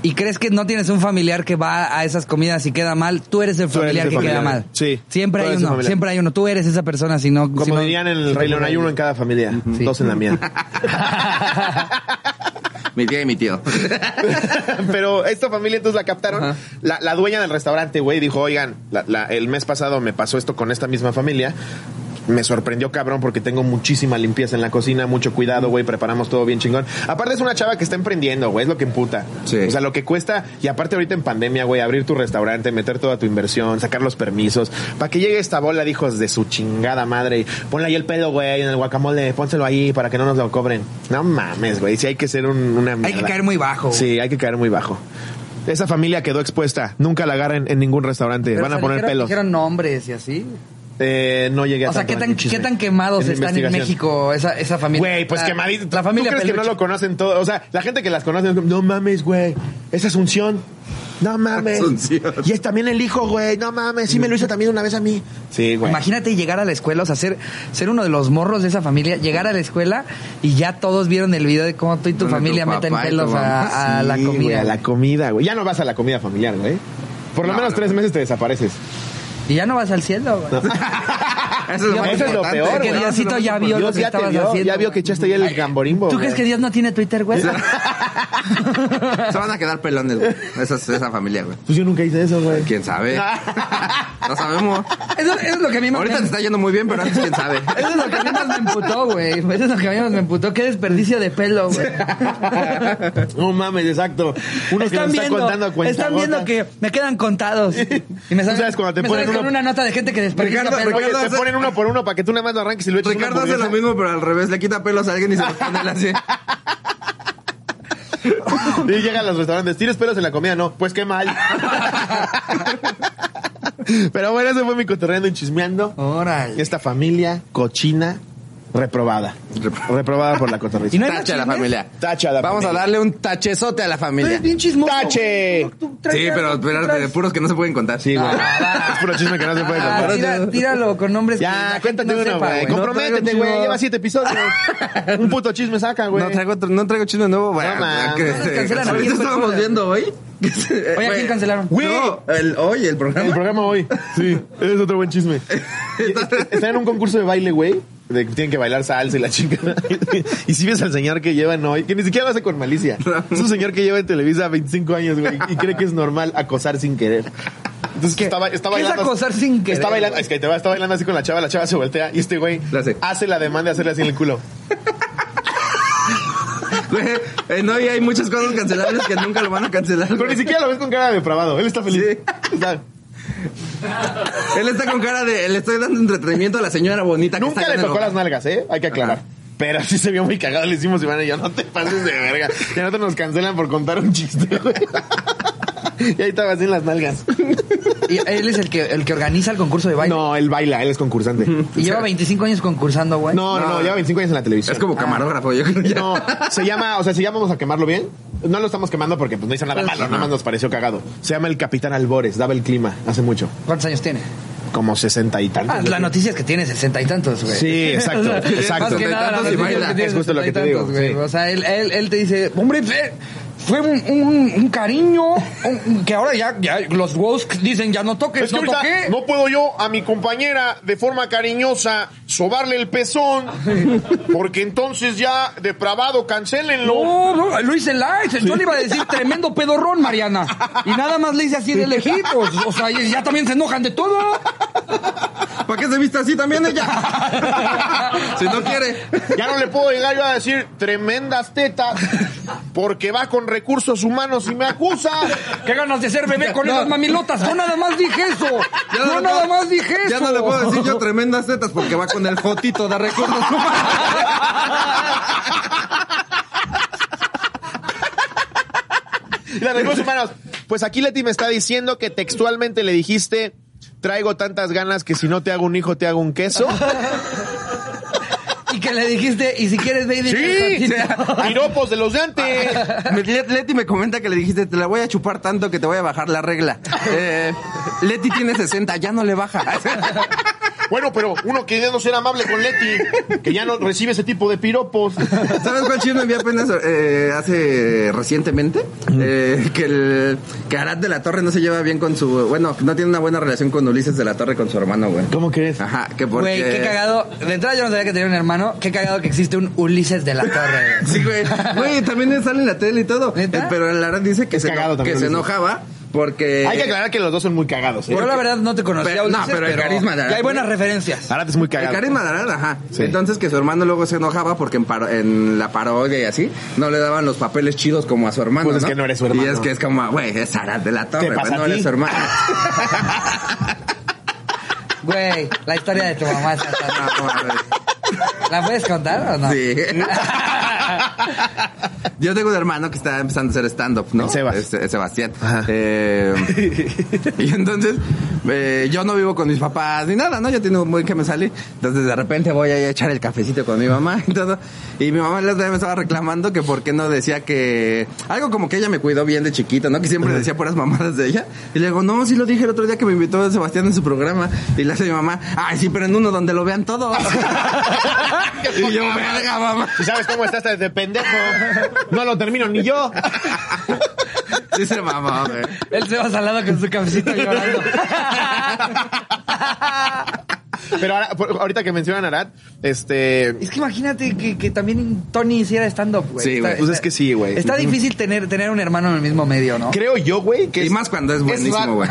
S1: y crees que no tienes un familiar que va a esas comidas y queda mal, tú eres el
S2: Tú eres
S1: familiar
S2: el
S1: que queda
S2: familiar.
S1: mal.
S2: Sí.
S1: Siempre
S2: Tú
S1: hay
S2: eres el
S1: uno,
S2: familiar.
S1: siempre hay uno. Tú eres esa persona si no...
S2: Como
S1: si no-
S2: dirían en el Rey León, hay uno en cada familia.
S1: Sí.
S2: Dos en la mía.
S3: Mi tía y mi tío.
S2: Pero esta familia entonces la captaron.
S3: Ajá.
S2: La, la dueña del restaurante, güey, dijo, oigan, la- la- el mes pasado me pasó esto con esta misma familia. Me sorprendió cabrón porque tengo muchísima limpieza en la cocina, mucho cuidado, güey, preparamos todo bien chingón. Aparte es una chava que está emprendiendo, güey, es lo que emputa.
S3: Sí.
S2: O sea, lo que cuesta, y aparte ahorita en pandemia, güey, abrir tu restaurante, meter toda tu inversión, sacar los permisos, para que llegue esta bola de hijos de su chingada madre. Ponle ahí el pedo, güey, en el guacamole, pónselo ahí para que no nos lo cobren. No mames, güey, si hay que ser un- una
S1: Hay que caer muy bajo. güey.
S2: Sí, hay que caer muy bajo. Esa familia quedó expuesta. Nunca la agarren en ningún restaurante.
S1: Pero
S2: Van a
S1: se
S2: poner
S1: dijeron-
S2: pelos.
S1: Dijeron nombres y así.
S2: Eh, no llegué a
S1: O sea,
S2: tanto
S1: ¿qué
S2: en
S1: tan,
S2: el chisme.
S1: ¿qué tan quemados
S2: la
S1: están en
S2: investigación.
S1: México esa, esa familia?
S2: Güey, pues
S1: La-
S2: quemadito.
S1: La familia
S2: ¿Tú crees que no
S1: Peluche.
S2: lo conocen todo? O sea, la gente que las conoce es como, no mames, güey. Esa es unción. No mames.
S3: Asunción.
S2: Y es también el hijo, güey. No mames. Sí me lo hizo también una vez a mí. Sí, güey.
S1: Imagínate llegar a la escuela, o sea, ser, ser uno de los morros de esa familia, llegar a la escuela y ya todos vieron el video de cómo tú y tu
S3: Bueno,
S1: familia
S3: tu
S1: meten
S3: papá y tu
S1: pelos
S3: mamá,
S1: a, a la
S2: Sí, güey,
S1: comida.
S2: a la comida, güey. Ya no vas a la comida familiar, güey. Por lo
S3: No,
S2: menos
S3: no.
S2: tres meses te desapareces.
S1: Y ya no vas al cielo, güey.
S3: Eso es lo,
S1: Yo-
S3: más
S2: Eso es lo
S3: importante,
S2: peor,
S3: güey.
S1: Que
S2: güey.
S1: Diosito ya
S2: Dios
S1: vio lo que
S2: ya te
S1: estabas
S2: vio,
S1: haciendo.
S2: ya vio que echaste ahí el gamborimbo.
S1: ¿Tú crees que
S2: güey.
S1: Dios no tiene Twitter, güey?
S3: Se van a quedar pelones, güey. Esa, esa familia, güey.
S2: Pues yo nunca hice eso, güey.
S3: ¿Quién sabe? No sabemos.
S1: Eso, eso es lo que a mí más
S3: Ahorita te
S1: me...
S3: está yendo muy bien, pero antes quién sabe.
S1: Eso es lo que a mí más me emputó, güey. Eso es lo que a mí más me emputó. Qué desperdicio de pelo, güey.
S2: No mames, exacto. Uno que
S1: Están
S2: nos está contando
S1: viendo,
S2: a cuenta
S1: están viendo que me quedan contados. Y me
S2: Tú
S1: salen,
S2: sabes cuando te
S1: me
S2: ponen
S1: salen con
S2: uno-
S1: una nota de gente que desperdicia
S3: Ricardo,
S1: pelo.
S2: Oye,
S3: Ricardo
S2: te
S3: hace-
S2: ponen uno por uno para que tú nada más lo arranques y lo echas
S3: Ricardo hace lo
S2: mismo.
S3: mismo, pero al revés. Le quita pelos a alguien y se los pone así.
S2: Y llegan a los restaurantes, tienes pelos en la comida, no, pues qué mal. Pero bueno, ese fue mi cotorreando y chismeando.
S1: Órale.
S2: Esta familia cochina reprobada. Reprobada por la cotorriza.
S1: Y no hay más
S3: Tache a la
S1: chismes?
S3: familia.
S2: Tache a la
S3: Vamos
S2: familia.
S3: a darle un tachezote a la familia.
S1: Eres bien chismoso.
S2: ¡Tache!
S1: güey. Tú- tú traes
S3: Sí,
S1: algo,
S3: pero
S1: tú traes-
S3: espérate, de puros que no se pueden contar.
S2: Sí, güey. Es puro chisme que no se puede
S1: Ah,
S2: contar.
S1: tira- tíralo con nombres que
S2: Ya,
S1: la
S2: cuéntate
S1: gente no
S2: uno,
S1: sepa,
S2: güey.
S1: güey. No
S2: Comprométete,
S1: traigo
S2: güey.
S1: chido.
S2: Lleva siete episodios. Un puto chisme saca, güey.
S3: No traigo, otro- no traigo chisme nuevo. Bueno,
S2: No, man.
S3: que-
S1: Nos cancelan a
S3: ahorita
S1: diez
S3: estábamos
S1: personas.
S3: viendo hoy. que se-
S1: Oye, ¿a
S3: güey,
S1: quién cancelaron?
S2: Güey.
S3: No, el- hoy el
S2: El
S3: programa.
S2: programa hoy. Sí, es otro buen chisme. Están en un concurso de baile, güey. De que tienen que bailar salsa y la chica. Y si ves al señor que llevan hoy, que ni siquiera lo hace con malicia. Es un señor que lleva en Televisa 25 años, güey, y cree que es normal acosar sin querer. Entonces
S1: ¿Qué?
S2: está, ba- está
S1: ¿Qué es
S2: bailando.
S1: acosar sin querer,
S2: Está bailando,
S1: güey?
S2: es que te va, está bailando así con la chava, la chava se voltea y este güey
S3: La hace.
S2: la demanda de hacerle así en el culo.
S3: Güey, En hoy Eh, hay muchas cosas cancelables que nunca lo van a cancelar.
S2: Pero ni
S3: güey.
S2: siquiera lo ves con cara de depravado. Él está feliz. Está-
S3: Él está con cara de, le estoy dando entretenimiento a la señora bonita. que
S2: Nunca le
S3: está acá en el
S2: tocó las
S3: hogar".
S2: nalgas, ¿eh? Hay que aclarar. Pero sí se vio muy cagado, le hicimos Iván y ya no te pases de verga. Ya no te nos cancelan por contar un chiste, güey. Y ahí estaba así en las nalgas.
S1: Y él es el que, el que organiza el concurso de baile.
S2: No, él baila, él es concursante. No,
S1: Y lleva 25 años concursando, güey.
S2: no, no, lleva 25 años en la televisión.
S3: Es como camarógrafo, yo creo. ya.
S2: No, se llama, o sea, si llamamos a quemarlo bien, no lo estamos quemando porque pues, no hizo nada malo, nada más nos pareció cagado. Se llama el Capitán Albores, daba el clima hace mucho,
S1: ¿Cuántos años tiene?
S2: como sesenta y tantos.
S1: Ah,
S2: yo
S1: la
S2: creo.
S1: noticia es que tiene sesenta y tantos, güey.
S2: Sí, exacto,
S1: O sea,
S2: exacto.
S1: Más que nada, la
S3: Tantos
S1: noticia
S3: y baila.
S1: que tiene
S2: Es justo lo que te
S1: 60 y tantos,
S2: digo,
S1: güey.
S2: sí.
S1: O sea, él, él, él te dice, hombre, fue- fue un, un- un cariño un- que ahora ya, ya los wows dicen, ya no toques,
S2: Es que
S1: Pues no
S2: ahorita
S1: toqué.
S2: no puedo yo a mi compañera de forma cariñosa sobarle el pezón, porque entonces ya depravado, cancélenlo.
S1: No, no, lo hice live. Yo le iba a decir tremendo pedorrón, Mariana. Y nada más le hice así de lejitos. O sea, y ya también se enojan de todo.
S3: ¿Para qué se viste así también ella? si no quiere.
S2: Ya no le puedo llegar yo a decir tremendas tetas, porque va con recursos humanos y me acusa.
S1: Qué ganas de ser bebé con esas mamilotas. Yo nada más dije eso.
S3: Ya
S1: Yo
S3: le
S1: nada
S3: puedo-
S1: más dije eso.
S3: Ya no le puedo decir yo tremendas tetas porque va con el fotito de recursos humanos.
S2: Y de recursos humanos, pues aquí Leti me está diciendo que textualmente le dijiste, traigo tantas ganas que si no te hago un hijo, te hago un queso.
S1: Y que le dijiste, y si quieres, baby.
S2: Sí,
S1: calzoncito.
S2: piropos de los de antes.
S3: Me- Let- Leti me comenta que le dijiste, te la voy a chupar tanto que te voy a bajar la regla. Eh, Leti tiene 60, ya no le baja.
S2: Bueno, pero uno que ya no ser amable con Leti, que ya no recibe ese tipo de piropos.
S3: ¿Sabes cuál chisme vi apenas eh, hace recientemente? Eh, que el que Arad de la Torre no se lleva bien con su... Bueno, no tiene una buena relación con Ulises de la Torre, con su hermano, güey.
S2: ¿Cómo crees?
S3: Ajá, que porque...
S1: Güey, qué cagado. De entrada yo no sabía que tenía un hermano. Qué cagado que existe un Ulises de la Torre. güey.
S3: Sí, güey. Güey, también sale en la tele y todo.
S1: ¿Neta?
S3: Eh, Pero el Arad dice que,
S2: Es
S3: se,
S2: cagado
S3: eno-
S2: también,
S3: que se
S2: Ulises.
S3: enojaba porque...
S2: Hay que aclarar que los dos son muy cagados. ¿eh?
S1: Yo la verdad no te conocía,
S3: Pero- no,
S1: Ulises,
S3: pero el carisma de-
S1: ya hay buenas referencias.
S2: Arad es muy
S3: El
S2: cagado.
S3: carisma de Arad, ajá.
S2: Sí.
S3: Entonces que su hermano luego se enojaba porque en, paro- en la parodia y así no le daban los papeles chidos como a su hermano.
S2: Pues es que no eres su hermano.
S3: Y es que es como, güey, es Arad de la Torre,
S2: Te pasa a
S3: güey, no
S2: ti.
S3: eres su hermano.
S1: Güey, la historia de tu mamá es hasta-
S3: No, mames.
S1: ¿La puedes contar o no?
S3: Sí. Yo tengo un hermano que está empezando a hacer stand-up, ¿no?
S2: El Sebas.
S3: Este, Sebastián. Eh, y entonces, eh, yo no vivo con mis papás ni nada, ¿no? Yo tengo muy que me salí. Entonces, de repente voy ahí a echar el cafecito con mi mamá y todo. Y mi mamá el otro día me estaba reclamando que por qué no decía que... Algo como que ella me cuidó bien de chiquito, ¿no? Que siempre decía puras mamadas de ella. Y le digo, no, sí lo dije el otro día que me invitó Sebastián en su programa. Y le hace mi mamá, ay, sí, pero en uno donde lo vean todos. y yo, verga, mamá.
S2: Si sabes cómo estás de pendejo, no lo termino ni yo.
S3: Sí se mamó, güey.
S1: Él se va salado con su cafecito llorando.
S2: Pero ahora- por- ahorita que mencionan a Arad, este.
S1: Es que imagínate que, que también Tony hiciera stand-up, güey.
S3: Sí,
S1: Está-
S3: güey.
S2: Pues es que sí, güey.
S1: Está difícil tener, tener un hermano en el mismo medio, ¿no?
S2: Creo yo, güey, que
S3: Y
S2: es-
S3: más cuando es buenísimo,
S2: raro-
S3: güey.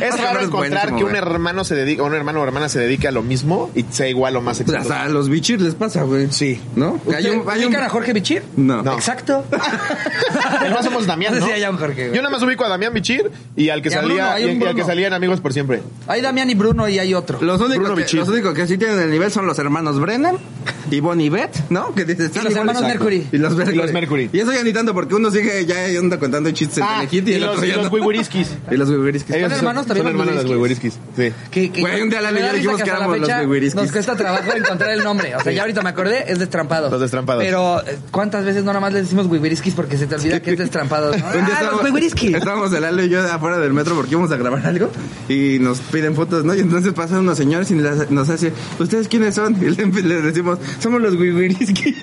S2: Es raro encontrar que un
S3: una
S2: hermano se dedique, o un hermano o hermana se dedique a lo mismo y sea igual o más
S3: Pues
S2: exitoso.
S3: hasta a los bichir les pasa, güey.
S2: Sí.
S3: ¿No?
S1: ¿Usted-
S3: Hay un- hay un-
S1: ubican a Jorge Bichir?
S3: No.
S2: No.
S1: Exacto.
S2: El más somos Damián,
S1: No
S2: ¿no?
S1: sé si haya un Jorge, güey.
S2: Yo nada más ubico a Damián Bichir y al que
S1: Y a Bruno,
S2: salía
S1: hay
S2: y,
S1: un
S2: y al que
S1: Bruno.
S2: salían amigos por siempre.
S1: Hay Damián y Bruno y hay otro.
S3: Los únicos,
S2: Bruno
S3: que,
S2: Bichir.
S3: los únicos que sí tienen el nivel son los hermanos Brennan y Bonnie Bett, ¿no? Que dices, están
S1: los
S3: iguales.
S1: hermanos Mercury.
S3: Y los Mercury.
S2: Y los Mercury. Ah,
S3: Y eso ya ni tanto, porque uno sigue, ya anda contando chistes en Telehit y el
S2: y los,
S3: otro
S2: y
S3: ya
S2: los
S3: no.
S2: Wiwiriskis.
S3: Y los Wiwiris que-
S2: Ellos
S1: hermanos también
S2: Son
S1: los
S2: hermanos los Wiwiriskis. Sí.
S1: Que, que-
S3: Güey, un día a la
S1: me
S3: ley
S1: da
S3: dijimos
S1: risa
S3: que
S1: hasta la
S3: éramos los
S1: fecha
S3: Wewiriskis.
S1: Nos cuesta trabajo encontrar el nombre. O sea, ya ahorita me acordé, es Destrampados.
S2: Los Destrampados.
S1: Pero, eh, ¿cuántas veces no nada más le decimos Wewiriskis porque se te olvida que es Destrampados? ¿no?
S3: Un día
S1: ah, los Wewiriskis.
S3: Estábamos el Lalo y yo afuera del metro porque íbamos a grabar algo y nos piden fotos, ¿no? Y entonces pasan unos señores y las- nos hace, ¿ustedes quiénes son? Y le, le decimos, somos los Wiwiriski.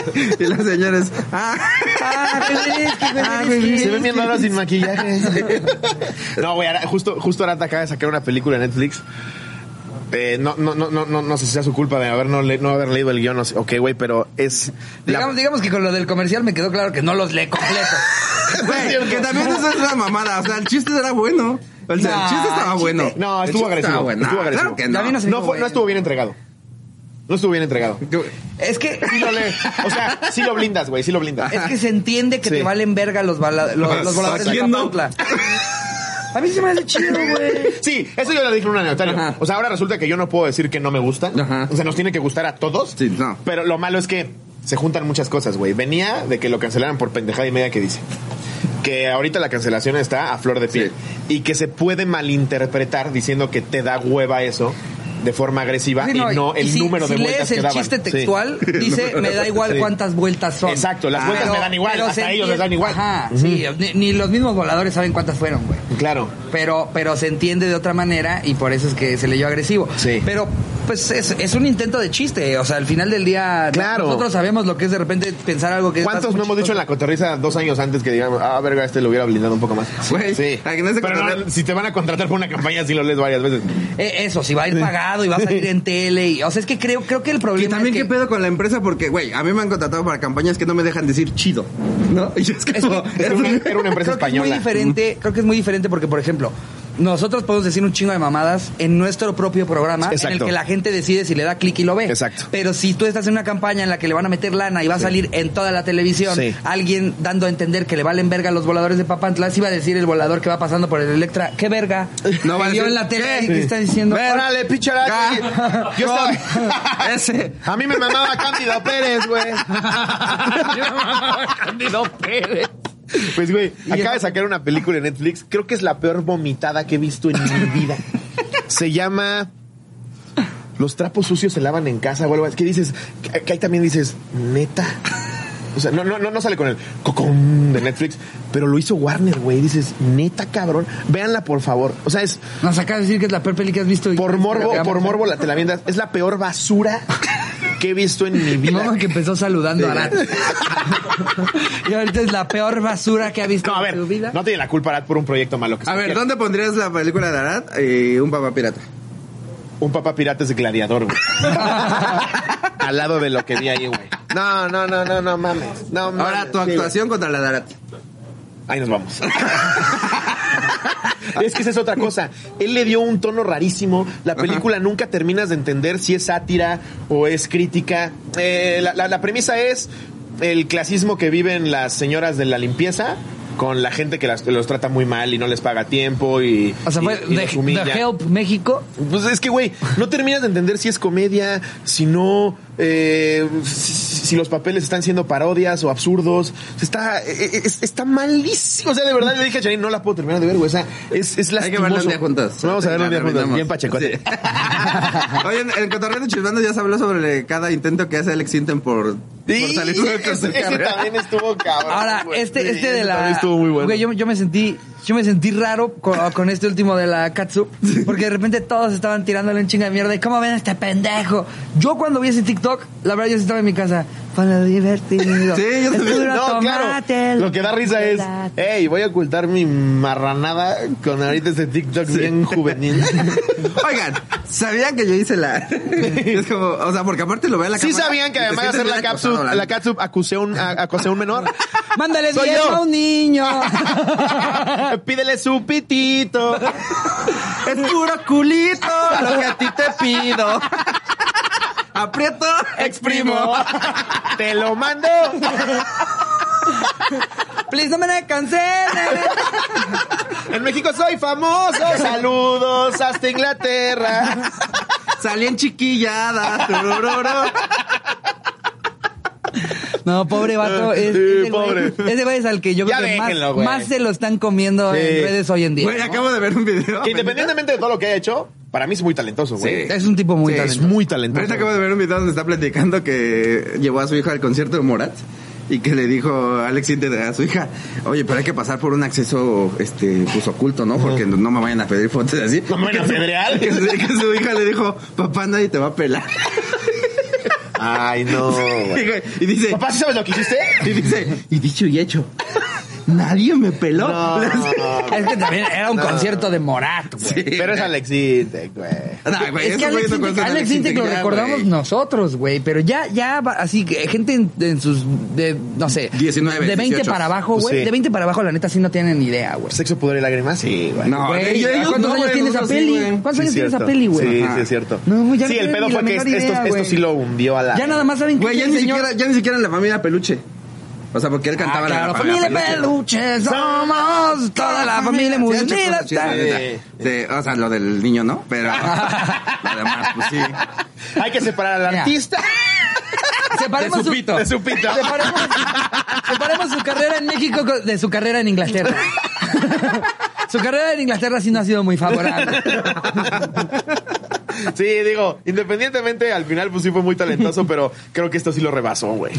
S3: y los señores, ah,
S1: Ah, Wewiriskis,
S3: Ah,
S1: Wewiriskis.
S2: Se ven bien raros sin maquillaje. no, güey, ahora- justo, justo Arata acaba de sacar una película en Netflix. Eh, no, no, no, no, no, no sé si sea su culpa de haber no, le- no haber leído el guión. no sé. Ok, güey, pero es. la-
S1: Digamos, digamos que con lo del comercial me quedó claro que no los lee completo.
S3: güey, que también eso es una mamada. O sea, el chiste era bueno. O sea,
S1: Nah,
S3: el chiste estaba
S1: chiste-
S3: bueno.
S2: No, estuvo
S3: El chiste
S2: agresivo.
S3: estaba bueno.
S2: Estuvo
S3: Ah,
S2: agresivo.
S3: Claro que
S1: Ya
S3: no.
S1: vino-
S2: no, fue- no estuvo bien entregado. No estuvo bien entregado.
S1: Es que,
S2: Sí lo lee. O sea, sí lo blindas, güey, sí lo blindas.
S1: es que se entiende que
S2: Sí. Pues,
S1: te valen verga los, bala- los, los voladores de
S3: Saliendo.
S1: Papantla. A mí se me hace chido, güey.
S2: Sí, eso yo lo dije en un anecdotario.
S3: Ajá.
S2: O sea, ahora resulta que yo no puedo decir que no me gusta.
S3: Ajá.
S2: O sea, nos tiene que gustar a todos.
S3: Sí, no.
S2: Pero lo malo es que se juntan muchas cosas, güey. Venía de que lo cancelaran por pendejada y media que dice. Que ahorita la cancelación está a flor de piel. Y que se puede malinterpretar diciendo que te da hueva eso de forma agresiva
S1: Sí,
S2: y no
S1: y
S2: el
S1: si-
S2: número de
S1: si
S2: vueltas
S1: lees
S2: que
S1: el
S2: daban.
S1: chiste
S2: Sí.
S1: textual, dice, me da igual
S2: Sí.
S1: cuántas vueltas son.
S2: Exacto, las vueltas me dan igual,
S1: pero
S2: hasta
S1: se
S2: ellos les dan
S1: entiende-
S2: igual.
S1: Ajá, sí, ni, ni los mismos voladores saben cuántas fueron, güey.
S2: Claro.
S1: Pero, pero se entiende de otra manera y por eso es que se leyó agresivo.
S2: Sí.
S1: Pero, pues, es, es un intento de chiste. O sea, al final del día, no-
S2: Claro.
S1: nosotros sabemos lo que es de repente pensar algo que...
S2: ¿Cuántos
S1: estás
S2: no hemos dicho en la cotorriza dos años antes que digamos, ah, verga, este lo hubiera blindado un poco más?
S3: Güey,
S2: sí.
S3: a que no se
S2: Pero no,
S3: cotorrea-
S2: si te van a contratar por una campaña, sí lo lees varias veces.
S1: Eh, eso, si va a ir pagado y va a salir en tele. Y, o sea, es que creo, creo que el problema
S3: Y también
S1: es
S3: qué
S1: que...
S3: pedo con la empresa porque, güey, a mí me han contratado para campañas que no me dejan decir chido, ¿no? Y yo es
S1: Es
S3: como...
S1: que-
S2: Era una, era una empresa
S1: creo Que
S2: española.
S1: es muy diferente, creo que es muy diferente porque, por ejemplo, nosotros podemos decir un chingo de mamadas en nuestro propio programa en el
S2: Exacto.
S1: que la gente decide si le da clic y lo ve.
S2: Exacto.
S1: Pero si tú estás en una campaña en la que le van a meter lana y va a salir en toda la televisión
S2: Sí.
S1: alguien dando a entender que le valen verga los voladores de Papantla, si va a decir el volador que va pasando por el Electra, ¿qué verga?
S3: No va a
S1: Que vio
S3: decir,
S1: en la tele
S3: ¿qué?
S1: y que está diciendo...
S2: Órale, pinche Araki.
S3: Ah.
S2: Yo
S3: Con-
S2: estaba-
S3: Ese.
S2: A mí me mamaba Cándido Pérez, güey. Pues, güey, acaba de sacar una película en Netflix. Creo que es la peor vomitada que he visto en mi vida. Se llama... Los trapos sucios se lavan en casa, güey. ¿Qué dices? Que que ahí también dices, neta. O sea, no, no, no, no sale con el cocón de Netflix, pero lo hizo Warner, güey. Dices, neta, cabrón. Véanla, por favor. O sea, es
S1: Nos acaba de decir que es la peor peli que has visto. y-
S2: por morbo,
S1: Veamos. ¿eh?
S2: por morbo la te la viendas. Es la peor basura que he visto en mi
S1: Mi
S2: vida.
S1: mamá que empezó saludando a Arat. y ahorita es la peor basura que ha visto
S2: No, a
S1: en
S2: ver,
S1: su vida.
S2: no tiene la culpa Arad por un proyecto malo que
S3: A ver,
S2: escogiera.
S3: ¿dónde pondrías la película de Arad? Eh, un papá pirata.
S2: Un papá pirata es gladiador, güey. Al lado de lo que vi ahí, güey. No, no, no, no, no mames. No mames.
S3: Ahora, tu
S2: Sí, güey.
S3: actuación contra la de Arad.
S2: Ahí nos vamos. es que esa es otra cosa. Él le dio un tono rarísimo. La película nunca terminas de entender si es sátira o es crítica. Eh, la, la- la premisa es el clasismo que viven las señoras de la limpieza con la gente que las- los trata muy mal y no les paga a tiempo y,
S1: O sea,
S2: y-
S1: fue
S2: y
S1: The,
S2: los humilla.
S1: The Help México.
S2: Pues es que, güey, no terminas de entender si es comedia, si no, eh, si, si los papeles están siendo parodias o absurdos. Está, eh, es- está malísimo. O sea, de verdad le dije a Janine, no la puedo terminar de ver, güey. O sea, es, es
S3: Hay que verla un día
S2: lastimoso.
S3: juntos.
S2: Vamos a verla un
S3: Ya
S2: día juntos.
S3: terminamos.
S2: Bien pacheco.
S3: Sí. Oye, en el Cotorreo de Chismando ya se habló sobre cada intento que hace Alex Sinten por, por salir con su
S2: ese
S3: carrera.
S2: también estuvo cabrón.
S1: Ahora,
S2: güey.
S1: este,
S2: Ah, Sí,
S1: este de
S2: ese
S1: la.
S2: también estuvo muy bueno.
S1: Güey, yo, yo me sentí. Yo me sentí raro con, con este último de la Katsu. Porque de repente todos estaban tirándole un chinga de mierda. ¿Y cómo ven a este pendejo? Yo cuando vi ese TikTok, la verdad yo sí estaba en mi casa. Para divertido.
S3: Sí, yo
S1: Es
S3: también.
S1: puro
S2: No,
S1: tomate.
S2: claro. Lo que da risa es, hey, voy a ocultar mi marranada con ahorita este TikTok bien juvenil.
S3: Oigan, ¿sabían que yo hice la...? es como, o sea, porque aparte lo ve a la
S2: Sí
S3: cámara
S2: sabían que
S3: y te
S2: además de hacer
S3: sientes
S2: la
S3: bien
S2: capsub,
S3: acosado,
S2: la
S3: neta.
S2: capsub acusé a un, a- acosé a un menor.
S1: Mándale
S2: Soy
S1: bien
S2: yo.
S1: a un niño.
S2: Pídele su pitito.
S3: Es puro culito lo que a ti te pido. Aprieto, exprimo.
S2: Te lo mando.
S1: Please, no me la cancelen.
S2: En México soy famoso. Saludos hasta Inglaterra.
S3: Salí en chiquillada. turururu.
S1: No, pobre vato. Es, ese
S2: Sí,
S1: güey-
S2: pobre.
S1: Ese güey es al que yo
S2: Ya
S1: creo que
S2: déjenlo,
S1: más,
S2: güey.
S1: más se lo están comiendo
S2: Sí.
S1: en redes hoy en día.
S3: Güey, acabo de ver un video.
S2: Que independientemente de todo lo que haya hecho, para mí es muy talentoso, güey.
S1: Es un tipo muy
S3: Sí,
S2: Es
S1: talentoso.
S2: muy
S3: Ahorita
S2: talentoso.
S3: acabo de ver un video donde está platicando que llevó a su hija al concierto de Morat y que le dijo Alex Intec a su hija, oye, pero hay que pasar por un acceso este pues oculto, ¿no? Porque no, no me vayan a pedir fotos así.
S2: No me vayan a
S3: Que su-
S2: pedrear.
S3: Que su, que su hija le dijo, papá, nadie te va a pelar.
S2: Ay, no, güey.
S3: Y dice,
S2: Papá, ¿sí sabes lo que hiciste?
S3: y dice, y dicho y hecho, nadie me peló.
S2: No,
S1: Es que también era un concierto de Morat, güey.
S3: Sí,
S2: Pero es
S3: güey.
S2: Alex Intec, güey.
S3: Nah, güey,
S1: es que
S3: esos
S1: Alex
S3: güeyes no
S1: Intec,
S3: conocen a
S1: Alex Intec lo
S3: ya,
S1: recordamos
S3: güey.
S1: nosotros, güey, pero ya, ya, va- así, que gente en, en sus, de, no sé,
S3: 19,
S1: de 20
S3: 18.
S1: para abajo, güey,
S2: Sí.
S1: de 20 para abajo, la neta, sí no tienen ni idea, güey.
S2: Sexo, pudor y lágrimas. Sí, güey.
S3: No,
S1: Güey,
S3: ellos- ellos
S1: ¿Cuántos
S3: no,
S1: años
S3: güey,
S1: tiene esa
S3: nosotros sí,
S1: peli?
S3: güey.
S1: ¿Cuántos
S2: Sí,
S1: años tiene
S2: cierto.
S1: esa peli, güey?
S2: Sí,
S1: Ajá.
S2: sí, es cierto.
S1: No, ya no
S2: sí, el
S1: tienen
S2: pedo
S1: ni
S2: fue
S1: la
S2: que
S1: menor
S2: esto,
S1: idea,
S2: esto
S1: güey.
S2: sí lo hundió a la.
S1: Ya nada más saben que
S3: Güey, ya
S1: ese
S3: ni,
S1: señor-
S3: siquiera, ya ni siquiera en la familia peluche. O sea, porque él
S1: Ah,
S3: cantaba la-
S1: claro,
S3: la
S1: familia peluche, somos toda la familia muy
S3: Ah, Sí, ha hecho
S1: unida.
S3: cosas chidas, la neta.
S2: Sí.
S3: De- o sea, lo del niño no, pero lo demás, pues sí.
S2: Hay que separar al
S1: Ya.
S2: artista
S1: Separemos su,
S2: de su pito.
S1: separemos, separemos su carrera en México con- de su carrera en Inglaterra. su carrera en Inglaterra sí no ha sido muy favorable.
S2: Sí, digo, independientemente, al final, pues sí fue muy talentoso, pero creo que esto sí lo rebasó, güey.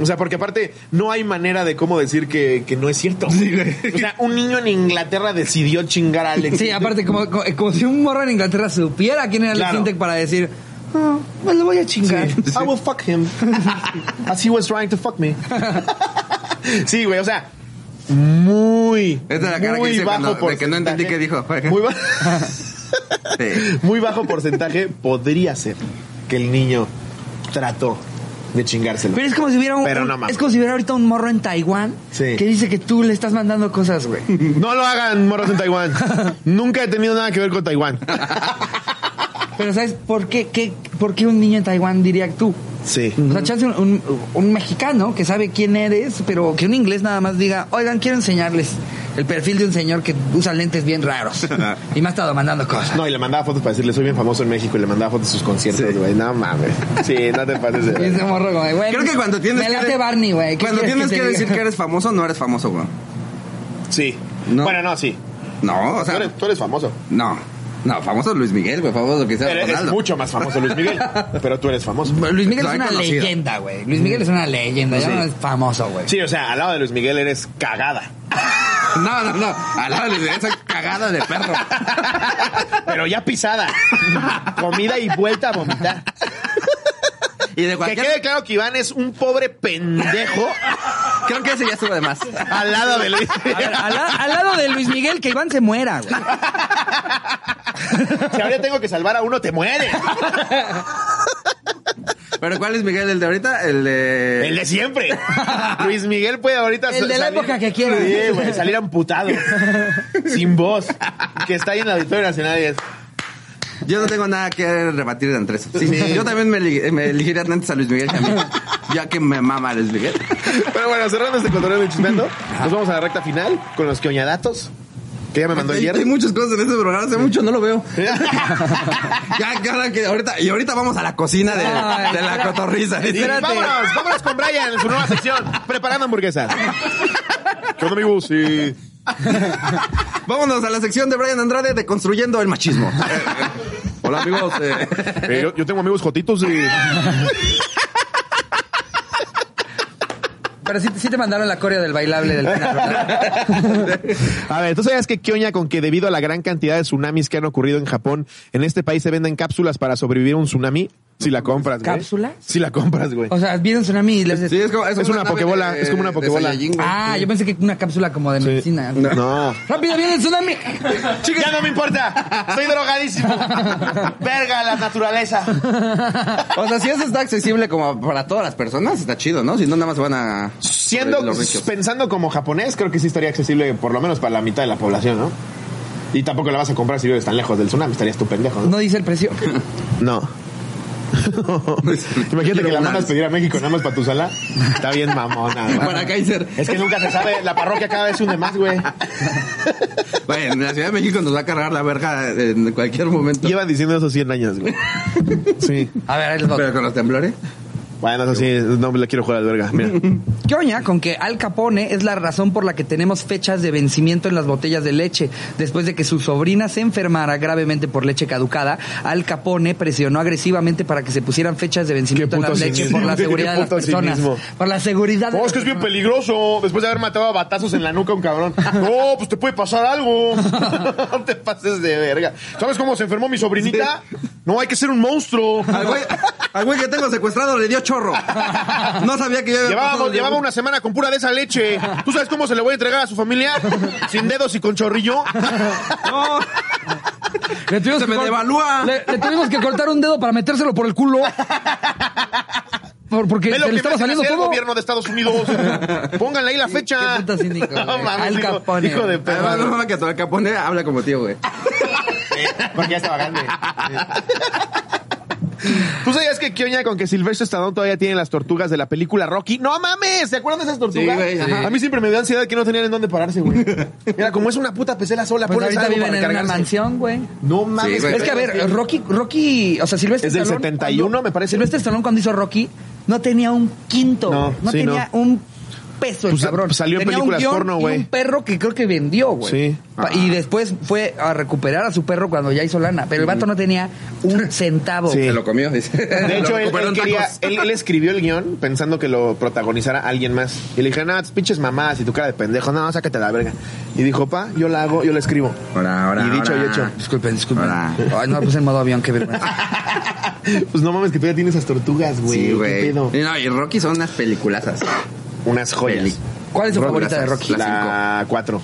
S2: O sea, porque aparte, no hay manera de cómo decir que, que no es cierto. O sea, un niño en Inglaterra decidió chingar a Alex.
S1: Sí, aparte, como, como, como si un morro en Inglaterra supiera quién era el
S2: Claro.
S1: fintech para decir, "Ah, pues lo voy a chingar.
S2: I will fuck him. As he was trying to fuck me. Sí, güey, o sea, muy.
S3: Esta es la cara que
S2: muy
S3: hice cuando-
S2: bajo
S3: de que no entendí
S2: porcentaje.
S3: qué dijo.
S2: Muy bajo.
S3: Sí.
S2: muy bajo porcentaje podría ser que el niño trató de chingárselo.
S1: Pero es como si hubiera un,
S2: Pero
S1: un-
S2: no mames.
S1: es como si hubiera ahorita un morro en Taiwán
S2: Sí.
S1: que dice que tú le estás mandando cosas, güey.
S2: No lo hagan, morros en Taiwán. Nunca he tenido nada que ver con Taiwán.
S1: Pero ¿sabes por qué, qué, por qué un niño en Taiwán diría tú?
S2: Sí.
S1: O sea, chance un, un- un mexicano que sabe quién eres, pero que un inglés nada más diga, oigan, quiero enseñarles el perfil de un señor que usa lentes bien raros y me ha estado mandando cosas.
S2: No, y le mandaba fotos para decirle, soy bien famoso en México, y le mandaba fotos de sus conciertos,
S3: Sí.
S2: güey. No mames. Sí, no te pases de
S1: Y ese morro como de, güey,
S3: Creo que cuando tienes
S1: Me late
S3: de-
S1: Barney, güey. ¿qué
S3: Cuando
S1: quieres
S3: tienes
S1: te
S3: que,
S1: diga?
S3: decir que eres famoso, no eres famoso, güey.
S2: Sí.
S3: No.
S2: Bueno, no, sí.
S3: No, o
S2: Tú
S3: sea,
S2: eres, tú eres famoso.
S3: no. No, famoso Luis Miguel, güey, famoso que sea
S2: Pero es
S3: Ronaldo.
S2: mucho más famoso Luis Miguel. Pero tú eres famoso.
S1: Luis Miguel es
S3: Soy
S1: una
S3: conocido.
S1: leyenda, güey. Luis Miguel es una leyenda, ya
S2: Sí.
S1: no es famoso, güey.
S2: Sí, o sea, al lado de Luis Miguel eres cagada.
S3: No, no, no. Al lado de Luis Miguel, soy cagada de perro.
S2: Pero ya pisada. Comida y vuelta a vomitar.
S3: Y de
S2: Que
S3: cualquier...
S2: quede claro que Iván es un pobre pendejo
S3: Creo que ese ya estuvo de más.
S2: al lado de Luis
S1: A ver,
S2: Miguel.
S1: al, la- al lado de Luis Miguel, que Iván se muera, güey.
S2: Si ahora tengo que salvar a uno, te mueres.
S3: Pero ¿cuál es Miguel, el de ahorita? El de...
S2: El de siempre. Luis Miguel puede ahorita
S1: El de la época que quiera.
S2: quiero Sí, güey, salir amputado. sin voz. Que está ahí en la Auditorio Nacional y es.
S3: Yo no tengo nada que rebatir de Andrés. Sí, Yo también me, eli- me elegiría antes a Luis Miguel que a mí, ya que me mama Luis Miguel.
S2: Pero bueno, cerrando este cotorreo de chismeando, nos vamos a la recta final con los queoñadatos. Que ya me mandó
S3: Hay,
S2: ayer.
S3: hay muchas cosas en este programa, hace mucho no lo veo. ya, que ahora que ahorita, y ahorita vamos a la cocina de,
S1: Ay,
S3: de la
S1: espera.
S3: cotorriza.
S2: Y
S1: Espérate.
S2: vámonos, vámonos con Brian en su nueva sección, preparando hamburguesas. ¿Qué onda, amigos? Sí.
S3: Vámonos a la sección de Brian Andrade de Construyendo el Machismo. Eh, Hola amigos. eh,
S2: Eh, yo, yo tengo amigos jotitos y...
S1: Pero sí, sí te mandaron la coreo del bailable del final, ¿verdad?
S2: A ver, ¿tú sabías que Kioña con que debido a la gran cantidad de tsunamis que han ocurrido en Japón, en este país se venden cápsulas para sobrevivir a un tsunami? Si la compras, güey.
S1: ¿Cápsulas?
S2: Si la compras, güey.
S1: O sea, viene un tsunami y le haces-
S3: Sí, es como,
S2: Es una
S3: nave
S2: pokebola,
S3: de-
S2: es como una
S3: de
S2: pokebola.
S3: Saiyajin, güey.
S1: Ah, yo pensé que una cápsula como de
S2: Sí.
S1: medicina.
S2: No.
S1: ¡Rápido, viene el tsunami!
S2: Ya no me importa. Soy drogadísimo. Verga la naturaleza.
S3: O sea, si eso está accesible como para todas las personas, está chido, ¿no? Si no, nada más van a...
S2: Siendo,
S3: los ricos.
S2: pensando como japonés, creo que sí estaría accesible por lo menos para la mitad de la población, ¿no? Y tampoco la vas a comprar si vives tan lejos del tsunami, estarías tu pendejo, ¿no?
S1: No dice el precio.
S2: No. Imagínate que la
S3: Pues, Quiero
S2: mandas
S3: unas.
S2: pedir a México nada más para tu sala. Está bien mamona. güey.
S3: Para Kaiser.
S2: Es que nunca se sabe, la parroquia cada vez hunde más, güey.
S3: Bueno, en la Ciudad de México nos va a cargar la verga en cualquier momento.
S2: Llevan diciendo eso 100 años, güey. Sí.
S1: A ver, ahí les va.
S3: Pero con los temblores.
S2: Bueno, eso sí, no me la quiero jugar al verga. Mira.
S1: ¿Qué oña con que Al Capone es la razón por la que tenemos fechas de vencimiento en las botellas de leche? Después de que su sobrina se enfermara gravemente por leche caducada, Al Capone presionó agresivamente para que se pusieran fechas de vencimiento en
S2: Qué
S1: las
S2: puto
S1: leches
S2: cinismo,
S1: por la
S2: güey,
S1: seguridad
S2: qué
S1: de las
S2: puto
S1: personas.
S2: cinismo.
S1: Por la seguridad de
S2: No,
S1: las
S2: Oh, es que es bien
S1: personas.
S2: peligroso. Después de haber matado a batazos en la nuca a un cabrón. No, pues te puede pasar algo. No te pases de verga. ¿Sabes cómo se enfermó mi sobrinita? No, hay que ser un monstruo.
S3: Al güey, al güey que tengo secuestrado le dio chorro. No sabía que yo había pasado
S2: Llevábamos,
S3: de-
S2: llevaba una semana con pura de esa leche. ¿Tú sabes cómo se le voy a entregar a su familia? Sin dedos y con chorrillo.
S3: No,
S1: Le tuvimos
S3: Se
S1: que
S3: me
S1: cort-
S3: devalúa.
S1: Le, le tuvimos que cortar un dedo para metérselo por el culo. Por- porque
S2: Ve
S1: se
S2: lo que
S1: le
S2: me
S1: estaba
S2: hacen
S1: saliendo
S2: hacer el
S1: todo.
S2: gobierno de Estados Unidos. Pónganle ahí la fecha.
S1: qué puto cínico,
S2: no
S1: güey.
S2: mames,
S1: Al
S2: hijo-
S1: Capone.
S2: hijo de
S3: además no
S2: perro.
S3: mames que todo el capone habla como tío, güey.
S2: Porque ya estaba grande. ¿Tú sabías que Kioña con que Silvestre Stallone todavía tiene las tortugas de la película Rocky? ¡No mames! ¿Se acuerdan de esas tortugas?
S3: Sí, güey, ajá.
S2: A mí siempre me dio ansiedad que no tenían en dónde pararse, güey. Mira, como es una puta pecera sola,
S1: Pues
S2: pones
S1: ahorita
S2: algo
S1: viven
S2: para
S1: en una
S2: cargarse.
S1: mansión, güey.
S2: No mames.
S3: Sí, güey.
S1: Es que, a ver, Rocky, Rocky, o sea, Silvestre
S2: Pues, Es del 71, me parece.
S1: Silvestre Stallone cuando hizo Rocky no tenía un quinto,
S2: No,
S1: no, no
S2: sí,
S1: tenía
S2: no.
S1: un peso el
S2: Pues,
S1: cabrón.
S2: pues, salió en
S1: tenía
S2: películas
S1: un guión
S2: porno,
S1: y
S2: güey.
S1: un perro que creo que vendió, güey.
S2: Sí. Ah.
S1: Pa- Y después fue a recuperar a su perro cuando ya hizo lana, pero el vato no tenía un centavo.
S2: Sí.
S3: Se lo comió, dice.
S2: De hecho,
S3: Lo
S2: él, él
S3: recuperó en
S2: quería-
S3: tacos.
S2: él- él escribió el guión pensando que lo protagonizara alguien más. Y le dije, no, tus pinches mamadas y tu cara de pendejo, no, sácate a la verga. Y dijo, pa, yo la hago, yo la escribo.
S3: Ahora, ahora,
S2: y dicho
S3: ahora.
S2: y hecho.
S1: Ah, Disculpen, disculpen.
S3: Ahora.
S1: Ay, no, pues en modo avión, qué vergüenza.
S2: Pues no mames que tú ya tienes esas tortugas, güey.
S3: Sí,
S2: ¿Qué
S3: güey. Y,
S2: pedo?
S3: no, y Rocky son unas peliculazas.
S2: Unas joyas.
S3: Peli.
S1: ¿Cuál es su
S3: Rocky,
S1: favorita de
S3: las-
S1: Rocky?
S3: las-
S2: La 4.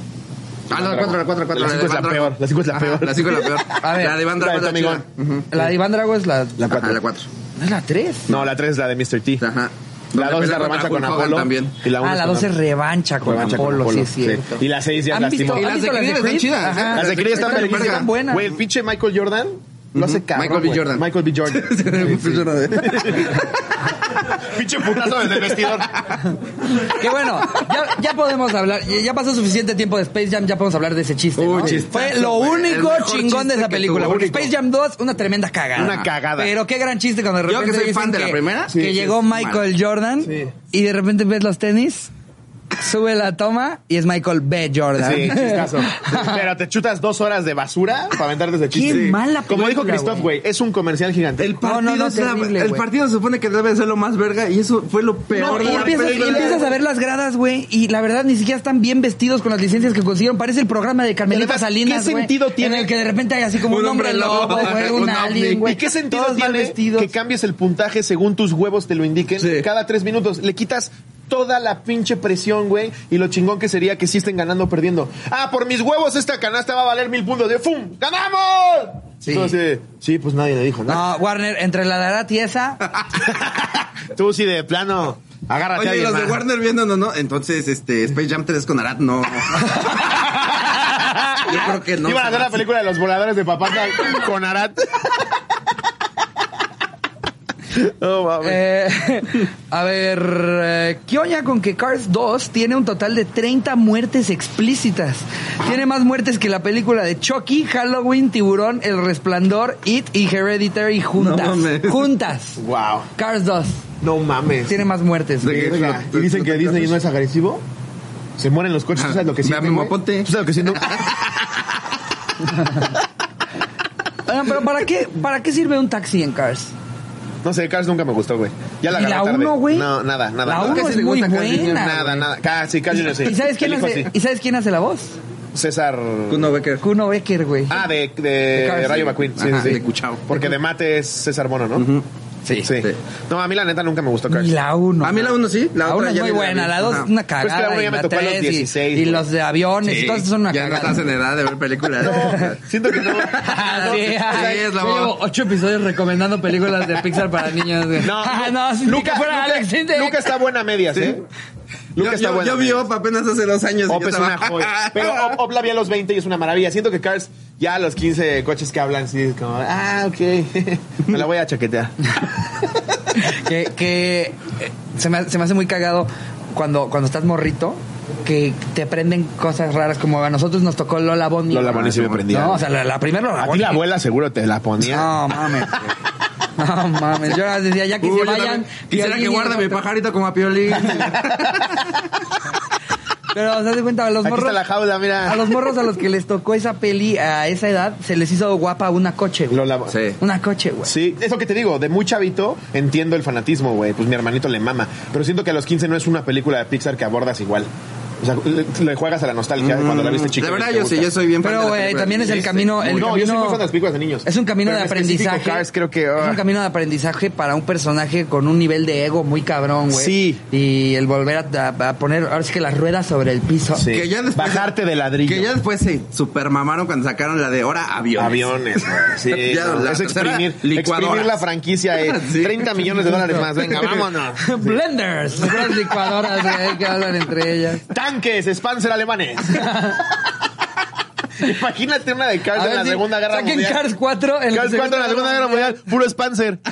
S3: Ah, la 4, la 4, la 4.
S2: La cinco es la peor, la cinco es la peor.
S3: La 5 es la peor.
S1: A ver,
S3: la de Iván
S2: la de
S3: Drago
S2: tu
S3: es la
S2: amigo.
S3: chida. Ujú.
S1: La de Iván Drago es la...
S2: La
S3: Ajá, La
S2: 4.
S3: 4.
S1: ¿No es la 3?
S2: No, la 3 es la de Mr. T. La
S3: Ajá.
S2: 2 es la
S3: Donde
S2: revancha con
S3: pelea Hulk Hogan
S2: Apolo.
S3: también.
S2: Y la uno
S1: ah,
S2: es
S1: la
S2: con
S1: 2 es revancha con
S2: Revancha con
S1: Apolo, sí,
S2: Apolo,
S1: es cierto.
S2: sí. Y la seis ya
S1: ¿Han visto-
S2: lastimó.
S1: han
S3: Y las
S1: visto
S3: de Creed están chidas,
S1: Ajá.
S3: ¿eh?
S2: Las de Creed están
S3: Están
S2: verguísimas.
S1: están buenas.
S2: Güey, el pinche Michael Jordan lo hace cabrón.
S3: Michael B.
S2: güey.
S3: Jordan.
S2: Michael B. Jordan. Pues pinche putazo desde el vestidor.
S1: Que bueno, ya, ya podemos hablar, ya ya pasó suficiente tiempo de Space Jam, ya podemos hablar de ese chiste.
S3: Uy,
S1: ¿no?
S3: chistazo,
S1: Fue lo
S3: güey,
S1: único
S3: el mejor
S1: chingón de
S3: chiste
S1: esa
S3: que
S1: película.
S3: tuvo.
S1: Porque Space Jam 2, una tremenda cagada.
S2: Una cagada.
S1: Pero qué gran chiste cuando de
S3: Yo que
S1: repente.
S3: soy
S1: dicen
S3: fan de la
S1: que-
S3: primera,
S1: Que
S3: sí,
S1: llegó
S3: sí,
S1: Michael
S3: mal.
S1: Jordan
S2: Sí.
S1: y de repente ves los tenis, sube la toma y es Michael B. Jordan.
S2: Sí, chistazo. Pero te chutas dos horas de basura para aventarte ese chiste.
S1: Qué mala
S2: Como dijo
S1: película,
S2: Christoph, güey, es un comercial gigante.
S3: El partido,
S1: no, no,
S3: se la-
S1: terrible,
S3: el
S1: güey.
S3: partido se supone que debe ser lo más verga y eso fue lo
S1: No,
S3: peor.
S1: y
S3: de la
S1: empiezas, y
S3: película.
S1: empiezas a ver las gradas, güey, y la verdad ni siquiera están bien vestidos con las licencias que consiguieron. Parece el programa de Carmelita
S2: Además, ¿qué
S1: Salinas, güey,
S2: sentido tiene?
S1: En el que de repente hay así como un, hombre lobo, güey, un,
S3: un ovni.
S1: alien, güey.
S2: ¿Y qué sentido
S1: todos mal
S2: tiene
S1: vestidos.
S2: que cambies el puntaje según tus huevos te lo indiquen
S3: Sí.
S2: cada tres minutos? Le quitas toda la pinche presión, güey, y lo chingón que sería que sí estén ganando o perdiendo. Ah, por mis huevos esta canasta va a valer mil puntos de ¡Fum! ¡Ganamos!
S1: Sí.
S2: Entonces, sí, pues nadie le dijo, ¿no?
S1: No, Warner, entre la Darat y esa,
S2: Tú sí de plano, agárrate a
S3: Oye, y
S2: alguien
S3: los de
S2: más.
S3: Warner viéndonos, ¿no? Entonces, este, Space Jam 3 con Arad, no. Yo creo que no.
S2: Iban a hacer la película de los voladores de papata con Arat. No mames.
S1: eh, a ver, eh, ¿qué oña con que Cars 2 tiene un total de 30 muertes explícitas? Tiene más muertes que la película de Chucky, Halloween, Tiburón, El Resplandor, It y Hereditary juntas.
S3: No mames.
S1: juntas.
S2: Wow.
S1: Cars 2
S2: No mames.
S1: tiene más muertes.
S3: De-
S2: Verga.
S3: ¿Y
S2: dicen que Disney no Ah, es agresivo? Se mueren los coches, ¿tú sabes lo que
S3: Me
S2: sienten,
S3: amo,
S2: güey?
S3: ponte.
S2: ¿Tú sabes lo que sienten?
S1: Oigan, pero ¿para qué, ¿para qué sirve un taxi en Cars?
S2: No sé, Cars nunca me gustó, güey. Ya la
S1: ¿Y
S2: agarré
S1: la
S2: tarde.
S1: uno, güey?
S2: No, nada,
S1: La
S2: nada. nada.
S1: uno
S2: Casi
S1: es
S2: le
S1: muy
S2: gusta Cars Jr.
S1: buena,
S2: Nada,
S1: güey.
S2: nada. Casi, casi no sé.
S1: ¿Y sabes quién
S2: Elijo
S1: hace,
S2: sí.
S1: ¿Y sabes quién hace la voz?
S2: César.
S3: Kuno Becker.
S1: Kuno Becker, güey.
S2: Ah, de, de,
S1: Cars,
S2: Rayo
S1: sí.
S2: McQueen. Sí,
S3: Ajá,
S2: sí, sí.
S3: de Cuchao.
S2: Porque de mate es César Mono, ¿no?
S1: sí.
S2: Sí.
S3: Sí.
S2: No, a mí la neta nunca me gustó Cars.
S1: Y la 1.
S3: A mí la uno sí, la
S1: La 1
S3: otra
S1: es
S3: ya
S1: muy
S3: ni la
S1: buena,
S3: vi.
S1: la 2
S3: Ajá.
S1: es una
S2: que la
S1: cagada.
S2: uno ya
S1: y
S2: me
S1: la
S2: tocó a los
S1: 3 y-
S2: 16,
S1: Y,
S2: güey.
S1: los de aviones y
S3: Sí.
S1: todas esas son una
S3: Ya no
S1: cagada.
S3: estás en edad de ver películas.
S2: Siento que no.
S1: Ah, sí,
S3: Sí, es la
S1: Yo
S3: voz.
S1: llevo ocho episodios recomendando películas de Pixar para niños. güey.
S2: No,
S1: Ah,
S2: Lu-
S1: no, si
S2: Luca,
S1: nunca fuera
S2: Luca-
S1: Alex. Intec.
S2: Luca está buena a medias,
S3: Sí.
S2: ¿eh? Luca
S3: yo,
S2: está
S3: yo-
S2: buena.
S3: yo vi Op apenas hace dos años. y
S2: Op
S3: yo
S2: es una
S3: estaba-
S2: joya. Pero Op, Op la vi a los 20 y es una maravilla. Siento que Cars, ya a los 15 coches que hablan, sí es como, ah, ok. Me la voy a chaquetear.
S1: que, que eh, se, me, se me hace muy cagado cuando, cuando estás morrito que te prenden cosas raras como a nosotros nos tocó Lola Bonnie. Ah,
S2: Lola Bunny sí me prendía.
S1: No, o sea, la, la primera Lola
S2: A ti
S1: Bunny.
S2: la abuela seguro te la ponía.
S1: No mames. güey. No mames, yo decía ya que se
S3: Uy, yo
S1: vayan.
S3: también. Quisiera que
S1: Piolín y
S3: guarde mi
S1: otro.
S3: pajarito como a Piolín.
S1: Pero o sea, de cuenta a los
S2: Aquí
S1: morros
S2: está la jaula, mira.
S1: a los morros a los que les tocó esa peli a esa edad se les hizo guapa una coche, güey.
S2: Lola-
S3: Sí.
S1: Una coche, güey.
S2: Sí, eso que te digo, de muy chavito entiendo el fanatismo, güey. Pues mi hermanito le mama. Pero siento que a los 15 no es una película de Pixar que abordas igual. O sea, le, le juegas a la nostalgia de cuando la
S1: Mm,
S2: viste chico.
S3: Mm, La verdad, yo sí, yo soy bien fan
S1: Pero
S3: de las
S1: güey,
S3: películas
S1: también
S3: de
S1: es el
S3: Disney.
S1: camino el
S2: no,
S1: camino
S2: yo soy muy fan de las películas de niños.
S1: Es un camino
S2: Pero
S1: de
S2: en específico
S1: aprendizaje.
S2: Cars creo que... ah.
S1: Es un camino de aprendizaje para un personaje con un nivel de ego muy cabrón, güey.
S2: Sí.
S1: Y el volver a, a- a poner, ahora sí que las ruedas sobre el piso.
S2: Sí.
S3: Que ya después-
S2: Bajarte de ladrillo.
S3: Que ya después se super mamaron cuando sacaron la de ahora aviones.
S2: Aviones, güey. Sí,
S3: Ya,
S2: no,
S3: la
S2: es
S3: tercera,
S2: exprimir,
S3: licuadoras.
S2: exprimir la franquicia. eh.
S3: Sí.
S2: 30 millones de dólares más, venga, vámonos.
S1: Blenders, las licuadoras güey, que hablan entre ellas.
S2: Tanques, Spanzer alemanes. Imagínate una de Cars
S1: A
S2: en
S1: ver
S2: la
S1: si
S2: Segunda Guerra
S1: saquen
S2: Mundial.
S1: Cars 4 en la
S2: Cars 4 en la Segunda Guerra Mundial, puro Spanzer.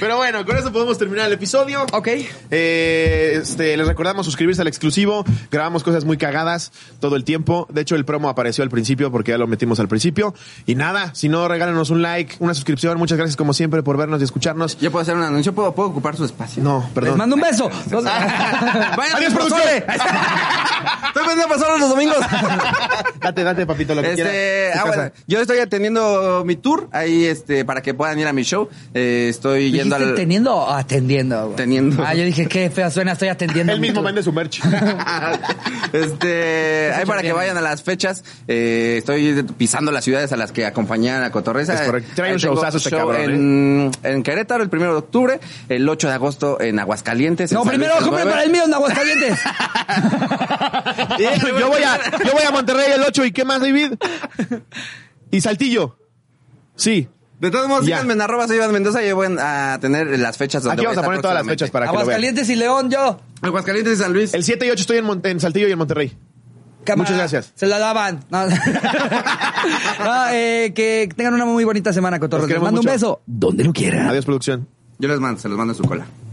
S2: Pero bueno, con eso podemos terminar el episodio.
S1: Ok.
S2: Eh, este, les recordamos suscribirse al exclusivo. Grabamos cosas muy cagadas todo el tiempo. De hecho, el promo apareció al principio porque ya lo metimos al principio. Y nada, si no, regálenos un like, una suscripción. Muchas gracias, como siempre, por vernos y escucharnos.
S3: Yo puedo hacer un anuncio, puedo, puedo ocupar su espacio.
S2: No,
S1: Les
S2: perdón.
S1: mando un beso. Nos-
S3: Vayan
S2: Adiós,
S3: a
S2: producción.
S3: Pozole. Estoy vendiendo pasar los domingos.
S2: Date, date, papito, lo que
S3: Este,
S2: quieras. Tu
S3: ah, bueno,
S2: casa.
S3: yo estoy atendiendo mi tour ahí este para que puedan ir a mi show. Eh, estoy yendo
S1: ¿Dijiste
S3: al
S1: teniendo o atendiendo? güey?
S3: Teniendo.
S1: Ah, yo dije, qué feo suena, estoy atendiendo.
S2: Él mismo
S1: mucho.
S2: vende su merch.
S3: este, ahí para que vayan a las fechas. Eh, estoy pisando las ciudades a las que acompañan a Cotorreza.
S2: Es correcto. Trae
S3: Ahí
S2: un
S3: tengo
S2: showzazo este
S3: show
S2: cabrón, ¿eh?
S3: en, en Querétaro el 1 de octubre, el 8 de agosto en Aguascalientes.
S1: No,
S3: en San
S1: primero
S3: Luis
S1: compren
S3: Potosí.
S1: para el mío en Aguascalientes.
S2: yo, voy a, yo voy a Monterrey el 8. ¿Y qué más, David? Y Saltillo. Sí.
S3: De todos modos,
S2: Ya.
S3: síganme en arroba soy Iván Mendoza y yo voy a tener las fechas donde
S2: Aquí vamos
S3: voy
S2: a
S3: estar
S2: poner todas las fechas para que lo vean.
S1: Aguascalientes y León, yo.
S3: Aguascalientes y San Luis.
S2: El 7 y 8 estoy en, Mon- en Saltillo y en Monterrey.
S1: Cámara.
S2: Muchas gracias.
S1: Se la daban. No, No, eh, que tengan una muy bonita semana, Cotorros.
S2: Los
S1: Les
S2: queremos
S1: mando un
S2: mucho.
S1: beso. Donde lo quieran.
S2: Adiós, producción.
S3: Yo les mando, se los mando en su cola.